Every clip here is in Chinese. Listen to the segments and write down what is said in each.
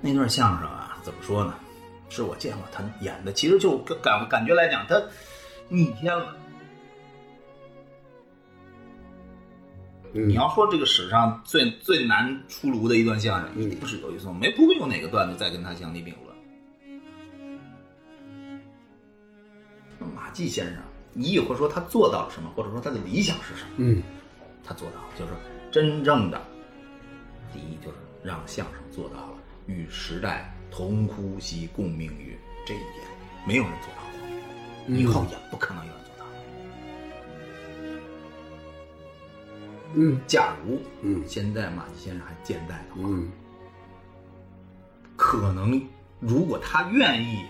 那段相声啊，怎么说呢？是我见过他演的，其实就感感觉来讲，他逆天了。你要说这个史上最最难出炉的一段相声，一定是有一颂，没不会有哪个段子再跟他相提并论。马季先生，你也会说他做到了什么，或者说他的理想是什么？嗯，他做到了，就是真正的第一，就是让相声做到了与时代同呼吸共命运，这一点没有人做到过，以后也不可能有人做到。嗯假如嗯现在马季先生还健在的话，嗯可能如果他愿意，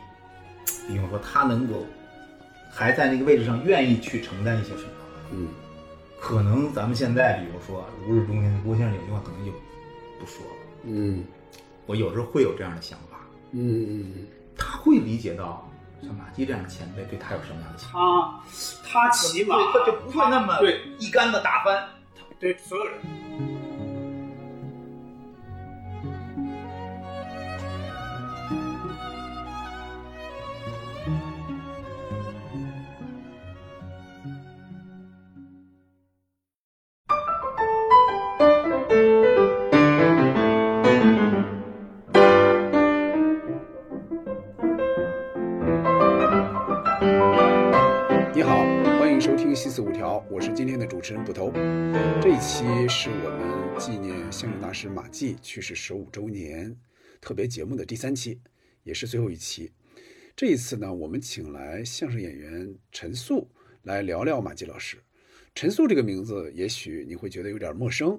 比方说他能够还在那个位置上，愿意去承担一些什么，嗯可能咱们现在比如说如日中天，郭先生有句话可能就不说了。嗯我有时候会有这样的想法，嗯他会理解到像马季这样的前辈对他有什么样的情况，他啊他起码对他就不会那么对一竿子打翻。对所有人。你好，欢迎收听《西四五条》，我是今天的主持人捕头。这一期是我们纪念相声大师马季去世十五周年特别节目的第三期，也是最后一期。这一次呢，我们请来相声演员陈素来聊聊马季老师。陈素这个名字，也许你会觉得有点陌生，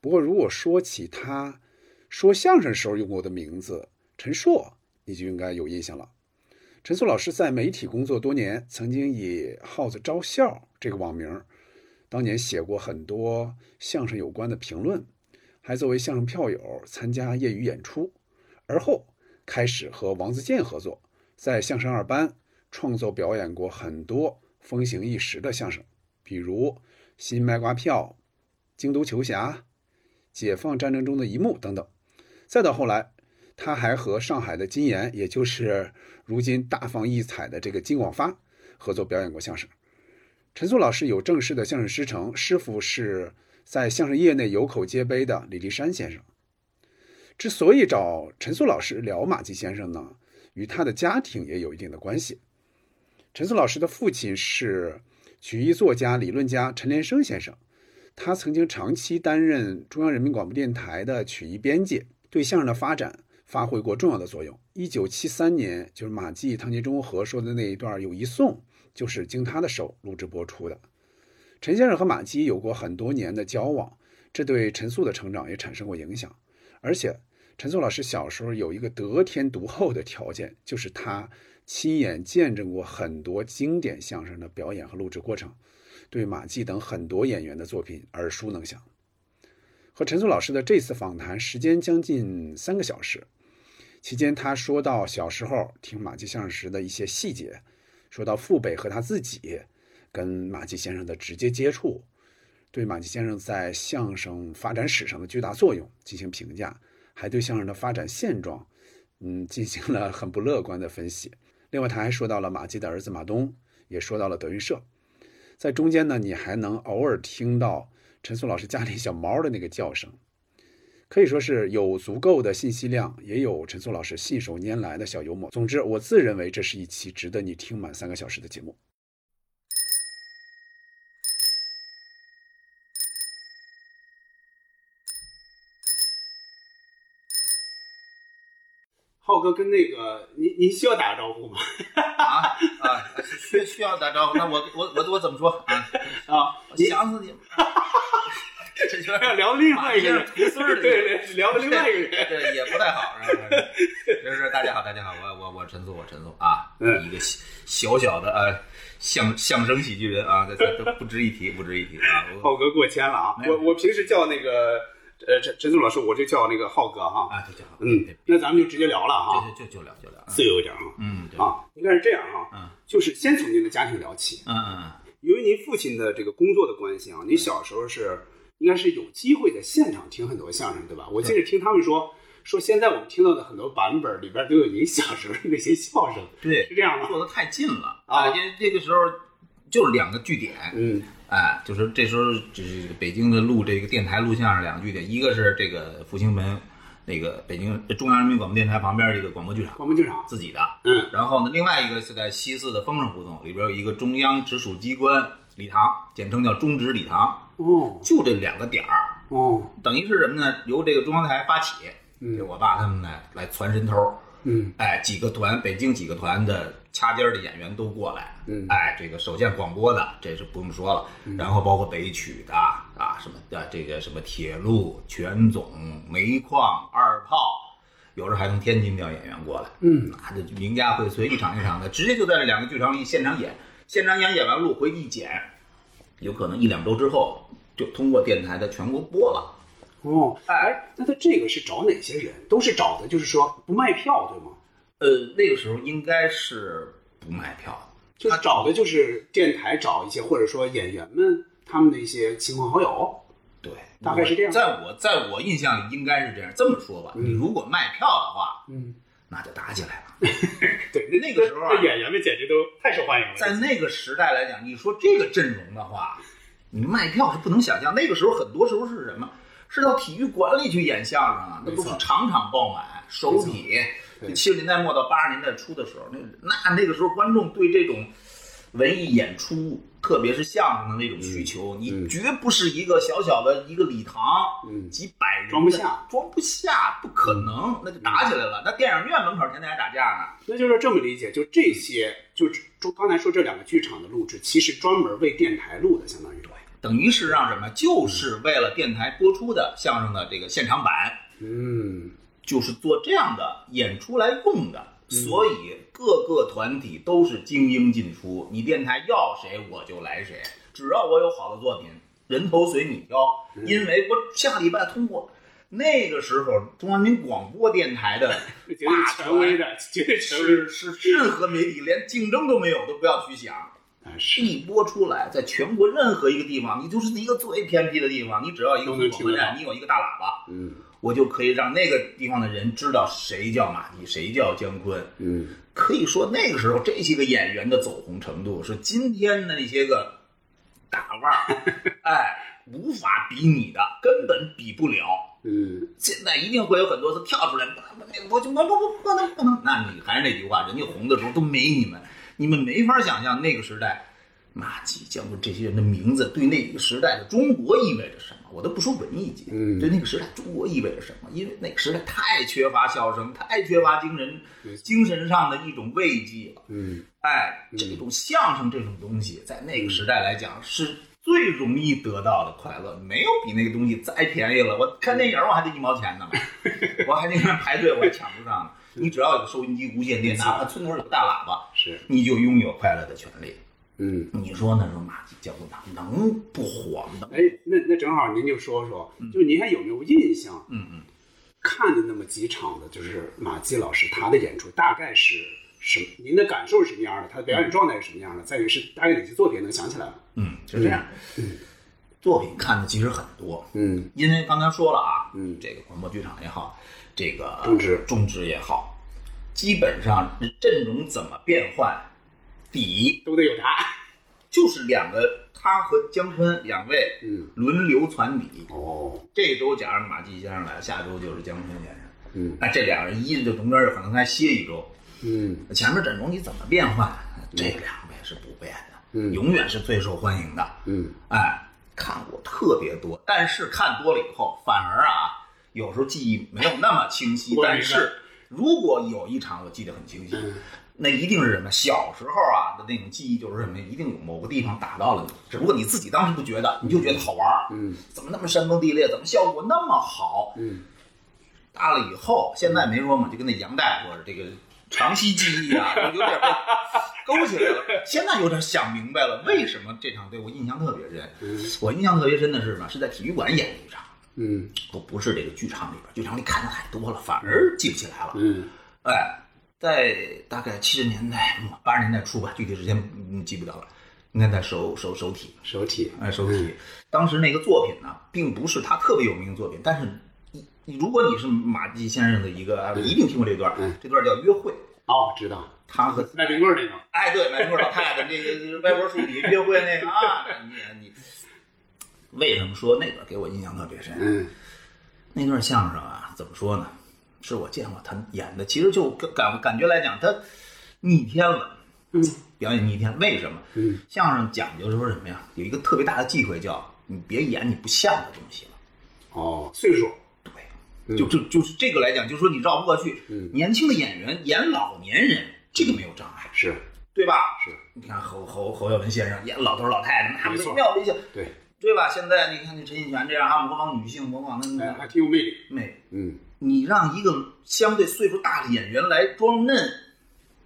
不过如果说起他说相声时候用过的名字陈硕，你就应该有印象了。陈素老师在媒体工作多年，曾经以“耗子招笑”这个网名儿，当年写过很多相声有关的评论，还作为相声票友参加业余演出。而后开始和王自健合作，在相声二班创作表演过很多风行一时的相声，比如《新卖瓜票》《京都球侠》《解放战争中的一幕》等等。再到后来，他还和上海的金岩，也就是如今大放异彩的这个金广发合作表演过相声。陈素老师有正式的相声师承，师傅是在相声业内有口皆碑的李立山先生。之所以找陈素老师聊马季先生呢，与他的家庭也有一定的关系。陈素老师的父亲是曲艺作家、理论家陈连生先生，他曾经长期担任中央人民广播电台的曲艺编辑，对相声的发展发挥过重要的作用。一九七三年，就是马季、唐杰忠和说的那一段《有一颂》，就是经他的手录制播出的。陈先生和马季有过很多年的交往，这对陈素的成长也产生过影响。而且，陈素老师小时候有一个得天独厚的条件，就是他亲眼见证过很多经典相声的表演和录制过程，对马季等很多演员的作品耳熟能详。和陈素老师的这次访谈时间将近三个小时，期间他说到小时候听马季相声时的一些细节，说到父辈和他自己跟马季先生的直接接触，对马季先生在相声发展史上的巨大作用进行评价，还对相声的发展现状，嗯，进行了很不乐观的分析。另外，他还说到了马季的儿子马东，也说到了德云社。在中间呢，你还能偶尔听到陈素老师家里小猫的那个叫声，可以说是有足够的信息量，也有陈素老师信手拈来的小幽默。总之，我自认为这是一期值得你听满三个小时的节目。浩哥跟那个你你需要打个招呼吗？啊啊，需需要打招呼？那我我我我怎么说啊？啊，我你想死你 了！这就 要是聊另外一个人，马季是徒孙儿的 对，聊另外一个人。这也不太好，是吧？ 就是大家好，大家好，我我我陈素，我陈素啊，嗯一个小小小的呃相相声喜剧人啊，这这这不值一提，不值一提 啊！我浩哥过谦了啊！没有我我平时叫那个呃陈陈素老师，我就叫那个浩哥哈。啊，就就好，嗯，那咱们就直接聊了哈，就就就聊就聊，自由一点啊。嗯，对，啊，应该是这样哈，嗯就是先从您的家庭聊起。嗯嗯由于您父亲的这个工作的关系啊，您小时候是应该是有机会在现场听很多相声，对吧？我记得听他们说，说现在我们听到的很多版本里边都有您小时候那些笑声，对，是这样吗？做的太近了啊因为这个时候就是两个据点，嗯哎，就是这时候就是北京的录这个电台录像是两个据点，一个是这个复兴门那个北京中央人民广播电台旁边这个广播剧场广播剧场，自己的，嗯然后呢，另外一个是在西四的丰盛胡同里边有一个中央直属机关礼堂，简称叫中直礼堂，哦就这两个点儿，哦等于是什么呢？由这个中央台发起，嗯就我爸他们呢来传神头，嗯哎，几个团，北京几个团的掐尖儿的演员都过来，嗯哎，这个首先广播的，这是不用说了，然后包括北曲的啊，什么的，这个什么铁路、全总、煤矿、二炮，有时候还从天津调演员过来，嗯，那这名家荟萃，一场一场的，直接就在这两个剧场里现场演，现场演演完录回去一剪，有可能一两周之后就通过电台的全国播了。哦哎，那他这个是找哪些人？都是找的，就是说不卖票对吗？呃，那个时候应该是不卖票的。就是找的就是电台找一些，或者说演员们他们的一些亲朋好友。对，大概是这样我在我在我印象里应该是这样。这么说吧，嗯你如果卖票的话，嗯，那就打起来了。对，那个时候啊那演员们简直都太受欢迎了。在那个时代来讲，你说这个阵容的话，你卖票是不能想象。那个时候很多时候是什么？是到体育馆里去演相声啊，那没都错是场场爆满，首体对。七十年代末到八十年代初的时候，那那那个时候观众对这种文艺演出，特别是相声的那种嗯需求，你绝不是一个小小的一个礼堂，嗯几百人的装不下，嗯装不下，不可能，那就打起来了。那电影院门口天天还打架呢，那就是这么理解，就这些，就是中刚才说这两个剧场的录制，其实专门为电台录的，相当于对。等于是让什么？就是为了电台播出的相声的这个现场版，嗯，就是做这样的演出来用的。所以各个团体都是精英进出，你电台要谁我就来谁，只要我有好的作品，人头随你挑。嗯因为我下礼拜通过那个时候中央人民广播电台的 这绝对霸权威权的，绝对权威是是任何媒体连竞争都没有，都不要去想。啊，是一播出来，在全国任何一个地方，你就是一个最偏僻的地方，你只要一个都能广听播得到站，你有一个大喇叭，嗯我就可以让那个地方的人知道谁叫马季，谁叫姜昆。嗯可以说那个时候这些个演员的走红程度是今天的那些个大腕儿，哎，无法比拟的，根本比不了。嗯，现在一定会有很多次跳出来，不那我就我不不不能不能。那你还是那句话，人家红的时候都没你们，你们没法想象那个时代，马季、姜昆这些人的名字对那个时代的中国意味着什么。我都不说文艺界，嗯对那个时代中国意味着什么？因为那个时代太缺乏笑声，太缺乏精神没错精神上的一种慰藉了。嗯哎，这种相声这种东西，在那个时代来讲是最容易得到的快乐，没有比那个东西再便宜了。我看电影我还得一毛钱 呢嘛，我还得跟人排队，我还抢不 上呢。你只要有收音机、无线电，哪怕村头有个大喇叭，是你就拥有快乐的权利。嗯。你说那时候马季教哪能不火吗？哎，那那正好您就说说，就您还有没有印象？嗯嗯，看的那么几场的，就是马季老师他的演出大概是什么？您的感受是什么样的？他的表演状态是什么样的？再一个是大概哪些作品能想起来吗？嗯，是这样。作品看的其实很多，嗯因为刚才说了啊，嗯这个广播剧场也好，这个中职中职也好，基本上阵容怎么变换，第一都得有他。就是两个他和姜昆两位嗯轮流传底，哦，这周假如马季先生来，下周就是姜昆先生，嗯那这两个人一就中间有可能还歇一周，嗯前面阵容你怎么变换，这两位是不变的，嗯永远是最受欢迎的，嗯。哎，看过特别多，但是看多了以后，反而啊，有时候记忆没有那么清晰我明白但是嗯如果有一场我记得很清晰，那一定是什么？小时候啊的那种记忆就是什么？一定有某个地方打到了你，只不过你自己当时不觉得，你就觉得好玩儿。嗯怎么那么山崩地裂？怎么效果那么好？嗯大了以后，现在没说嘛，就跟那杨大夫似的，这个长期记忆啊，有点被勾起来了。现在有点想明白了，为什么这场对我印象特别深？我印象特别深的是嘛，是在体育馆演的一场，嗯都不是这个剧场里边，剧场里看的太多了，反而记不起来了。嗯哎，在大概七十年代末、八十年代初吧，具体时间嗯记不得了，应该在首首首体。手体哎，首体。当时那个作品呢，并不是他特别有名的作品，但是一你如果你是马季先生的一个爱好者，一定听过这段嗯，这段叫约会。哦，知道，他和卖冰棍儿那个，哎，对，买多老太太那个歪脖竖笔约会那个啊，你你为什么说那段给我印象特别深？嗯，那段相声啊，怎么说呢？是我见过他演的，其实就感感感觉来讲，他逆天了，嗯，表演逆天。为什么？嗯，相声讲究是说什么呀？有一个特别大的忌讳叫你别演你不像的东西了。哦，岁数，对，就就就是这个来讲，就说你绕不过去。嗯年轻的演员演老年人，这个没有障碍，是对吧？是，你看侯侯侯耀文先生演老头老太太，那没美错妙的一笑，对，对吧？现在你看这陈印泉这样啊，模仿女性，模仿那哎，个还挺有魅力，美，嗯，你让一个相对岁数大的演员来装嫩，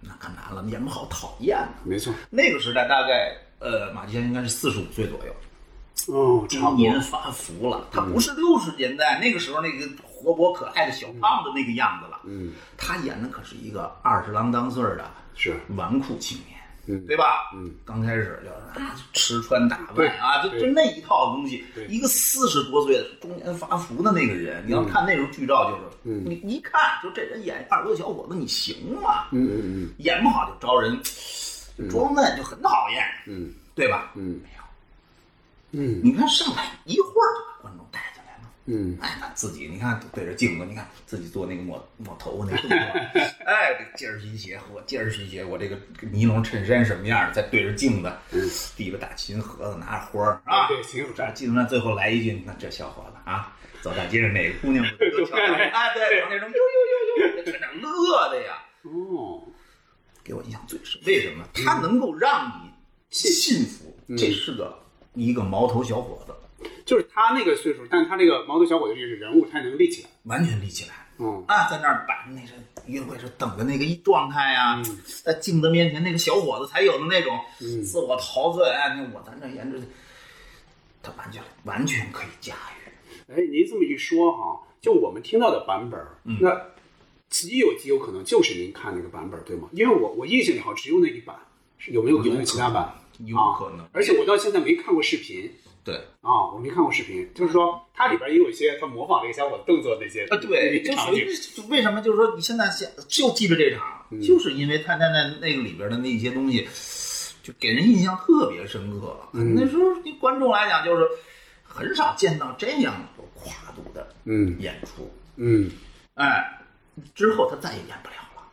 那可难了，演不好讨厌呐没错，那个时代大概呃，马季先生应该是四十五岁左右，哦，差中不多年，发福了，他不是六十年嗯代那个时候那个活泼可爱的小胖子那个样子了，嗯，他演的可是一个二十郎当岁儿的是，纨绔青年。嗯，对吧？嗯，刚开始就是啊，吃穿打对扮啊，就对就那一套东西对。一个四十多岁的中年发福的那个人，你要看那种剧照，就是、嗯你一看就这人演二十多小伙子，你行吗？嗯嗯演不好就招人就装嫩，就很讨厌，嗯对吧？嗯没有，嗯你看上来一会儿就把观众带进来了。嗯哎，他自己你看对着镜子，你看自己做那个抹抹头发那个动作，哎，这尖儿皮鞋，我尖儿皮鞋，我这个尼龙衬衫什么样儿？再对着镜子，提着大琴盒子，拿着花儿啊，对挺有这镜子上最后来一句，那这小伙子啊，走大街上哪个姑娘就都瞧看见哎，对，那种呦呦呦呦，在那乐的呀，哦，给我印象最深。为什么？他能够让你信服，这是个一个毛头小伙子，就是他那个岁数，但他那个毛头小伙子这个人物，他能立起来，完全立起来。嗯，啊，在那儿摆那个约会时等的那个一状态啊，嗯在镜子面前那个小伙子才有的那种自我陶醉，哎，那我咱这颜值，他完全完全可以驾驭。哎，您这么一说哈，就我们听到的版本，嗯、那极有极有可能就是您看那个版本，对吗？因为我我印象里好像只有那一版，是有没有可能有其他版？有可能啊，而且我到现在没看过视频对，啊，我没看过视频，就是说它里边也有一些他模仿这个小伙动作那些啊，对，就场属于景，嗯就为什么就是说你现在想就记着这场，就是因为他在那那个里边的那些东西，就给人印象特别深刻。嗯那时候对观众来讲，就是很少见到这样有跨度的嗯演出，嗯。哎，之后他再也演不了了。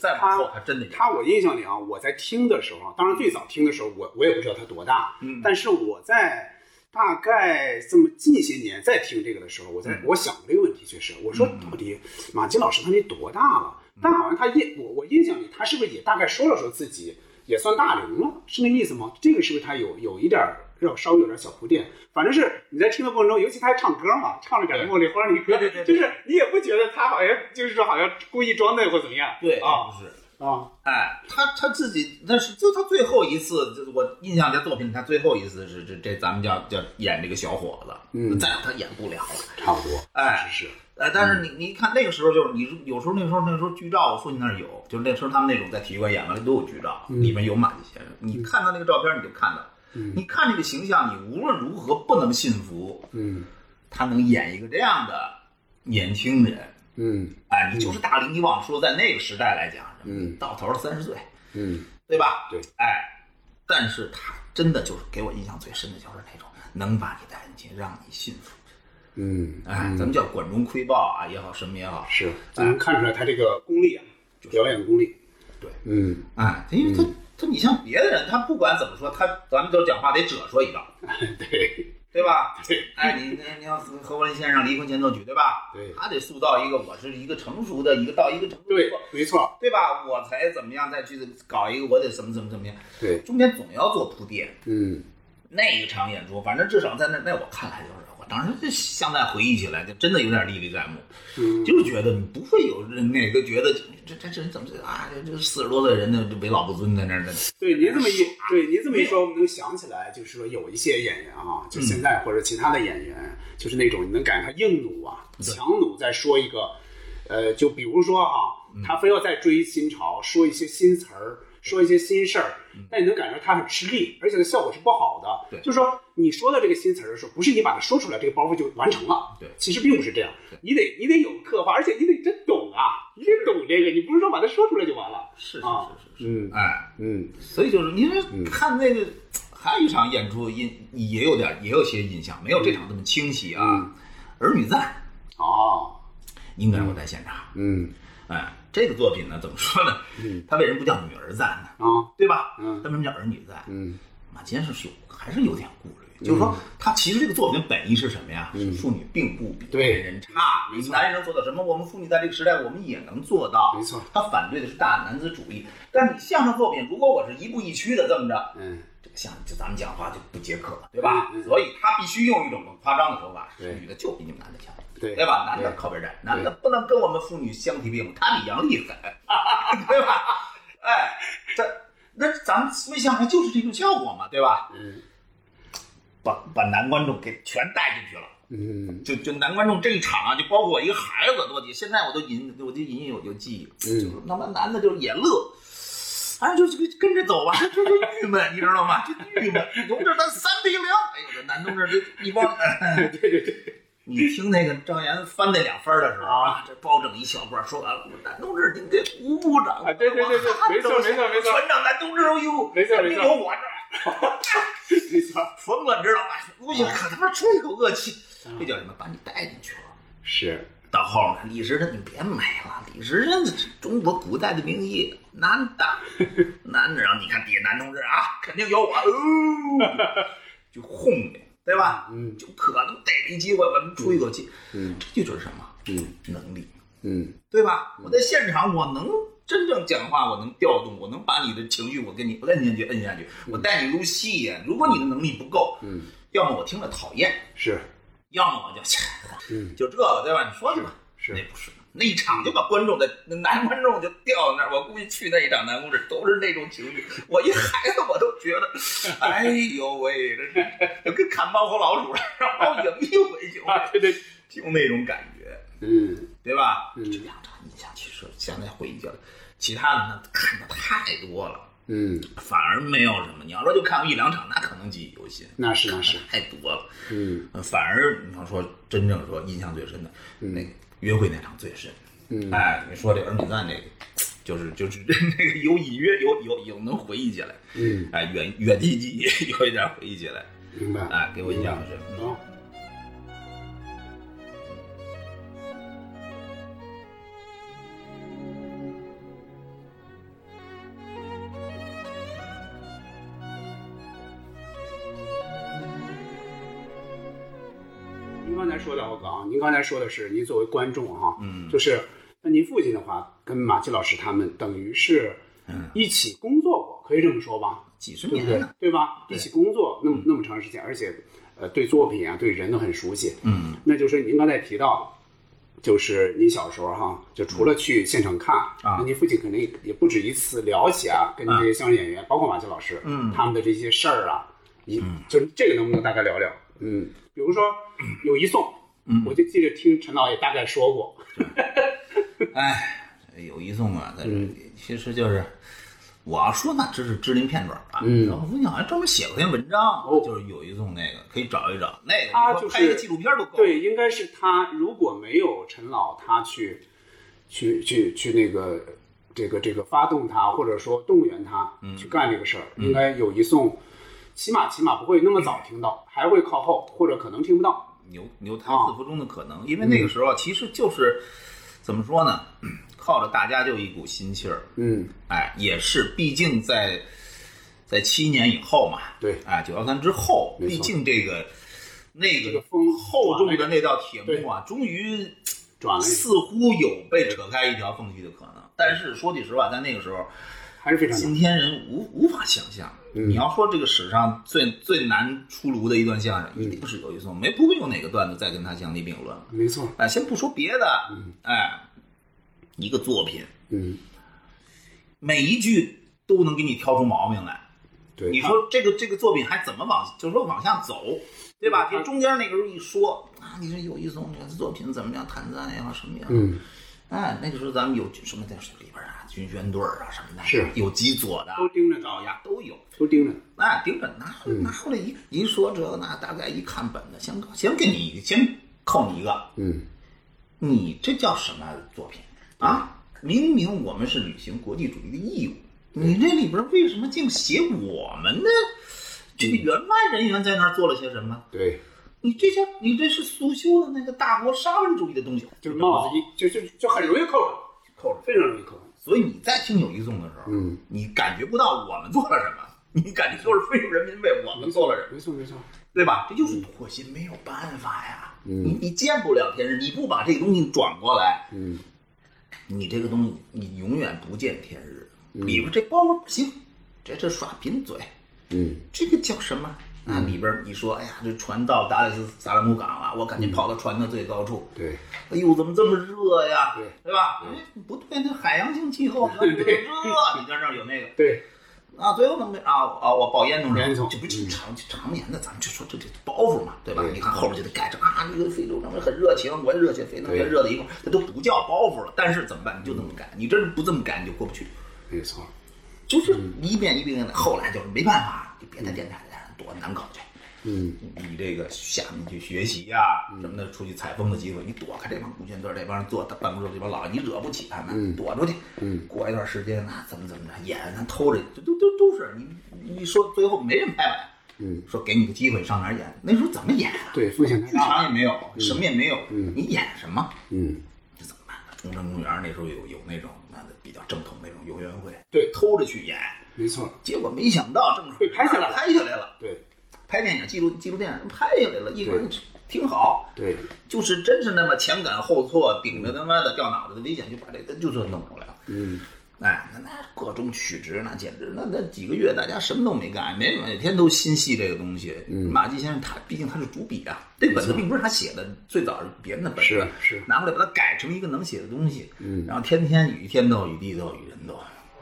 再往后他真的演不了他我印象里啊，我在听的时候啊，当然最早听的时候我，我也不知道他多大，嗯但是我在大概这么近些年再听这个的时候，嗯我在、我想过这个问题，确实，我说到底马季老师他那多大了？嗯但好像他印我我印象里，他是不是也大概说了说自己也算大龄了，是那意思吗？这个是不是他有有一点儿要稍微有点小铺垫？反正是你在听的过程中，尤其他还唱歌嘛，唱了点《茉莉花》那歌，对对对就是你也不觉得他好像就是说好像故意装嫩或怎么样，对啊，就是。啊，哎，他他自己，但是就他最后一次，就是我印象里的作品，他最后一次是这这咱们叫叫演这个小伙子，嗯再他演不了了，差不多，哎是是，呃，但嗯是你你一看那个时候就是你是有时候那时候那时候剧照，我父亲那儿有，就是那时候他们那种在体育馆演完了都有剧照，嗯里面有马季先生，你看到那个照片你就看到，你看这个形象，你无论如何不能信服嗯他能演一个这样的年轻人，嗯哎，你就是大龄，你往说在那个时代来讲，嗯到头三十岁，嗯，对吧？对，哎，但是他真的就是给我印象最深的就是那种能把你带进去，让你信服，嗯，哎，咱们叫管中窥豹啊也好，什么也好，是，咱能呃看出来他这个功力啊，表演功力，对，嗯，哎，因为他、他你像别的人，他不管怎么说，他咱们都讲话得折说一道， 对，对吧？对，哎，你你你要是何伯林先生离婚前奏曲，对吧？对他得塑造一个我是一个成熟的一个到一个成熟的对过，没错，对吧？我才怎么样再去搞一个，我得怎么怎么怎么样，对，中间总要做铺垫。嗯，那一场演出，反正至少在那在我看来就是，我当时就现在回忆起来，就真的有点历历在目，嗯就是觉得不会有人哪个觉得这这这人怎么这啊这这四十多岁人呢就为老不尊在那儿呢。对，您这么一，对您这么一说，我们能想起来，就是说有一些演员啊，嗯就现在或者其他的演员，就是那种你能感觉他硬弩啊，强弩在说嗯一个，呃，就比如说啊，他非要再追新潮，说一些新词儿，说一些新事儿，但你能感觉他很吃力，而且的效果是不好的。嗯对就是说你说到这个新词儿的时候，不是你把它说出来，这个包袱就完成了。对其实并不是这样对，你得你得有刻画，而且你得真懂啊，你得懂这个，你不是说把它说出来就完了。是是啊是是是，嗯哎，嗯，所以就是你说看那个，还有一场演出印也有点也有些印象，没有这场这么清晰啊。儿女在，哦，应该我在现场。嗯哎，这个作品呢，怎么说呢？他为什么不叫女儿在呢？啊，对吧？嗯他为什么叫儿女在？嗯马先生是有还是有点顾虑，就是嗯说他其实这个作品的本意是什么呀？是妇女并不比对人差，没错男人能做到什么，我们妇女在这个时代我们也能做到。没错他反对的是大男子主义。但你相声作品，如果我是一步一趋的这么着，嗯，这个相声就咱们讲话就不解渴了，对吧？嗯嗯所以他必须用一种更夸张的手法，对女的就比你们男的强。对对吧？男的靠边站，男的不能跟我们妇女相提并论，他比杨丽狠， 对吧？哎，这那咱们微相声就是这种效果嘛，对吧？嗯，把把男观众给全带进去了，嗯就就男观众这一场啊，就包括我一个孩子，我现在我都隐我都隐隐有有记忆，嗯就是那么男的就是也乐。哎，就就跟着走吧，就就郁闷，你知道吗？就郁闷。同志，咱三比零，哎呦，这男同志这一帮， 对对对， 你听那个张岩翻那两分儿的时候啊，这包拯一小段说完了，我男同志您给吴部长啊对对对对没错我汗都没错没错船长男同志都有，没错肯没定错有我这没错，疯了，知道吧？不啊行，可他妈出一口恶气，这叫什么？把你带进去了。是，到后面，李时珍，你别美了，李时珍这是中国古代的名医，男 的，男的，然后你看底下男同志啊，肯定有我， 哦，就哄你，对吧？嗯就可能逮着一机会，我们出一口气，嗯这就是什么？嗯能力，嗯对吧？我在现场，我能真正讲话，我能调动，我能把你的情绪，我给你摁下去，摁下去，我带你入戏呀。如果你的能力不够，嗯要么我听了讨厌，是，要么我就嗯就这个，对吧？你说去吧，是那不是那一场就把观众的那男观众就吊在那儿，我估计去那一场男观众都是那种情绪，我一孩子我都觉得，哎呦喂，这是跟砍猫和老鼠似的，然后赢一回就啊，对对，就那种感觉。嗯，对吧？嗯这两场印象其实现在回忆起来，其他的那看的太多了，嗯反而没有什么。你要说就看过一两场，那可能记忆犹新，那是那是，太多了。嗯呃反而你要说真正说印象最深的，嗯那个约会那场最深。嗯哎，你说这儿女赞这个，就是就是 那个有隐约有有有能回忆起来，嗯，哎，远远地记忆 有一点回忆起来，明白。哎，给我印象很深。哦您刚才说的，我刚，您刚才说的是，您作为观众哈、嗯就是那您父亲的话，跟马季老师他们等于是嗯一起工作过，可以这么说吧？几十对年不对了，？ 对吧？一起工作那么那么长时间，而且呃，对作品啊，对人都很熟悉。嗯，那就是您刚才提到，就是您小时候哈，就除了去现场看啊那您父亲肯定也也不止一次聊起啊，跟这些相声演员，包括马季老师，嗯他们的这些事儿啊，一就是这个能不能大概聊聊？嗯比如说有一颂，嗯我就记得听陈导也大概说过，哎，有一送啊，在这里嗯其实就是我要说那真是支林片段啊。嗯然后我好像专门写过篇文章，哦就是有一送那个可以找一找，那个他你就说是拍一个纪录片都够。，对，应该是他如果没有陈老，他去去去去那个这个这个发动他，或者说动员他去干这个事儿，应该有一送，起码起码不会那么早听到，还会靠后，或者可能听不到。牛牛啊胎四伏中的可能，因为那个时嗯候啊其实就是怎么说呢，靠着大家就一股心气儿，嗯哎，也是，毕竟在在七年以后嘛，对哎，九幺三之后，没错毕竟这个那这个个风厚重的那道铁幕啊，终于转了一似乎有被扯开一条缝隙的可能。但是说句实话，在那个时候，还是非嗯常今难。天人无无法想象。你要说这个史上最最难出炉的一段相声，一嗯定是有一颂，没不会有哪个段子再跟他相提并论了。没错，哎，先不说别的，哎，一个作品，嗯，每一句都能给你挑出毛病来。对你说这个这个作品还怎么往，就是说往下走，对嗯吧？对就中间那个时候一说啊，你说有一种你的作品怎么样，谈赞呀什么呀，嗯那那个时候咱们有什么在里边啊，军宣队啊什么的，是有几左的，都盯着老呢呀都有。都盯着呢。那盯着拿嗯拿回来一一说这个那，大概一看本子，先先给你先扣你一个，嗯，你这叫什么作品啊？明明我们是履行国际主义的义务，你这里边为什么净写我们呢？这个员外人员在那儿做了些什么？对，你这些你这是苏修的那个大国沙文主义的东西，就是帽子一就就就很容易扣上，扣着。非常容易扣上。所以你在听有一颂的时候，嗯，你感觉不到我们做了什么，你感觉就是非洲人民为我们做了什么。没错没错，对吧？这就是妥协，没有办法呀。嗯你你见不了天日，你不把这个东西转过来，嗯，你这个东西你永远不见天日。里边这包袱不行，这这耍贫嘴，嗯，这个叫什么？啊，里边你说，哎呀，这船到达里斯萨拉姆港了，我赶嗯紧跑到船的最高处。对，哎呦，怎么这么热呀？对对吧？哎，不对，那海洋性气候热，你这儿有那个。对，啊，最后呢没啊啊，我报烟囱烟囱这不是常常年的，咱们就说这这包袱嘛，对吧？对你看后边就得盖着啊，这个非洲人很热情，我也热血沸腾，对也热泪盈眶，这都不叫包袱了。但是怎么办？你就这么干，你真是不这么干你就过不去，没错，就是一遍一遍的。后来就是没办法，就别在电台上多难搞去。嗯，你这个下面去学习呀、什么的，出去采风的机会，你躲开这帮古建队这帮人坐办公室这帮老，你惹不起他们，躲出去。嗯，过一段时间啊，怎么怎么着，演咱偷着，这都都都是你你说最后没人拍板，嗯，说给你个机会上哪儿演，那时候怎么演啊？对，风险太剧大场了。也没有，什么也没有，嗯你演什么？嗯，这怎么办呢？中山公园那时候有有那种那比较正统那种游园会，对偷着去演，没错，结果没想到正好被拍下来了拍下来了。对拍电影、记录记录电影拍下来了，一会儿对挺好，对，就是真是那么前赶后错，顶着他妈的掉脑袋的危险就把这个就是弄出来了。嗯，哎，那那各种曲直，那简直那那几个月大家什么都没干，每每天都心系这个东西。嗯马季先生他毕竟他是主笔啊，这本子并不是他写的，最早是别人的本子，是是拿回来把它改成一个能写的东西，嗯然后天天雨天斗，雨地斗，雨人斗，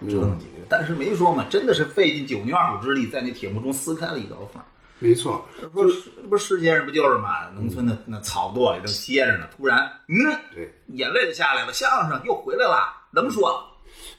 折腾几个月。但是没说嘛，真的是费尽九牛二虎之力，在那铁幕中撕开了一道缝。没错，不是不是世界上不就是嘛？农村的那草垛里正歇着呢，突然，嗯，对眼泪就下来了，相声又回来了，能说？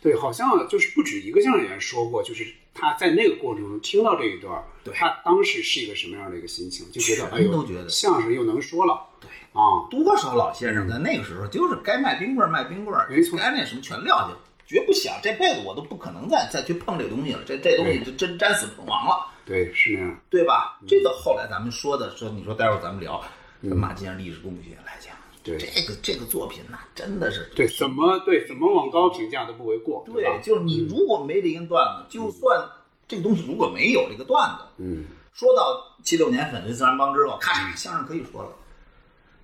对，好像就是不止一个相声演员说过，就是他在那个过程中听到这一段，对他当时是一个什么样的一个心情，就觉得哎全都呦，觉得相声又能说了对，啊，多少老先生在那个时候就是该卖冰棍儿卖冰棍儿，没错该那什么全撂下，绝不想这辈子我都不可能再再去碰这东西了，这这东西就真沾死碰亡了。对，是那样，对吧？这个后来咱们说的，说你说待会儿咱们聊，嗯马季先生历史工具学来讲，对这个这个作品呐、真的是对，怎么对怎么往高评价都不为过，对对，吧？嗯就是你如果没这根段子，就算这个东西如果没有这个段子，嗯，说到七六年粉碎自然帮之后，咔嚓，相声可以说了，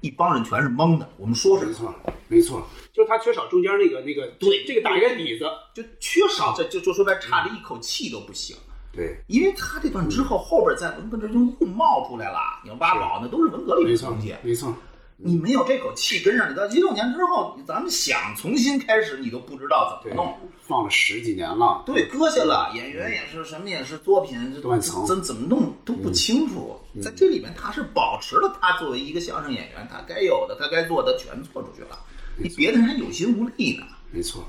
一帮人全是懵的，我们说什没么错，没错，就是他缺少中间那个那个对这个大圆底子，就缺少这就就说白了差这一口气都不行。对，因为他这嗯段之后，后边在文革之中又冒出来了，你像八宝那都是文革里没的错东西，，没错，你没有这口气跟上，你到一六年之后，咱们想重新开始，你都不知道怎对么弄。，放了十几年了，对，搁下了，演员也是，什么也是，作品这断层怎怎么弄都不清楚。在这里面，他是保持了他作为一个相声演员，他该有的、他该做的全做出去了，你别的人还有心无力呢，没错。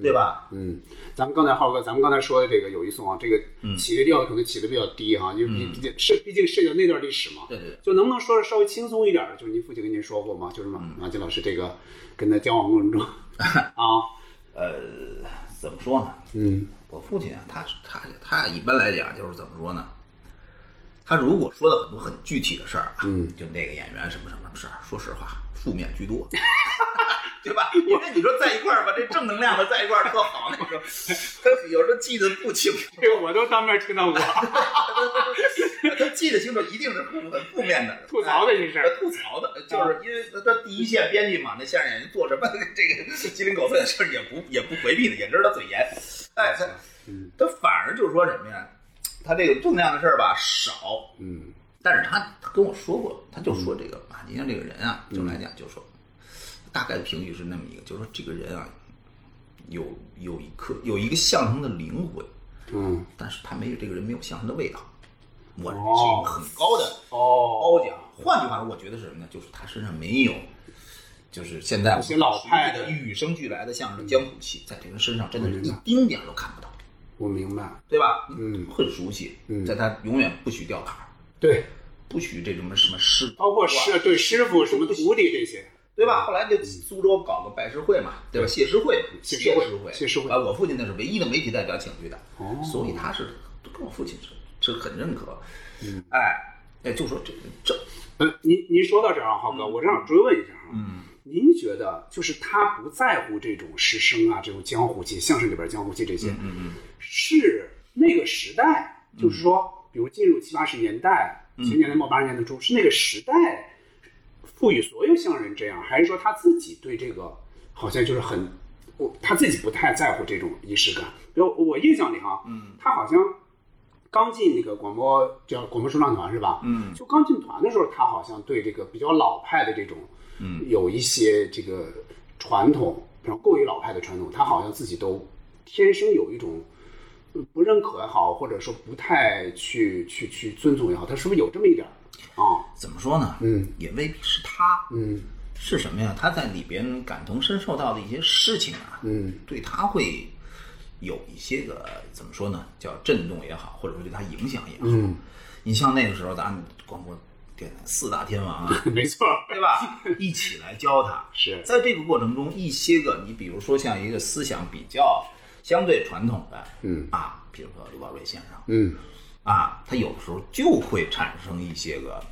对吧？嗯，咱们刚才浩哥，咱们刚才说的这个有一送啊，这个起的调可能起的比较低哈，因为毕毕竟是毕竟涉及到那段历史嘛。嗯对对对就能不能说的稍微轻松一点儿？就是您父亲跟您说过吗？就是嗯马马季老师这个跟他交往过 程中啊，呃，怎么说呢？嗯我父亲啊，他是他他一般来讲就是怎么说呢？他如果说的很多很具体的事儿啊，嗯就那个演员什么什么事儿，说实话，负面居 多，对吧？因为你说在一块儿吧，这正能量的在一块儿特好，那时候他有时候记得不清楚，这个我都当面听 到过，他记得清楚一定是很负面的，吐槽的这事儿哎吐槽的，啊就是因为他第一线编剧嘛，那相声演员做什么这个鸡零狗碎的事儿也不也不回避的，也知道他嘴严，哎，他嗯他反而就是说什么呀？他这个正量的事儿吧少，嗯但是他他跟我说过，他就说这个马金像这个人啊，嗯就来讲就说，大概的评语是那么一个，就说这个人啊，有有一颗有一个相声的灵魂，嗯，但是他没有这个人没有相声的味道。我哦是很高的哦，褒奖。换句话说，我觉得是什么呢？就是他身上没有就是现在有些老派的嗯的与生俱来的相声江湖气，在这个人身上真的是一丁点儿都看不到，我明白，对吧？嗯很熟悉，嗯在他永远不许掉坎儿，对，哦不许这种什么师，包括师对师傅什么徒弟这些，对吧？后来就苏州搞个拜师会嘛，对吧？谢师会，嗯谢师师会会，谢师会啊，我父亲那是唯一的媒体代表请去的，哦所以他是跟我父亲是是很认可，哎，哎，就说这这，嗯，您您说到这儿啊，浩哥，我正好追问一下啊，嗯，您觉得就是他不在乎这种师生啊，这种江湖气，相声里边江湖气这些，嗯嗯，是那个时代，就是说，比如进入七八十年代、七十年代末八十年代初，是那个时代赋予所有相声人这样，还是说他自己对这个好像就是很，我他自己不太在乎这种仪式感？比如我印象里哈，嗯，他好像刚进那个广播叫广播说唱团是吧？嗯就刚进团的时候，他好像对这个比较老派的这种，嗯，有一些这个传统，然后过于老派的传统，他好像自己都天生有一种呃不认可也好，或者说不太去去去尊重也好，他是不是有这么一点儿啊？怎么说呢？嗯也未必是他，嗯是什么呀？他在里边感同身受到的一些事情啊，嗯对他会有一些个怎么说呢？叫震动也好，或者说对他影响也好。嗯，你像那个时候咱们广播电台四大天王 啊， 没错，对吧？一起来教他。是在这个过程中，一些个你比如说像一个思想比较相对传统的，嗯啊，比如说刘宝瑞先生，嗯啊，他有的时候就会产生一些个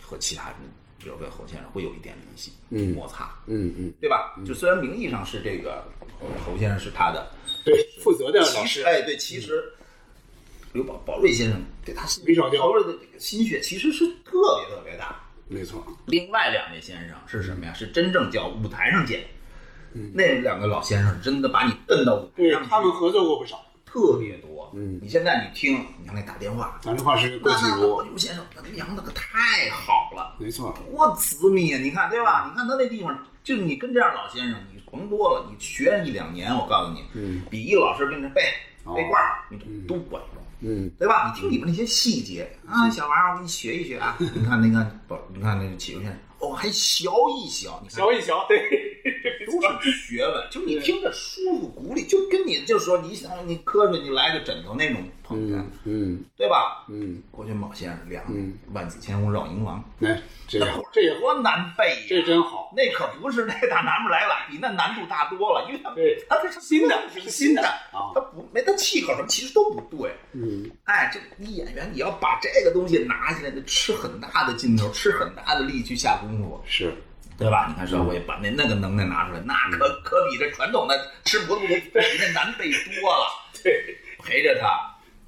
和其他人，比如跟侯先生会有一点联系，嗯摩擦，嗯嗯，对吧？就虽然名义上是这个呃侯先生是他的对，负责的嗯老其师实，哎，对，其实刘宝宝瑞先生对他是没少教宝瑞的这个心血其实是特别特别大。没错，另外两位先生是什么呀？是真正叫舞台上见。那两个老先生真的把你蹬到舞台嗯对上去，他们合作过不少，特别多。嗯你现在你听，你看那打电话，咱这话是郭那启那儒那，刘先生娘的可太好了，没错，多私密啊！你看对吧？你看他那地方，就是你跟这样老先生，你甭多了，你学上一两年，我告诉你，嗯比一个老师跟着背哦背罐儿，你都都管用。嗯对吧？你听里面那些细节啊，小玩意儿，我给你学一学啊。你看那个不，你看那个启儒先生，哦，还学一学，你看 瞧一瞧，对，都是学问，就是你听着舒服鼓励，就跟你就说你想你瞌睡你来个枕头那种捧哏，嗯对吧？嗯，郭君宝先生两嗯万紫千红绕银王，哎，这那个 这也多难背这呀！真好，那可不是那大南边来了，比那难度大多了，因为他对他这是新的是新的啊他不没他气口什么其实都不对，嗯哎，这你演员你要把这个东西拿起来，得吃很大的劲头，吃很大的力去下功夫，是，对吧？你看邵伟把那那个能耐拿出来，那嗯可可比这传统的吃葡萄比那难背多了。 对，陪着他，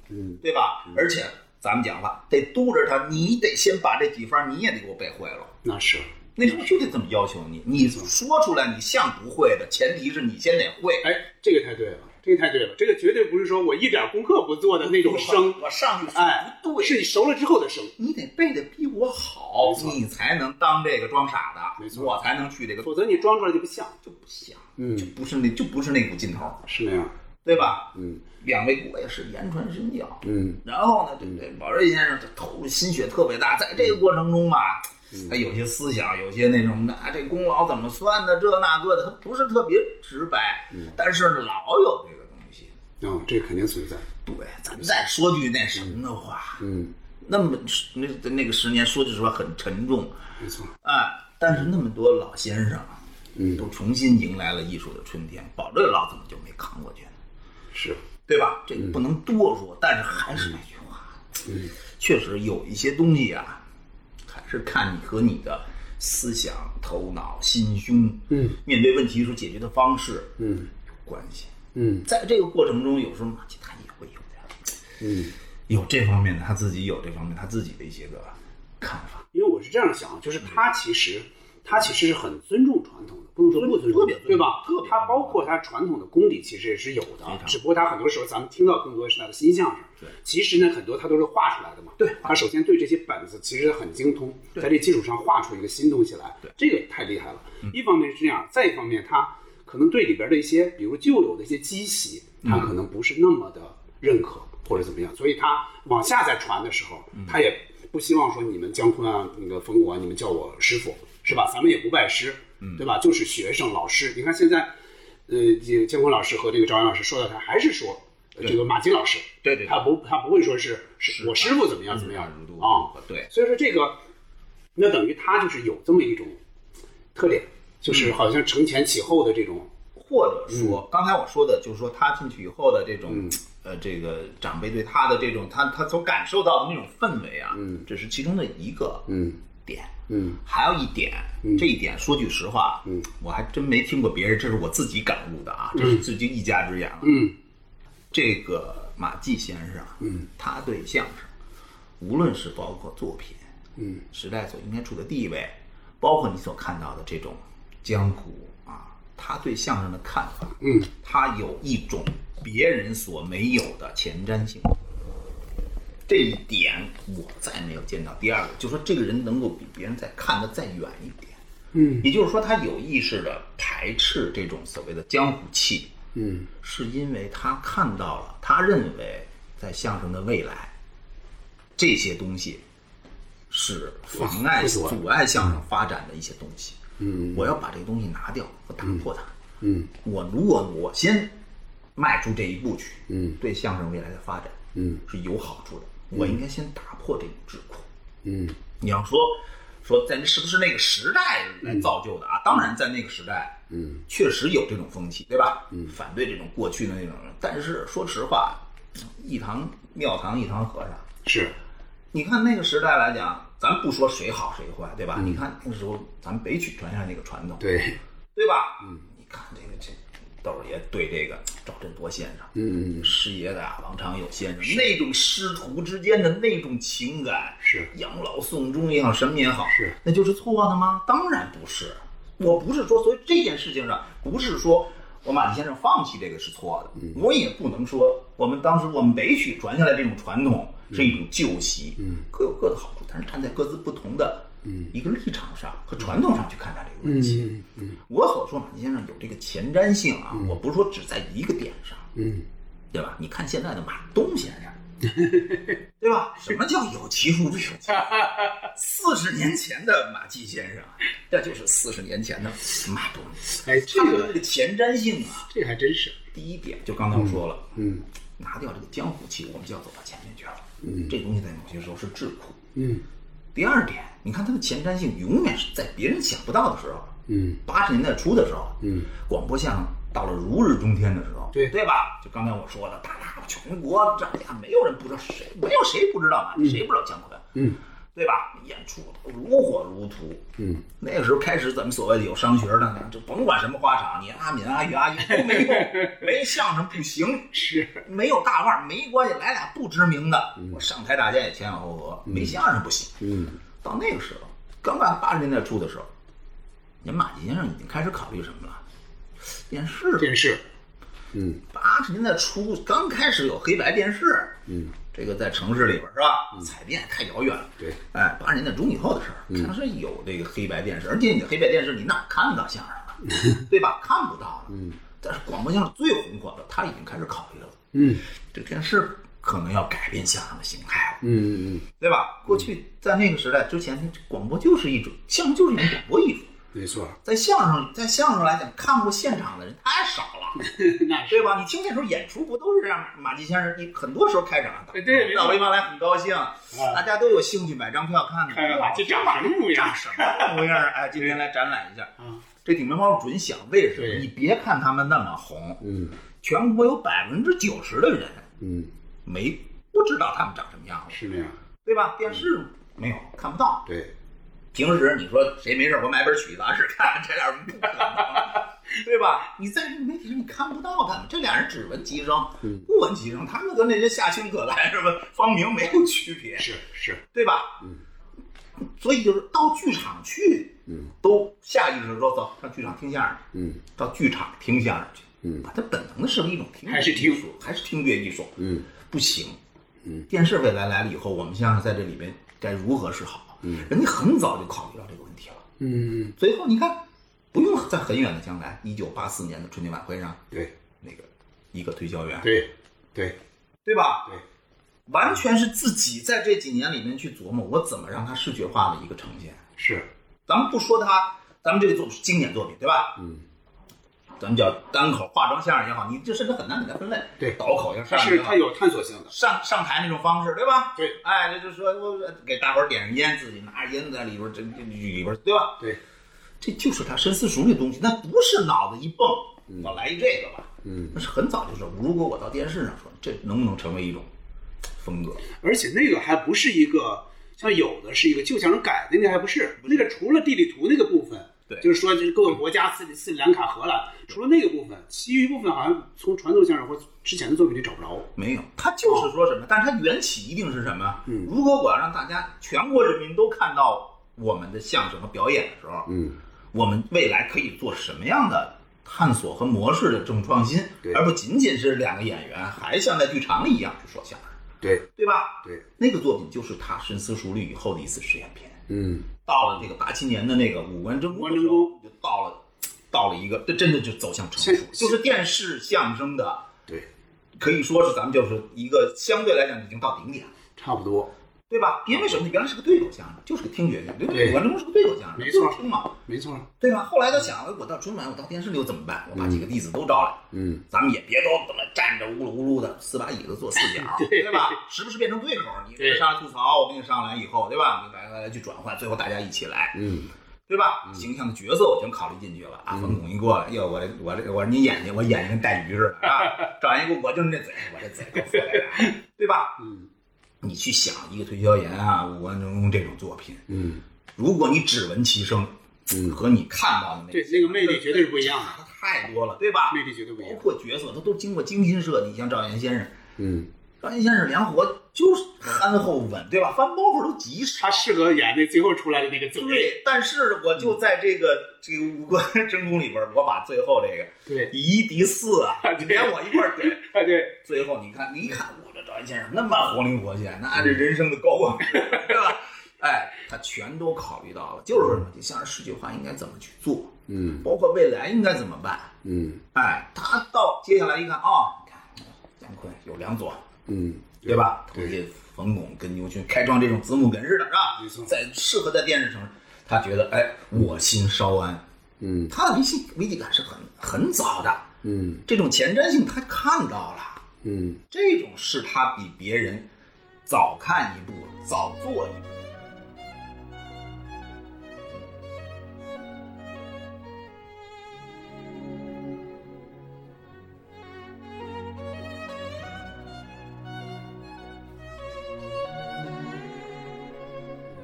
嗯对吧？而且咱们讲了，得督着他，你得先把这几番你也得给我背会了。那是，那时候就得这么要求你，你说出来你像不会的，前提是你先得会。哎，这个太对了，这个太对了，这个绝对不是说我一点功课不做的那种生，我上去哎，不对，是你熟了之后的生，你得背的比我好没，错你才能当这个装傻的，没错我才能去这个否则你装出来就不像。就不像，嗯就不是那就不是那股劲头，是那样。对吧？嗯两位我也是言传身教，嗯然后呢，这这宝瑞先生他投入心血特别大，在这个过程中吧，嗯他有些思想，有些那种的，啊这功劳怎么算的，这那个的，他不是特别直白，嗯但是老有这个东西。哦，这肯定存在。对，咱们再说句那什么的话，嗯，那么那那个十年说句实话很沉重，没错。哎，但是那么多老先生，啊嗯都重新迎来了艺术的春天，宝瑞老怎么就没扛过去呢？是，对吧？嗯这个不能多说，但是还是那句话，嗯确实有一些东西啊，还是看你和你的思想、头脑、心胸，嗯，面对问题时候解决的方式嗯有关系。嗯在这个过程中，有时候马奇他也会有点嗯，有这方面的，他自己有这方面他自己的一些个看法，因为我是这样想，啊就是他其实他其实是很尊重传统的，不能说不尊重，特别尊重对吧？特别他包括他传统的功底其实也是有非的啊常，只不过他很多时候咱们听到更多的是他的新相声。对其实呢，很多他都是画出来的嘛。对他首先对这些本子其实很精通，对在这基础上画出一个新东西来，对嗯这个太厉害了。一方面是这样，再一方面他可能对里边的一些，比如旧有的一些积习，嗯他可能不是那么的认可或者怎么样，所以他往下再传的时候，嗯他啊也不希望说你们姜昆啊、那个冯巩啊，你们叫我师傅是吧？咱们也不拜师，嗯对吧？就是学生、老师，你看现在，呃，这姜昆老师和这个赵岩老师说到他，还是说呃对这个马金老师，对对对他不他不会说是是嗯我师傅怎么样怎么样如度啊，对，所以说这个，那等于他就是有这么一种特点，就是好像承前启后的这种，或者嗯说刚才我说的，就是说他进去以后的这种呃，这个长辈对他的这种他他所感受到的那种氛围啊，嗯这是其中的一个嗯点。嗯还有一点，嗯这一点说句实话，嗯我还真没听过别人，这是我自己感悟的啊，这是自己一家之言了。嗯这个马季先生，嗯，他对相声，无论是包括作品，嗯，时代所应该处的地位，包括你所看到的这种江湖啊，他对相声的看法，嗯，他有一种别人所没有的前瞻性。这一点我再没有见到。第二个，就说这个人能够比别人再看得再远一点，嗯也就是说，他有意识的排斥这种所谓的江湖气，嗯是因为他看到了，他认为在相声的未来，这些东西是妨碍、会阻碍阻碍相声发展的一些东西。啊嗯我要把这个东西拿掉和打破它。嗯我如果我先迈出这一步去，嗯对相声未来的发展嗯是有好处的。我应该先打破这种桎梏。嗯你要说说在是不是那个时代来造就的啊？当然，在那个时代，嗯，确实有这种风气，对吧？嗯，反对这种过去的那种人。但是说实话，一堂庙堂一堂和尚，是你看那个时代来讲，咱不说谁好谁坏，对吧？你看那个时候咱们北曲传下那个传统，嗯对，对吧？嗯，你看这个这窦儿爷对这个赵振铎先生，嗯嗯师爷的啊，王长友先生那种师徒之间的那种情感，是养老送终也好，什么也好，是那就是错的吗？当然不是，我不是说，所以这件事情上不是说我马季先生放弃这个是错的，嗯我也不能说我们当时我们北曲传下来这种传统是一种旧习，嗯各有各的好处，但是站在各自不同的嗯一个立场上和传统上去看待这个问嗯题。嗯嗯我所说马季先生有这个前瞻性啊，我不是说只在一个点上。嗯对吧？你看现在的马东先生，对 吧？什么叫有其父必有其母？四十年前的马季先生，这就是四十年前的马东，哎，这他们的这个个前瞻性啊。这个还真是，第一点，就刚才我说了，嗯拿掉这个江湖气，我们就要走到前面去了。嗯，这东西在某些时候是智库。嗯第二点，你看它的前瞻性永远是在别人想不到的时候。嗯八十年代初的时候，嗯，广播相声到了如日中天的时候，对对吧？就刚才我说的，大大全国这呀，没有人不知道谁，没有谁不知道嘛，谁不知道姜昆，嗯对吧？演出如火如荼。嗯那个时候开始，咱们所谓的有商学的呢，就甭管什么花场，你阿敏、阿玉、阿英都没 用，没相声不行，是，没有大腕儿没关系，来俩不知名的，我上台大家也前仰后合，没相声不行。嗯到那个时候，刚干八十年代初的时候，人马季先生已经开始考虑什么了？电视。电视，嗯八十年代初刚开始有黑白电视，嗯这个在城市里边是吧？彩电太遥远了。对，嗯哎，八十年代中以后的事儿，当时有这个黑白电视，而且你的黑白电视你哪儿看得到相 声了，对吧？看不到了。嗯。但是广播相声最红火的，他已经开始考虑了，嗯这电视可能要改变相声的形态了。嗯嗯，对吧？过去在那个时代之前，广播就是一种相声，就是一种广播艺术。没错，在相声，在相声来讲，看过现场的人太少了， 那是对吧？你听那时候演出不都是让马季先生？你很多时候开场，啊对对没错嗯老魏方来很高兴，大家都有兴趣买张票看看，看看马季这长什么模样长什么模样儿？哎，今天来展览一下。啊，这顶门帮主准想，为什么？对你别看他们那么红，嗯全国有百分之九十的人嗯，没不知道他们长什么样子， 是那样，对吧？电视嗯没有看不到，对，平时你说谁没事儿我买本曲杂志看，这俩人不可能，对吧？你在这媒体上你看不到他们，这俩人只闻其声，不闻其声，他们跟那些夏青可来什么方明没有区别，是是，对吧？所以就是到剧场去，嗯都下意识地说走上剧场听相声，嗯到剧场听相声去，嗯把它本能的视为一种听觉还是听艺术，还是听觉艺术，嗯不行。嗯，电视未来来了以后，我们想想在这里面该如何是好。嗯，人家很早就考虑到这个问题了。嗯，最后你看，不用在很远的将来，一九八四年的春节晚会上，对那个一个推销员，对对对吧？对，完全是自己在这几年里面去琢磨，我怎么让它视觉化的一个呈现。是，咱们不说它咱们这个作经典作品，对吧？嗯，咱们叫单口化妆相声也好，你这甚至很难给它分类。对倒口相它声是也好它有探索性的，上上台那种方式，对吧？对，哎，这就是说我给大伙儿点上烟，自己拿着烟在里边儿，这这里边儿，对吧？对，这就是他深思熟虑的东西，那不是脑子一蹦，我来一这个吧。嗯，那是很早就说，如果我到电视上说，这能不能成为一种风格？而且那个还不是一个像有的是一个旧相声改的，那还不是那个除了地理图那个部分，对就是说就是各个国家斯里斯里兰卡、荷兰，除了那个部分，其余部分好像从传统相声或之前的作品里找不着。没有，他就是说什么，但是他缘起一定是什么？嗯，如果我要让大家全国人民都看到我们的相声和表演的时候，嗯，我们未来可以做什么样的探索和模式的这种创新，对而不仅仅是两个演员还像在剧场里一样去说相声，对对吧？对，那个作品就是他深思熟虑以后的一次实验片。嗯到了这个八七年的那个五官争五官争功，就到了到了一个，这真的就走向成熟，是就是电视相声的。对，可以说是咱们就是一个相对来讲已经到顶点了，差不多，对吧？因为什么？你原来是个对口相声，就是个听觉剧，对吧？对管中是个对口相声，没错就是听嘛，没错。对吧？后来他想哎了，我到春晚，我到电视里我怎么办？我把几个弟子都招来，嗯咱们也别都怎么站着呜噜呜噜的，四把椅子坐四角， 对对吧？时不时变成对口，你对上来吐槽，我给你上来以后，对吧？你来来来去转换，最后大家一起来，嗯对吧？形象的角色我全考虑进去了啊！嗯冯巩一过来，哟，我这我这我说你眼睛，我眼睛跟带鱼似的 啊！赵岩一过，我就是那嘴，我这嘴够帅的，啊对吧？嗯，你去想一个推销员啊，五官中这种作品，嗯如果你只闻其声，嗯和你看到的那对，那个魅力绝对是不一样的，差太多了，对吧？魅力绝对不一包样。括角色，他都经过精心设计。像赵岩先生，嗯赵岩先生梁活就是憨厚稳，对吧？翻包袱都极少他。适合演那最后出来的那个嘴。对，但是我就在这个这个五官真功里边，我把最后这个对，以一敌四啊你连我一块儿怼。啊，对，最后你看，你一看我这赵岩先生那么活灵活现，那这人生的高光，对吧？哎，他全都考虑到了，就是说什么，这相声十句话应该怎么去做，嗯包括未来应该怎么办。嗯哎，他到接下来一看啊、你看姜昆有梁左，嗯对吧？同学冯巩跟牛群开创这种子母哏似的，是吧？没错在适合在电视上，他觉得哎，我心稍安，嗯他的危机危机感是很很早的，嗯这种前瞻性他看到了，嗯这种是他比别人早看一步，早做一步。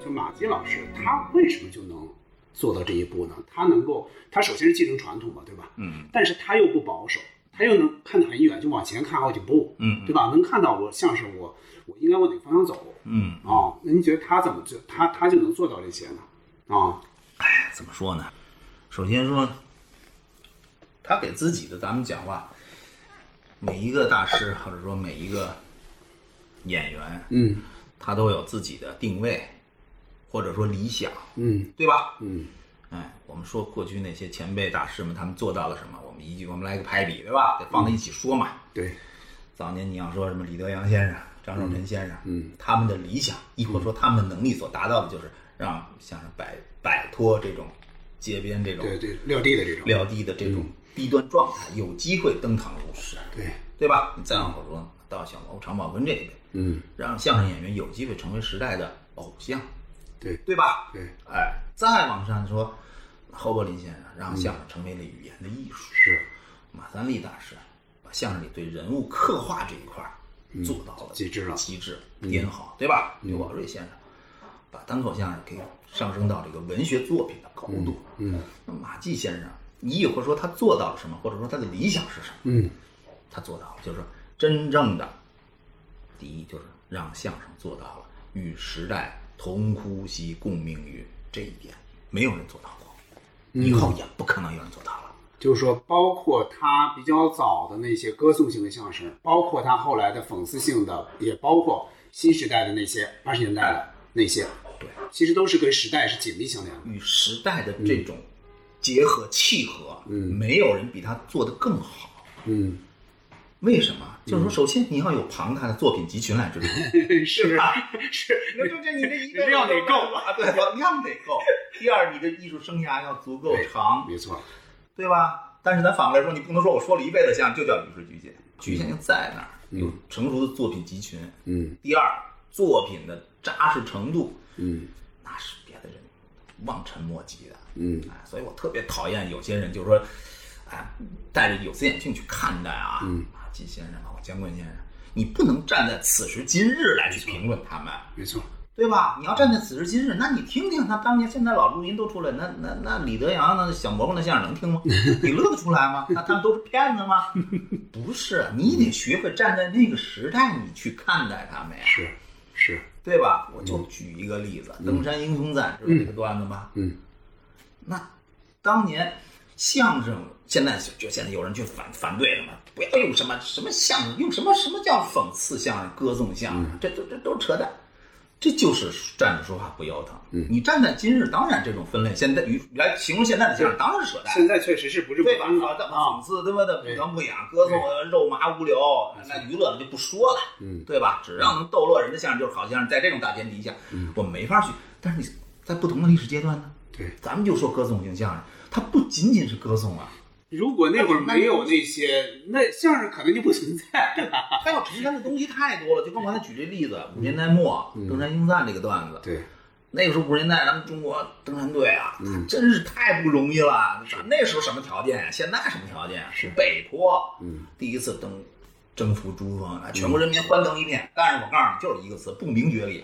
就马季老师，他为什么就能做到这一步呢？他能够，他首先是继承传统嘛，对吧？嗯但是他又不保守，他又能看得很远，就往前看好几步，嗯对吧？能看到我像是我，我应该往哪个方向走嗯，啊？那您觉得他怎么就他他就能做到这些呢？啊，哎，怎么说呢？首先说，他给自己的，咱们讲话，每一个大师或者说每一个演员，嗯他都有自己的定位，或者说理想，嗯对吧？嗯哎，我们说过去那些前辈大师们，他们做到了什么？我们一句，我们来个排比，对吧？得放在一起说嘛。对早年你要说什么李德阳先生、张寿臣先生，嗯嗯他们的理想，亦或说他们的能力所达到的，就是让相声摆摆脱这种街边这种对对，撂地的这种，撂地的这种低端状态，有机会登堂入室，嗯对对吧？你再往后说，到小毛常宝坤这边，嗯让相声演员有机会成为时代的偶像，对对吧？对哎，再往上说，侯伯林先生让相声成为了语言的艺术，嗯是马三立大师把相声里对人物刻画这一块儿做到了嗯极致了嗯极致颠好，对吧？刘宝瑞先生把单口相声给上升到这个文学作品的高度。嗯那马季先生，你也会说他做到了什么，或者说他的理想是什么？嗯他做到了，就是说真正的第一就是让相声做到了与时代同呼吸共命运这一点，没有人做到过，嗯以后也不可能有人做到了。就是说，包括他比较早的那些歌颂性的相声，包括他后来的讽刺性的，也包括新时代的那些八十年代哎的那些，对，其实都是跟时代是紧密相连的。与时代的这种结合契合，嗯没有人比他做得更好，嗯为什么？就是说，首先你要有庞大的作品集群来支撑， 是不是？是，那中间你这一个量得够 啊，对，量得够。第二，你的艺术生涯要足够长， 没错，对吧？但是咱反过来说，你不能说我说了一辈子相声就叫艺术局限，局限性在那儿，有成熟的作品集群。嗯第二，作品的扎实程度，嗯那是别的人望尘莫及的。嗯哎，所以我特别讨厌有些人，就是说，哎，戴着有色眼镜去看待啊，嗯啊，季先生，包括姜昆先生，你不能站在此时今日来去评论他们，没错，对吧？你要站在此时今日，那你听听他当年，现在老录音都出来，那那那李德阳那小蘑菇那相声能听吗？你乐得出来吗？那他们都是骗子 吗？不是，你得学会站在那个时代，你去看待他们呀。是是，对嗯吧？我就举一个例子，登山英雄赞》知道这个段子吗？嗯嗯那当年相声，现在就现在有人去反反对了嘛，不要用什么什么相声，用什么什么叫讽刺相声、歌颂相声，嗯这都这都是扯淡。这就是站着说话不腰疼。嗯你站在今日，当然这种分类，现在与来形容现在的相声，当然是扯淡。现在确实是不是对吧？不好的，啊哎讽？刺他妈的不疼不痒，歌颂的啊肉麻无聊，那娱乐的就不说了，嗯对吧？啊只要能逗乐人的相声就是好相声，在这种大前提下，嗯我们没法去。但是你在不同的历史阶段呢，对，咱们就说歌颂性相声，它不仅仅是歌颂啊，如果那会儿没有那些，那相声可能就不存在了。它要承担的东西太多了。就跟我刚才举这例子，嗯五十年代末登山英赞这个段子，对，那个时候五十年代咱们中国登山队啊，真是太不容易了。那时候什么条件呀？现在什么条件呀？是北坡，嗯，第一次登征服珠峰，啊全国人民欢腾一片。但是我告诉你，就是一个词，不明觉厉。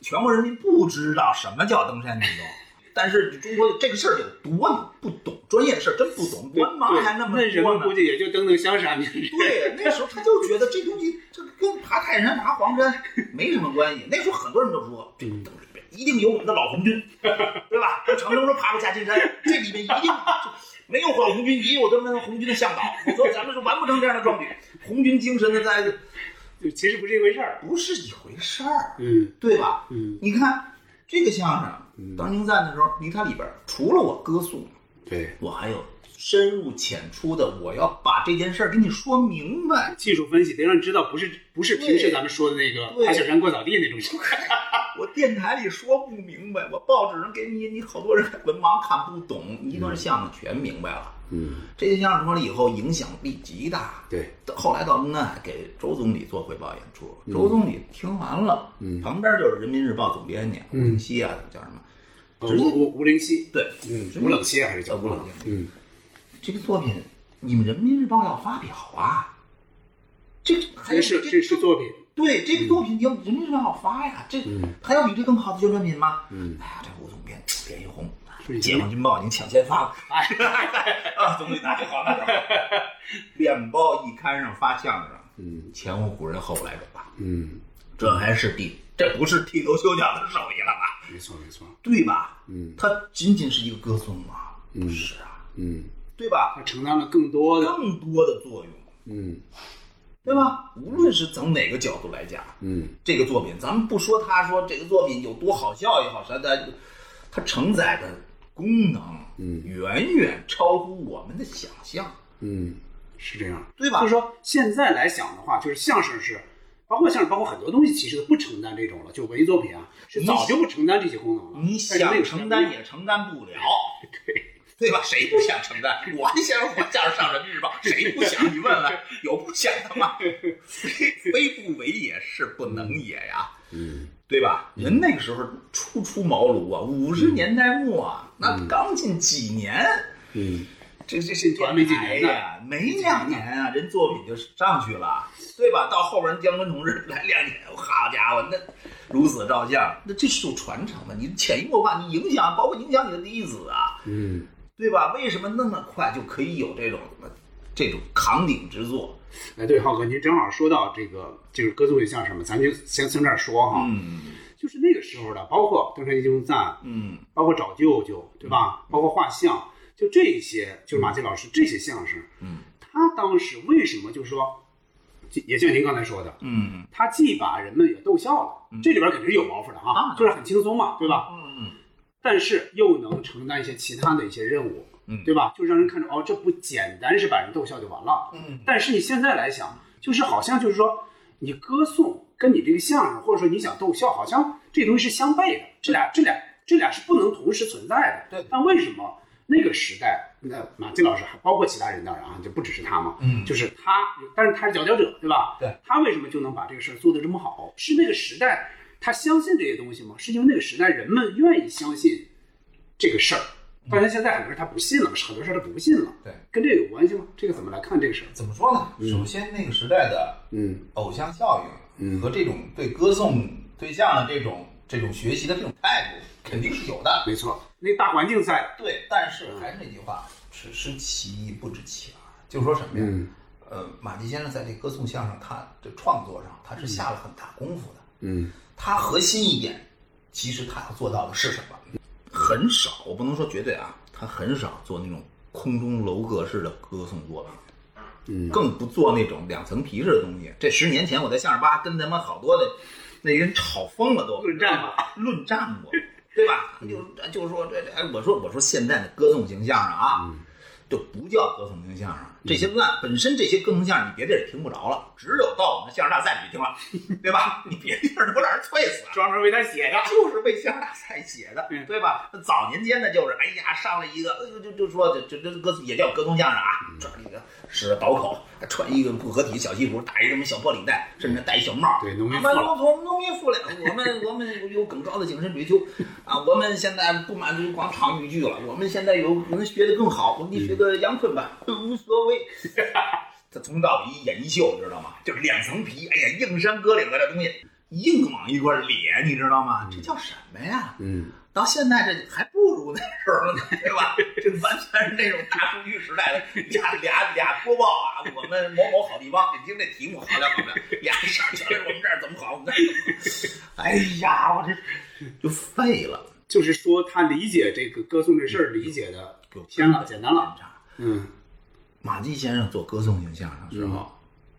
全国人民不知道什么叫登山运动，但是中国这个事儿有多你不懂，专业的事儿真不懂，文盲还那么对人多们呢估。计也就登登香山，你 知对，那时候他就觉得这东西这跟爬泰山、爬黄山没什么关系。那时候很多人都说，这等里边一定有我们的老红军，对吧？跟长征说爬过嘉兴山，这里面一定没有老红军，也有他们红军的向导，否则咱们是完不成这样的壮举。红军精神的在就其实不是一回事儿。不是一回事儿，嗯对吧？嗯，你看这个相声，当您赞的时候，你看里边除了我歌颂，对，我还有深入浅出的，我要把这件事儿给你说明白。技术分析得让你知道，不是不是平时咱们说的那个对爬小山过草地那种事儿。我电台里说不明白，我报纸上给你，你好多人文盲看不懂，你一嗯段相声全明白了。嗯，这些相声说了以后，影响力极大。对，到后来到那还给周总理做汇报演出，嗯周总理听完了，旁边就是人民日报总编辑嗯吴林熙啊，叫什么？ 呃直接吴吴吴灵熙，对，嗯直接吴冷熙还是叫呃吴冷熙。嗯，这个作品你们人民日报要发表啊，这还这是这是作品，对这个作品，要人民日报好发呀，这还有比这更好的宣传品吗？嗯，哎呀，这吴总编脸一红，是解放军报已经抢先发了，哎， 啊，总理那就好，那就好。脸报一刊上发相声，嗯，前无古人后无来者吧，嗯这还是第，这不是剃头修脚的手艺了吧？没错没错，对吧？嗯它仅仅是一个歌颂吗？不是啊，嗯对吧？他承担了更多的更多的作用，嗯对吧？无论是从哪个角度来讲，嗯这个作品，咱们不说他说这个作品有多好笑也好，啥的，它承载的功能，嗯远远超乎我们的想象，嗯是这样。对吧？就是说现在来想的话，就是相声是，包括相声，包括很多东西，其实都不承担这种了，就文艺作品啊，是你早就不承担这些功能了。你但是那想个时候承担也承担不了，对对吧？谁不想承担？我还想我想上人民日报，谁不想？你问问，有不想的吗？非非不为也是不能也呀。嗯对吧？人那个时候初出茅庐啊，五十年代末啊，那刚进几年，嗯这这这团没几年呢呀，没两年啊，人作品就上去了，对吧？到后边姜昆同志来两年，好家伙，那如此照相，那这是有传承的，你潜移默化，你影响，包括影响你的弟子啊，嗯对吧？为什么那么快就可以有这种这种扛鼎之作？哎，对，浩哥，您正好说到这个，就是歌颂一下什么，咱们就先从这儿说哈。嗯就是那个时候的，包括登山英雄赞，嗯包括找舅舅，对吧？包括画像，就这些，就是马季老师这些相声，嗯，他当时为什么就是说，就也像您刚才说的，嗯他既把人们也逗笑了，这里边肯定是有毛病的哈，啊就是很轻松嘛，对吧？嗯但是又能承担一些其他的一些任务，嗯对吧？就让人看出哦，这不简单是把人逗笑就完了。嗯但是你现在来想，就是好像就是说，你歌颂跟你这个相声，或者说你想逗笑，好像这东西是相悖的，这俩这俩这俩是不能同时存在的。对但为什么那个时代，那马季老师还包括其他人当然啊，就不只是他嘛，嗯就是他，但是他是佼佼者，对吧？对，他为什么就能把这个事儿做得这么好？是那个时代他相信这些东西吗？是因为那个时代人们愿意相信这个事儿。当然，现在很多人他不信了，很多事儿他不信了，嗯对，跟这个有关系吗？这个怎么来看这个事儿？怎么说呢？首先，那个时代的嗯偶像效应嗯和这种对歌颂对象的这种这种学习的这种态度，肯定是有的。没错，那大环境在，对，但是还是那句话，只是其一，不知其二。就是说什么呀？嗯呃，马季先生在这歌颂相声他的创作上，他是下了很大功夫的。嗯他核心一点，其实他要做到的是什么？很少，我不能说绝对啊，他很少做那种空中楼阁式的歌颂作品。嗯更不做那种两层皮式的东西。这十年前我在相声吧跟他妈好多的那人吵疯了都，论战吧，论战过，对吧？就就是说这哎，我说我说现在的歌颂型相声啊，就不叫歌颂型相声，这些烂本身这些歌颂相声你别地儿也听不着了，只有到我们相声大赛里去听了，对吧？你别地儿都让人退死了。专门为他写的。就是为相声大赛写的，嗯对吧？那早年间呢，就是哎呀，上了一个，哎呦，就就说这这这歌也叫歌颂相声啊，穿一个是个倒口，还穿一个不合体小西服，打一什么小破领带，甚至戴一小帽。对农民我们父老我们农民妇联，我们 我们有更高的精神追求啊！我们现在不满足于光唱豫剧了，我们现在有能学得更好，我们学个杨坤吧，嗯无所谓。他从到底演一秀，知道吗？就是两层皮，哎呀，硬山割岭的这东西，硬往一块儿咧，你知道吗？这叫什么呀？嗯到现在这还不如那时候呢，对吧？这完全是那种大数据时代的俩俩俩播报啊，我们某某好地方，你听这题目好了好了，俩事儿全是我们这儿怎么好，我们这儿怎么好，哎呀，我这就废了，就是说他理解这个歌颂这事嗯儿理解的给我偏了，简单了。差。嗯马季先生做歌颂性相声的时候，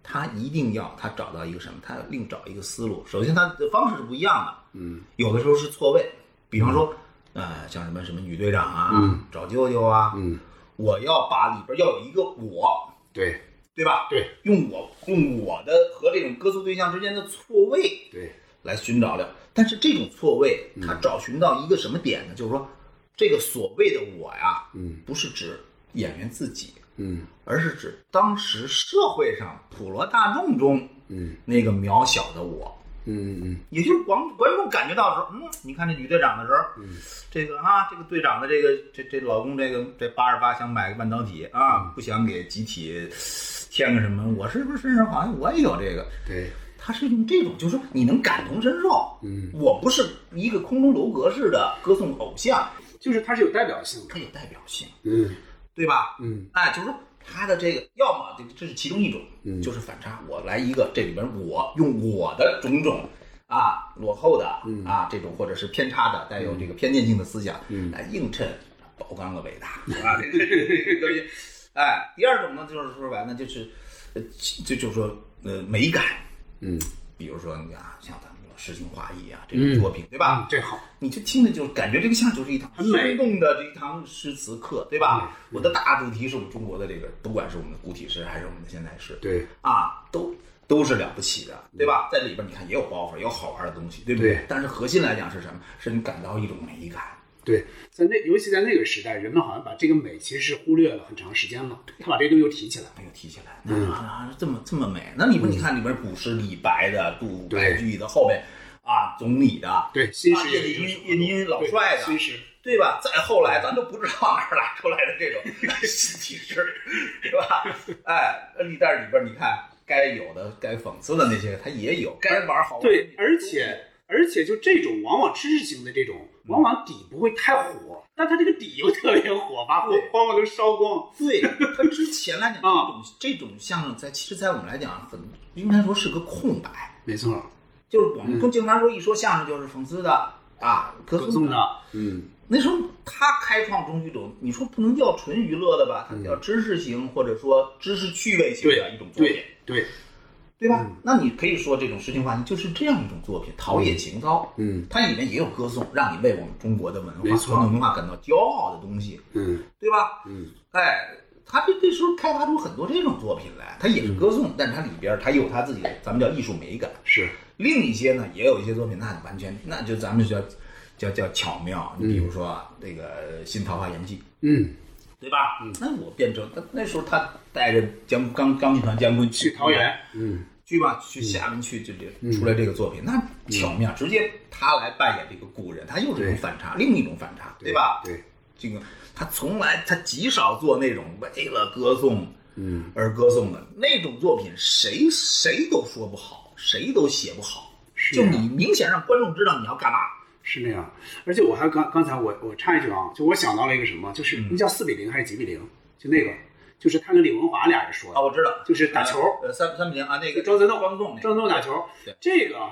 他一定要他找到一个什么，他要另找一个思路。首先，他的方式是不一样的，嗯有的时候是错位，比方说，呃，像什么什么女队长啊，嗯找舅舅啊，嗯，我要把里边要有一个我，对对吧？对，用我用我的和这种歌颂对象之间的错位，对，来寻找的。但是这种错位，他找寻到一个什么点呢？就是说，这个所谓的我呀，嗯不是指演员自己，嗯而是指当时社会上普罗大众中嗯那个渺小的我，嗯嗯也就是观观众感觉到的时候，嗯，你看这女队长的时候，嗯这个啊，这个队长的这个这这老公这个这八十八想买个半导体嗯啊，不想给集体添个什么，我是不是身上好像我也有这个？对，他是用这种，就是说你能感同身受，嗯我不是一个空中楼阁式的歌颂偶像，就是它是有代表性的。它有代表性，嗯对吧？嗯哎，就是说他的这个，要么这这是其中一种，嗯就是反差，我来一个这里边我用我的种种啊落后的、嗯啊这种或者是偏差的带有这个偏见性的思想、嗯来映衬包干了伟大，是吧？这这这东西，哎，第二种呢就是说白了就是，呃，就就是说呃美感，嗯比如说你啊像咱们说诗情画意啊这种作品，对吧？这好，你就听着就感觉这个像就是一堂很美生动的这一堂诗词课，对吧？我的大主题是我们中国的这个，不管是我们的古体诗还是我们的现代诗，对，啊，都都是了不起的，对吧？在里边你看也有包袱，也有好玩的东西，对不对？对但是核心来讲是什么？是你感到一种美感。对，在那尤其在那个时代，人们好像把这个美其实是忽略了很长时间了，他把这东西又提起来了。哎呦，提起来，那、啊、这么这么美，那你不你看里边古诗李白的、杜白居易的后面啊，总理的，对，新啊时叶也麟是叶麟老帅的对新时对吧？再后来，咱都不知道哪儿来出来的这种 新体制，对吧？哎，你但是里边儿你看，该有的、该讽刺的那些，他也有；该玩好玩的那些，对，而且而且就这种往往知识型的这种，往往底不会太火，但它这个底又特别火，把火对光往都烧光。对他之前来讲，这啊种这种相声在，其实，在我们来讲，很应该说是个空白，没错，就是我们更经常说一说相声就是讽刺的啊，歌嗯歌颂的。的，嗯那时候他开创中一种，你说不能叫纯嗯娱乐的吧？它叫知识型或者说知识趣味型的一种作品。对对，对吧？那你可以说这种诗情画意就是这样一种作品，陶冶情操。嗯，它里面也有歌颂，让你为我们中国的文化、没错传统文化感到骄傲的东西，嗯对吧？嗯，哎，他这这时候开发出很多这种作品来，它也是歌颂，但是它里边儿它有它自己的，咱们叫艺术美感。是，另一些呢，也有一些作品，那完全那就咱们叫叫叫巧妙。你比如说啊这个《新桃花源记》，嗯，对吧？那我变成那那时候他带着江刚刚一团江坤去桃园，嗯去吧，去厦门去，就这出来这个作品，那巧妙，直接他来扮演这个古人，他又是一种反差，另一种反差，对吧？对，这个他从来他极少做那种为了歌颂嗯而歌颂的那种作品，谁谁都说不好，谁都写不好，是就啊你明显让观众知道你要干嘛。是那样。而且我还刚刚才我我插一句啊，就我想到了一个什么，就是那叫四比零还是几比零？就那个，就是他跟李文华俩人说啊，的，我知道，哦就是打球，呃，三三比零啊，那个庄则栋庄栋那个郑州打球对，这个哈，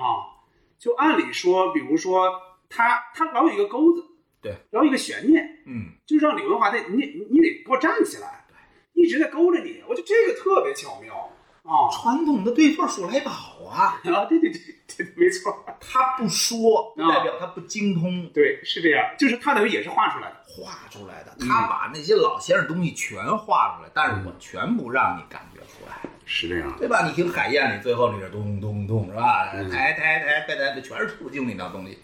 就按理说，比如说他他老有一个钩子，对，老有一个悬念，嗯，就让李文华得你你你得给我站起来，一直在勾着你，我觉得这个特别巧妙 啊传统的对对数来宝啊，啊，对对对对，没错，他不说，不啊代表他不精通。对，是这样，就是他等于也是画出来的，画出来的，他把那些老先生东西全画出来，但是我全不让你感觉出来，是这样，对吧？你听海燕里最后那个咚咚咚是吧？抬抬抬抬抬，这全是土经理那 东西，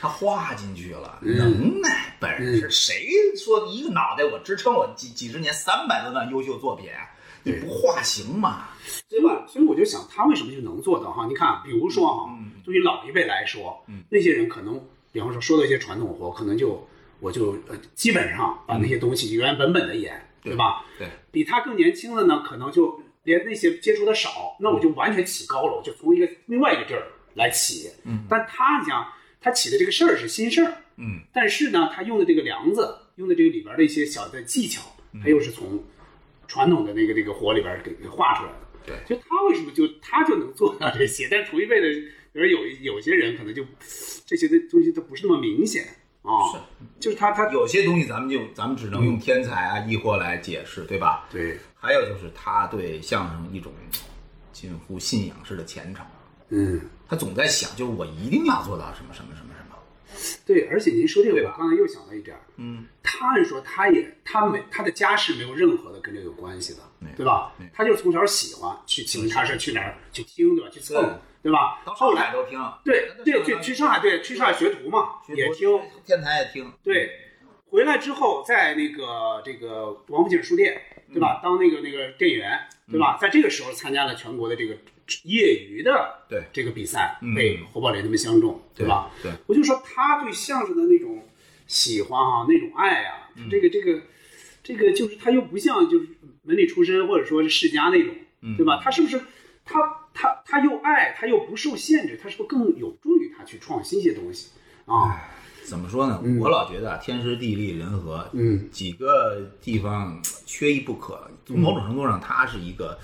他画进去了，能耐本事，谁说一个脑袋我支撑我几几十年三百多万优秀作品，啊你不画行吗？对吧？所以我就想，他为什么就能做到哈？你看，比如说哈，对于老一辈来说，那些人可能，比方说说到一些传统活，可能就我就呃，基本上把那些东西原原本本的演，对吧？对，比他更年轻的呢，可能就连那些接触的少，那我就完全起高了，我就从一个另外一个地儿来起。嗯但他你想，他起的这个事儿是新事儿，嗯，但是呢，他用的这个梁子，用的这个里边的一些小的技巧，嗯他又是从传统的那个那个活里边给给画出来的。对就他为什么就他就能做到这些？但是同一辈的，比如有有些人可能就这些的东西，它不是那么明显啊。是就是他他嗯有些东西咱们就咱们只能用天才啊、疑惑来解释，对吧？对，还有就是他对相声一种近乎信仰式的虔诚，嗯。他总在想，就是我一定要做到什么什么什么什么。对，而且您说这个，对我吧刚才又想到一点儿，嗯，他按说他也他没他的家世没有任何的跟这个有关系的没有，对吧没有？他就从小喜欢去听他是去哪儿去听，对吧？去对蹭，对吧？到后上来海都听，对那对去去上海，对去上海学徒嘛，也听，天才也听，对，回来之后在那个这个王府井书店，对吧？当那个那个店员，对吧？在这个时候参加了全国的这个业余的对这个比赛嗯，被侯宝林他们相中，对吧？？对，我就说他对相声的那种喜欢哈、那种爱啊，嗯这个这个这个就是他又不像就是文理出身或者说是世家那种，嗯对吧？他是不是他他他又爱他又不受限制，他是不是更有助于他去创新一些东西啊？怎么说呢？我老觉得啊天时地利人和，嗯，几个地方嘖缺一不可。从某嗯种程度上，他是一个，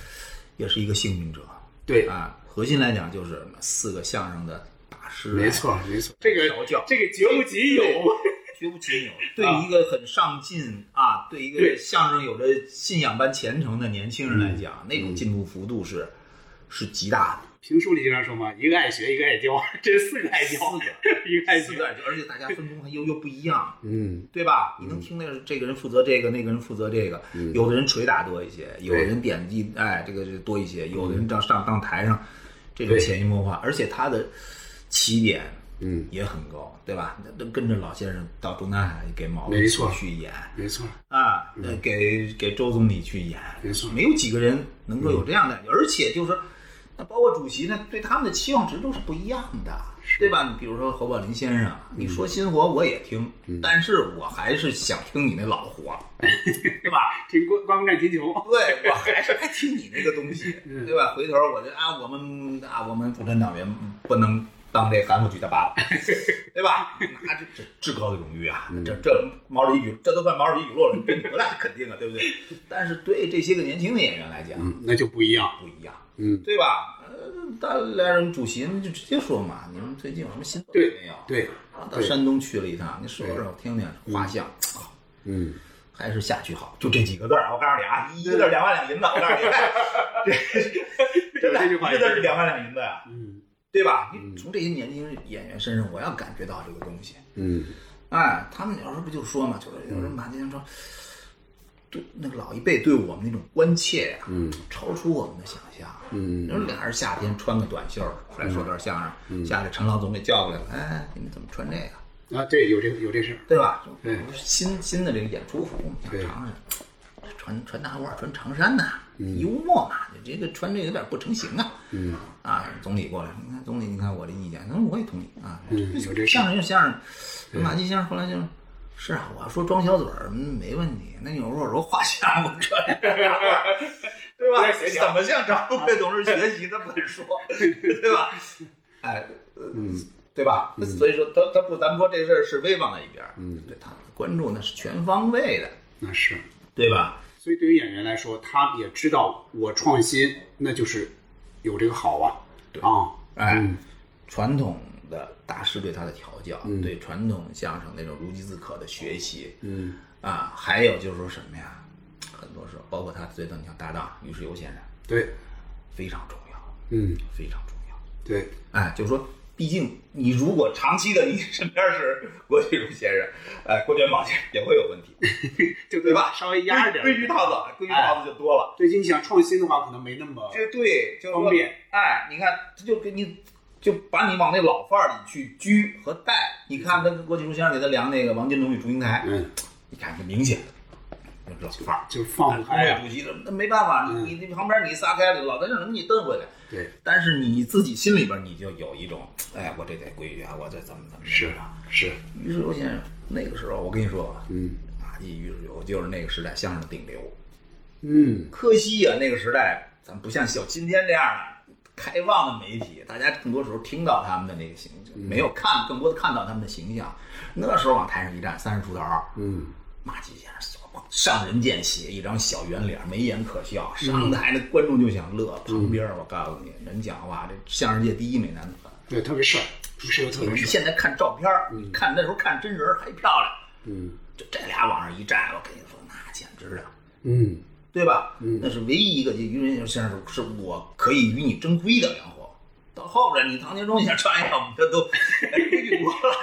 也是一个幸运者对，啊。核心来讲，就是四个相声的大师，啊没，错没错，这个调教这个绝无仅有，绝不仅有。啊对于一个很上进啊，对一个对相声有着信仰般虔诚的年轻人来讲，嗯那种进步幅度是是极大的。评书里经常说嘛，一个爱学，一个爱教， 这是四个爱教，四 一个爱四学，个 人，而且大家分工还又又不一样，嗯，对吧？你能听那是这个人负责这个，那个人负责这个，嗯有的人捶打多一些，有的人点击哎这个是多一些，有的人到上当台上，这种嗯对潜移默化，而且他的起点。嗯，也很高，对吧？那那跟着老先生到中南海给毛主没席错去演，没错，啊，呃给给周总理去演，没错没有几个人能够有这样的，而且就是说，那包括主席呢，对他们的期望值都是不一样的，对吧？你比如说侯宝林先生，啊你说新活我也听，但是我还是想听你那老活，对吧？听关关公战秦琼，对，我还是爱听你那个东西，嗯对吧？回头我就啊，我们啊，我们共产党员不能当这韩复榘的爸爸，对吧？那这这至高的荣誉啊，嗯这这毛主席语，这都算毛主席语录了，这你不那肯定啊，对不对？但是对这些个年轻的演员来讲，那就不一样。不一样，嗯，对吧？呃，大连人主席就直接说嘛，你们最近有什么新作品没有？对，啊，到山东去了一趟，你说说我听听，画像。嗯，还啊 是下去好，就这几个字儿。我告诉你啊，一个字儿两万两银子。我告诉你，这真的，这句话一个字是两万两银子呀，嗯对吧？你从这些年轻演员身上，我要感觉到这个东西。嗯哎，他们有时候不就说嘛，就是有嗯人马金说，对那个老一辈对我们那种关切呀、嗯超出我们的想象。你嗯说俩人夏天穿个短袖儿出嗯来说段相声，下来陈老总给叫过来了，哎，你们怎么穿这个？啊，对，有这个有这事儿，对吧？对不是新新的这个演出服，想对尝尝，穿穿大褂儿，穿长衫呐、幽默嘛，你这个穿这个有点不成形啊。嗯啊，总理过来，你看总理，你看我这意见，他说我也同意啊。嗯有这事相声就相声，马季先生后来就是。是啊，我要说装小嘴儿、嗯没问题。那你有时候我说画像，我穿大褂儿，对吧？怎么向张富贵董事学习？他不会 说，对吧？哎，嗯，对吧？所以说他他不，咱们说这事儿是微放在一边，嗯，对他关注那是全方位的，那啊是。对吧？所以对于演员来说，他也知道我创新，那就是有这个好啊，啊，哎，嗯传统的大师对他的调教，对传统相声那种如饥似渴的学习，嗯啊，还有就是说什么呀？很多时候，包括他最你像搭档于世友先生，对，非常重要，嗯非常重要。对，哎，就是说，毕竟你如果长期的你身边是郭旭如先生，哎，郭全宝先生也会有问题，就对吧？稍微压着点规矩套子。哎子，规矩套子就多了。对，就你想创新的话，可能没那么这对，就是说方便。哎，你看，他就给你，就把你往那老范儿里去拘和带。你看他跟郭启儒先生给他量那个王金龙与祝英台，嗯，你看这明显，就是老范儿。就放不开哎，呀。嗯主席，那没办法，你你旁边你撒开了，老在这儿能给你蹬回来。对，但是你自己心里边你就有一种，哎，我这得规矩啊，我这怎么怎么是啊。是，于世友先生那个时候，我跟你说，啊嗯马季于世友就是那个时代相声的顶流。嗯可惜啊，那个时代咱不像小今天这样的开放的媒体，大家更多时候听到他们的那个形嗯象，没有看更多的看到他们的形象。那时候往台上一站，三十出头，嗯马季先生上人见血，一张小圆脸，眉眼可笑，嗯上台那观众就想乐。旁边我告诉你，人讲话这相声界第一美男子。对，特别帅，主持又特别你帅。现在看照片儿，嗯你看那时候看真人儿还漂亮，嗯就这俩往上一站，我跟你说，那简直了。嗯对吧？那是唯一一个就于仁先生是我可以与你争辉的良火。到后边你唐杰忠先生唱一下，我们这都规矩多了。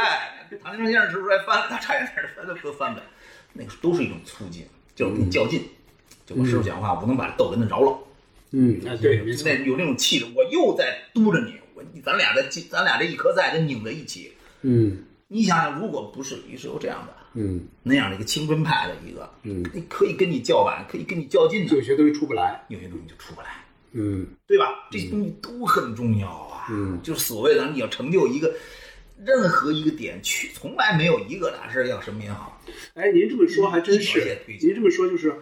哎，唐杰忠先生是不是还翻了？他差点儿翻都都翻不了。那个都是一种促进，就是嗯跟你较劲。就我师傅讲话，我能把逗哏的饶了。嗯啊，对，没错那，有那种气质，我又在嘟着你，我咱俩的咱俩这一颗在就拧在一起。嗯你想想，如果不是于世友这样的嗯那样的一个青春派的一个，嗯，可以跟你叫板，可以跟你较劲的就，有些东西出不来。有些东西就出不来，嗯对吧？这些东西都很重要啊。嗯，就是所谓的你要成就一个任何一个点去，从来没有一个大师要什么也好，哎，您这么说还真一条是线，推进您这么说就是。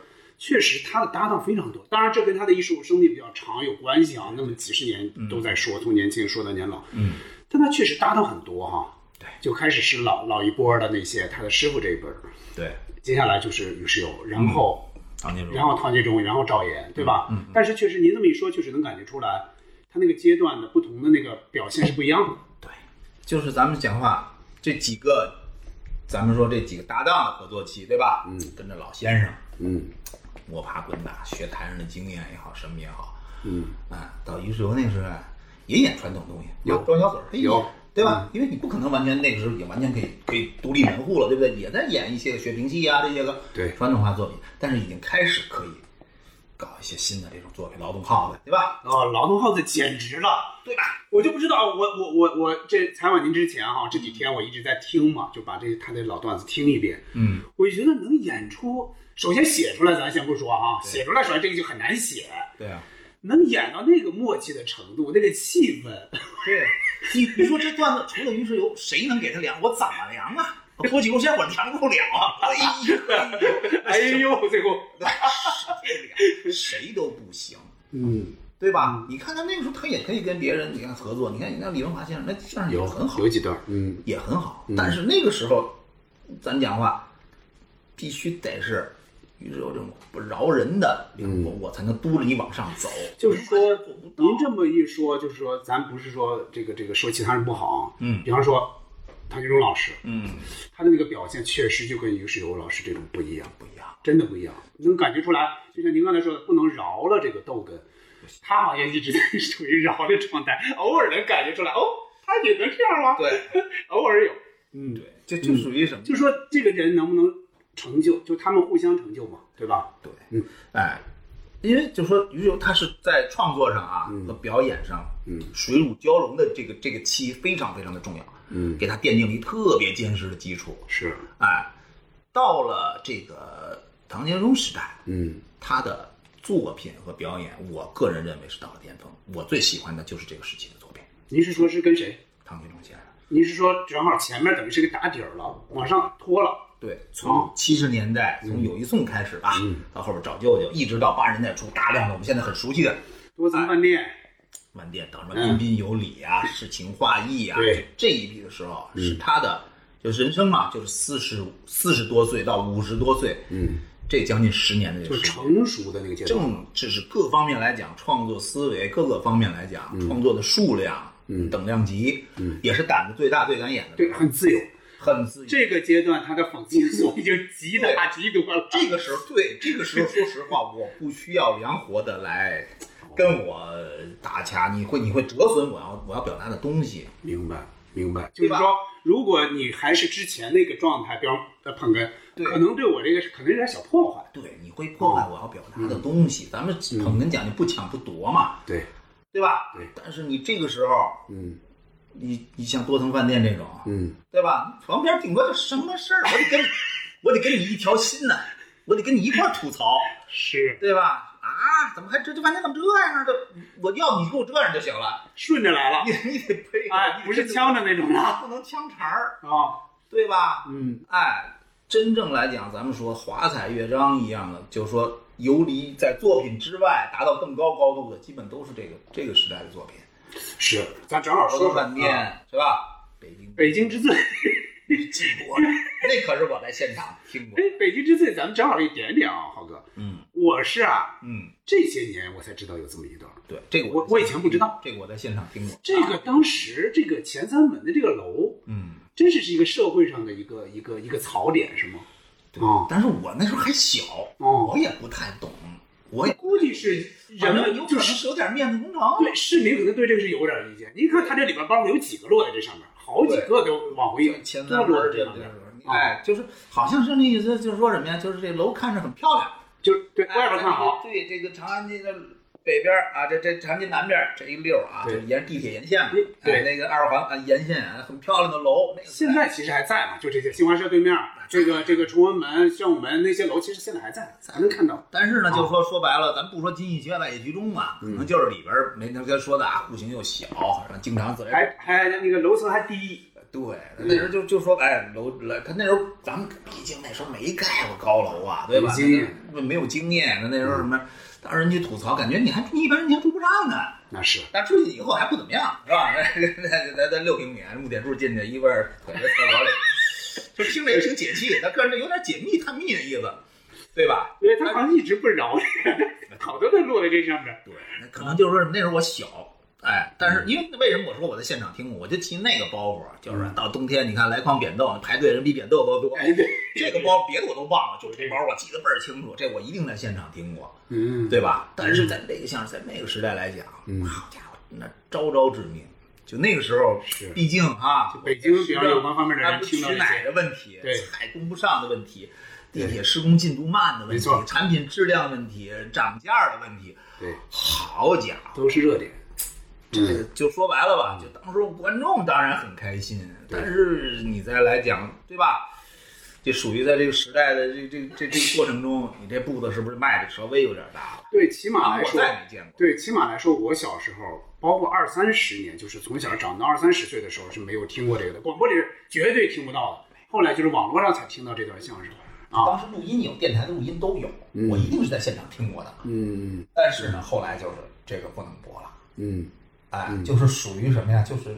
确实，他的搭档非常多，当然这跟他的艺术生命比较长有关系啊。那么几十年都在说，从年轻说到年老，嗯，但他确实搭档很多哈。对就开始是老老一波的那些他的师傅这一辈儿，对，接下来就是于世友，然后、常建然后唐杰忠，然后赵岩，对吧？嗯。但是确实，您这么一说，确实能感觉出来，他那个阶段的不同的那个表现是不一样的。对，就是咱们讲话这几个，咱们说这几个搭档的合作期，对吧？嗯，跟着老先生嗯摸爬滚打，学台上的经验也好，什么也好，嗯啊，到于世友那时候啊也演传统东西，有装小嘴儿，他也有演对吧？因为你不可能完全那个时候也完全可以可以独立门户了，对不对？也在演一些个学评戏啊这些个对传统化作品，但是已经开始可以搞一些新的这种作品，劳动号子，对吧？哦，劳动号子简直了！对吧？我就不知道，我我我我这采访您之前啊哈、这几天我一直在听嘛，就把这他的老段子听一遍。嗯，我就觉得能演出，首先写出来咱先不说啊，写出来首先这个就很难写，对啊，能演到那个默契的程度，那个气氛，对，你你说这段子除了于世友，谁能给他量？我怎么量啊？我脱几口线我量不了啊！哎呀，哎呦，最后谁都不行。嗯对吧？你看他那个时候，他也可以跟别人你看合作。你看，你像李文华先生，那相声也很好有，几 段，嗯也很好。但是那个时候，咱讲话必须得是于是有这种不饶人的灵魂，我才能督着你往上走。嗯就是说做不，到您这么一说，就是说，咱不是说这个这个说其他人不好，啊嗯比方说唐杰忠老师，嗯，他的那个表现确实就跟于世友老师这种不一样，不一样，真的不一样，能感觉出来。就像您刚才说的，不能饶了这个逗哏，他好像一直在处于饶的状态，偶尔能感觉出来，哦，他也能这样吗？对， 偶尔有，嗯，对，这就属于什么？嗯就说这个人能不能成就，就他们互相成就嘛，对吧？对，嗯，哎，因为就说于是他是在创作上啊、和表演上，嗯，水乳交融的这个这个期非常非常的重要，嗯，给他奠定了一特别坚实的基础。是，哎，到了这个唐杰忠时代，嗯他的作品和表演，我个人认为是到了巅峰。我最喜欢的就是这个时期的作品，您是说是跟谁？唐杰忠先生。您是说正好前面等于是个打底儿了，往上拖了，对，哦从七十年代，嗯从友谊颂开始吧，到后边找舅舅，一直到八十年代初，大量的我们现在很熟悉的多层饭店，晚点到什么彬嗯彬有礼啊、诗情画意啊，对嗯这这一批的时候啊是他的，就是人生啊嘛，就是四十四十多岁到五十多岁，嗯，这将近十年的这就个是时间。成熟的那个阶段。政治是各方面来讲，创作思维各个方面来讲，嗯创作的数量、等量级，也是胆子最大、最敢演的，对，很自由。很自由。这个阶段，他的讽刺因素已经极大极多了。这个时候，对这个时候，说实话，我不需要梁活的来跟我打掐，你会你会折损我要我要表达的东西。明白，明白，就对是吧说，如果你还是之前那个状态，比方呃捧哏，对可能对我这个是可能有点小破坏。对，你会破哦坏我要表达的东西。咱们嗯捧哏讲，你不抢不夺嘛，对，对吧？对。但是你这个时候，嗯你你像多层饭店这种，嗯对吧？旁边顶多什么事儿，我得跟你，我得跟你一条心呐、我得跟你一块儿吐槽，是，对吧？啊，怎么还这这饭店怎么这样啊？这我要你给我这样就行了，顺着来了，你你得配合，哎你，得不是呛着那种啊的不能呛茬儿，啊。对吧？嗯哎，真正来讲，咱们说华彩乐章一样的，就是说游离在作品之外，达到更高高度的，基本都是这个这个时代的作品。是，咱正好说说说说饭店、啊是吧？北京北京之最， 记过，那可是我在现场听过。哎，北京之最，咱们正好一点点啊，浩哥。嗯我是啊，嗯，这些年我才知道有这么一段。对，这个我我以前不知道，这个我在现场听过。啊这个当时这个前三门的这个楼，嗯，真是是一个社会上的一个一个一个槽点，是吗？对哦。但是我那时候还小，哦我也不太懂，我也估计是人反正们有可就能是是有点面子工程。对市民可能对这个是有点意见。你看他这里边包括有几个落在这上面，好几个都往回对，前三都落轮在这这个上面。哦哎，就是好像是那意思，就是说什么呀？就是这楼看着很漂亮，哎就是对外边看好，对这个长安街的北边儿啊，这这长安街南边儿这一溜儿啊，对就沿地铁沿线嘛，对哎那个二环啊沿线啊，很漂亮的楼。那个现在其实还在嘛，就这些新华社对面，这个这个崇文门、宣武门那些楼，其实现在还在，咱能看到。但是呢，就说说白了，咱不说金逸街外野居中嘛，可嗯能就是里边儿没那刚才说的啊，户型又小，然后经常自来还还那个楼层还低，对，那时候就就说，哎，楼来，他那时候咱们毕竟那时候没盖过高楼啊，对吧没？经验那没有经验，那那时候什么，当时人家吐槽，感觉你还一般人家还住不上呢。那是但出去以后还不怎么样，是吧？ 那那那那六平米，木点柱进去，一边儿腿在厕所里，就听着也挺解气，但个人有点解密探秘的意思，对吧？因为他好像一直不饶这个， 好多都落在这上面。对，那可能就是说什么那时候我小，哎，但是因为为什么我说我在现场听过，我就骑那个包袱，啊就是到冬天你看来筐扁豆排队人比扁豆都多，哎，对，这个包别的我都忘了，就这包我记得倍儿清楚，这我一定在现场听过，嗯，对吧？但是在那个像在那个时代来讲，嗯好家伙，那招招致命。就那个时候，是毕竟啊，北京比较有关方面的它人不听取到这奶些，的问题，对采供不上的问题，地对铁施工进度慢的问没题错，产品质量问题，涨价的问题，对，好家伙，都是热点。这个就说白了嗯吧，就当时观众当然很开心，但是你再来讲，对吧？这属于在这个时代的这这这这个过程中，你这步子是不是迈的稍微有点大了？对，起码来啊我说，再没见过，对，起码来说，我小时候，包括二三十年，就是从小长到二三十岁的时候是没有听过这个的，广播里是绝对听不到的。后来就是网络上才听到这段相声啊，当时录音有，电台的录音都有，我一定是在现场听过的。嗯但是呢，后来就是这个不能播了。嗯哎，就是属于什么呀？就是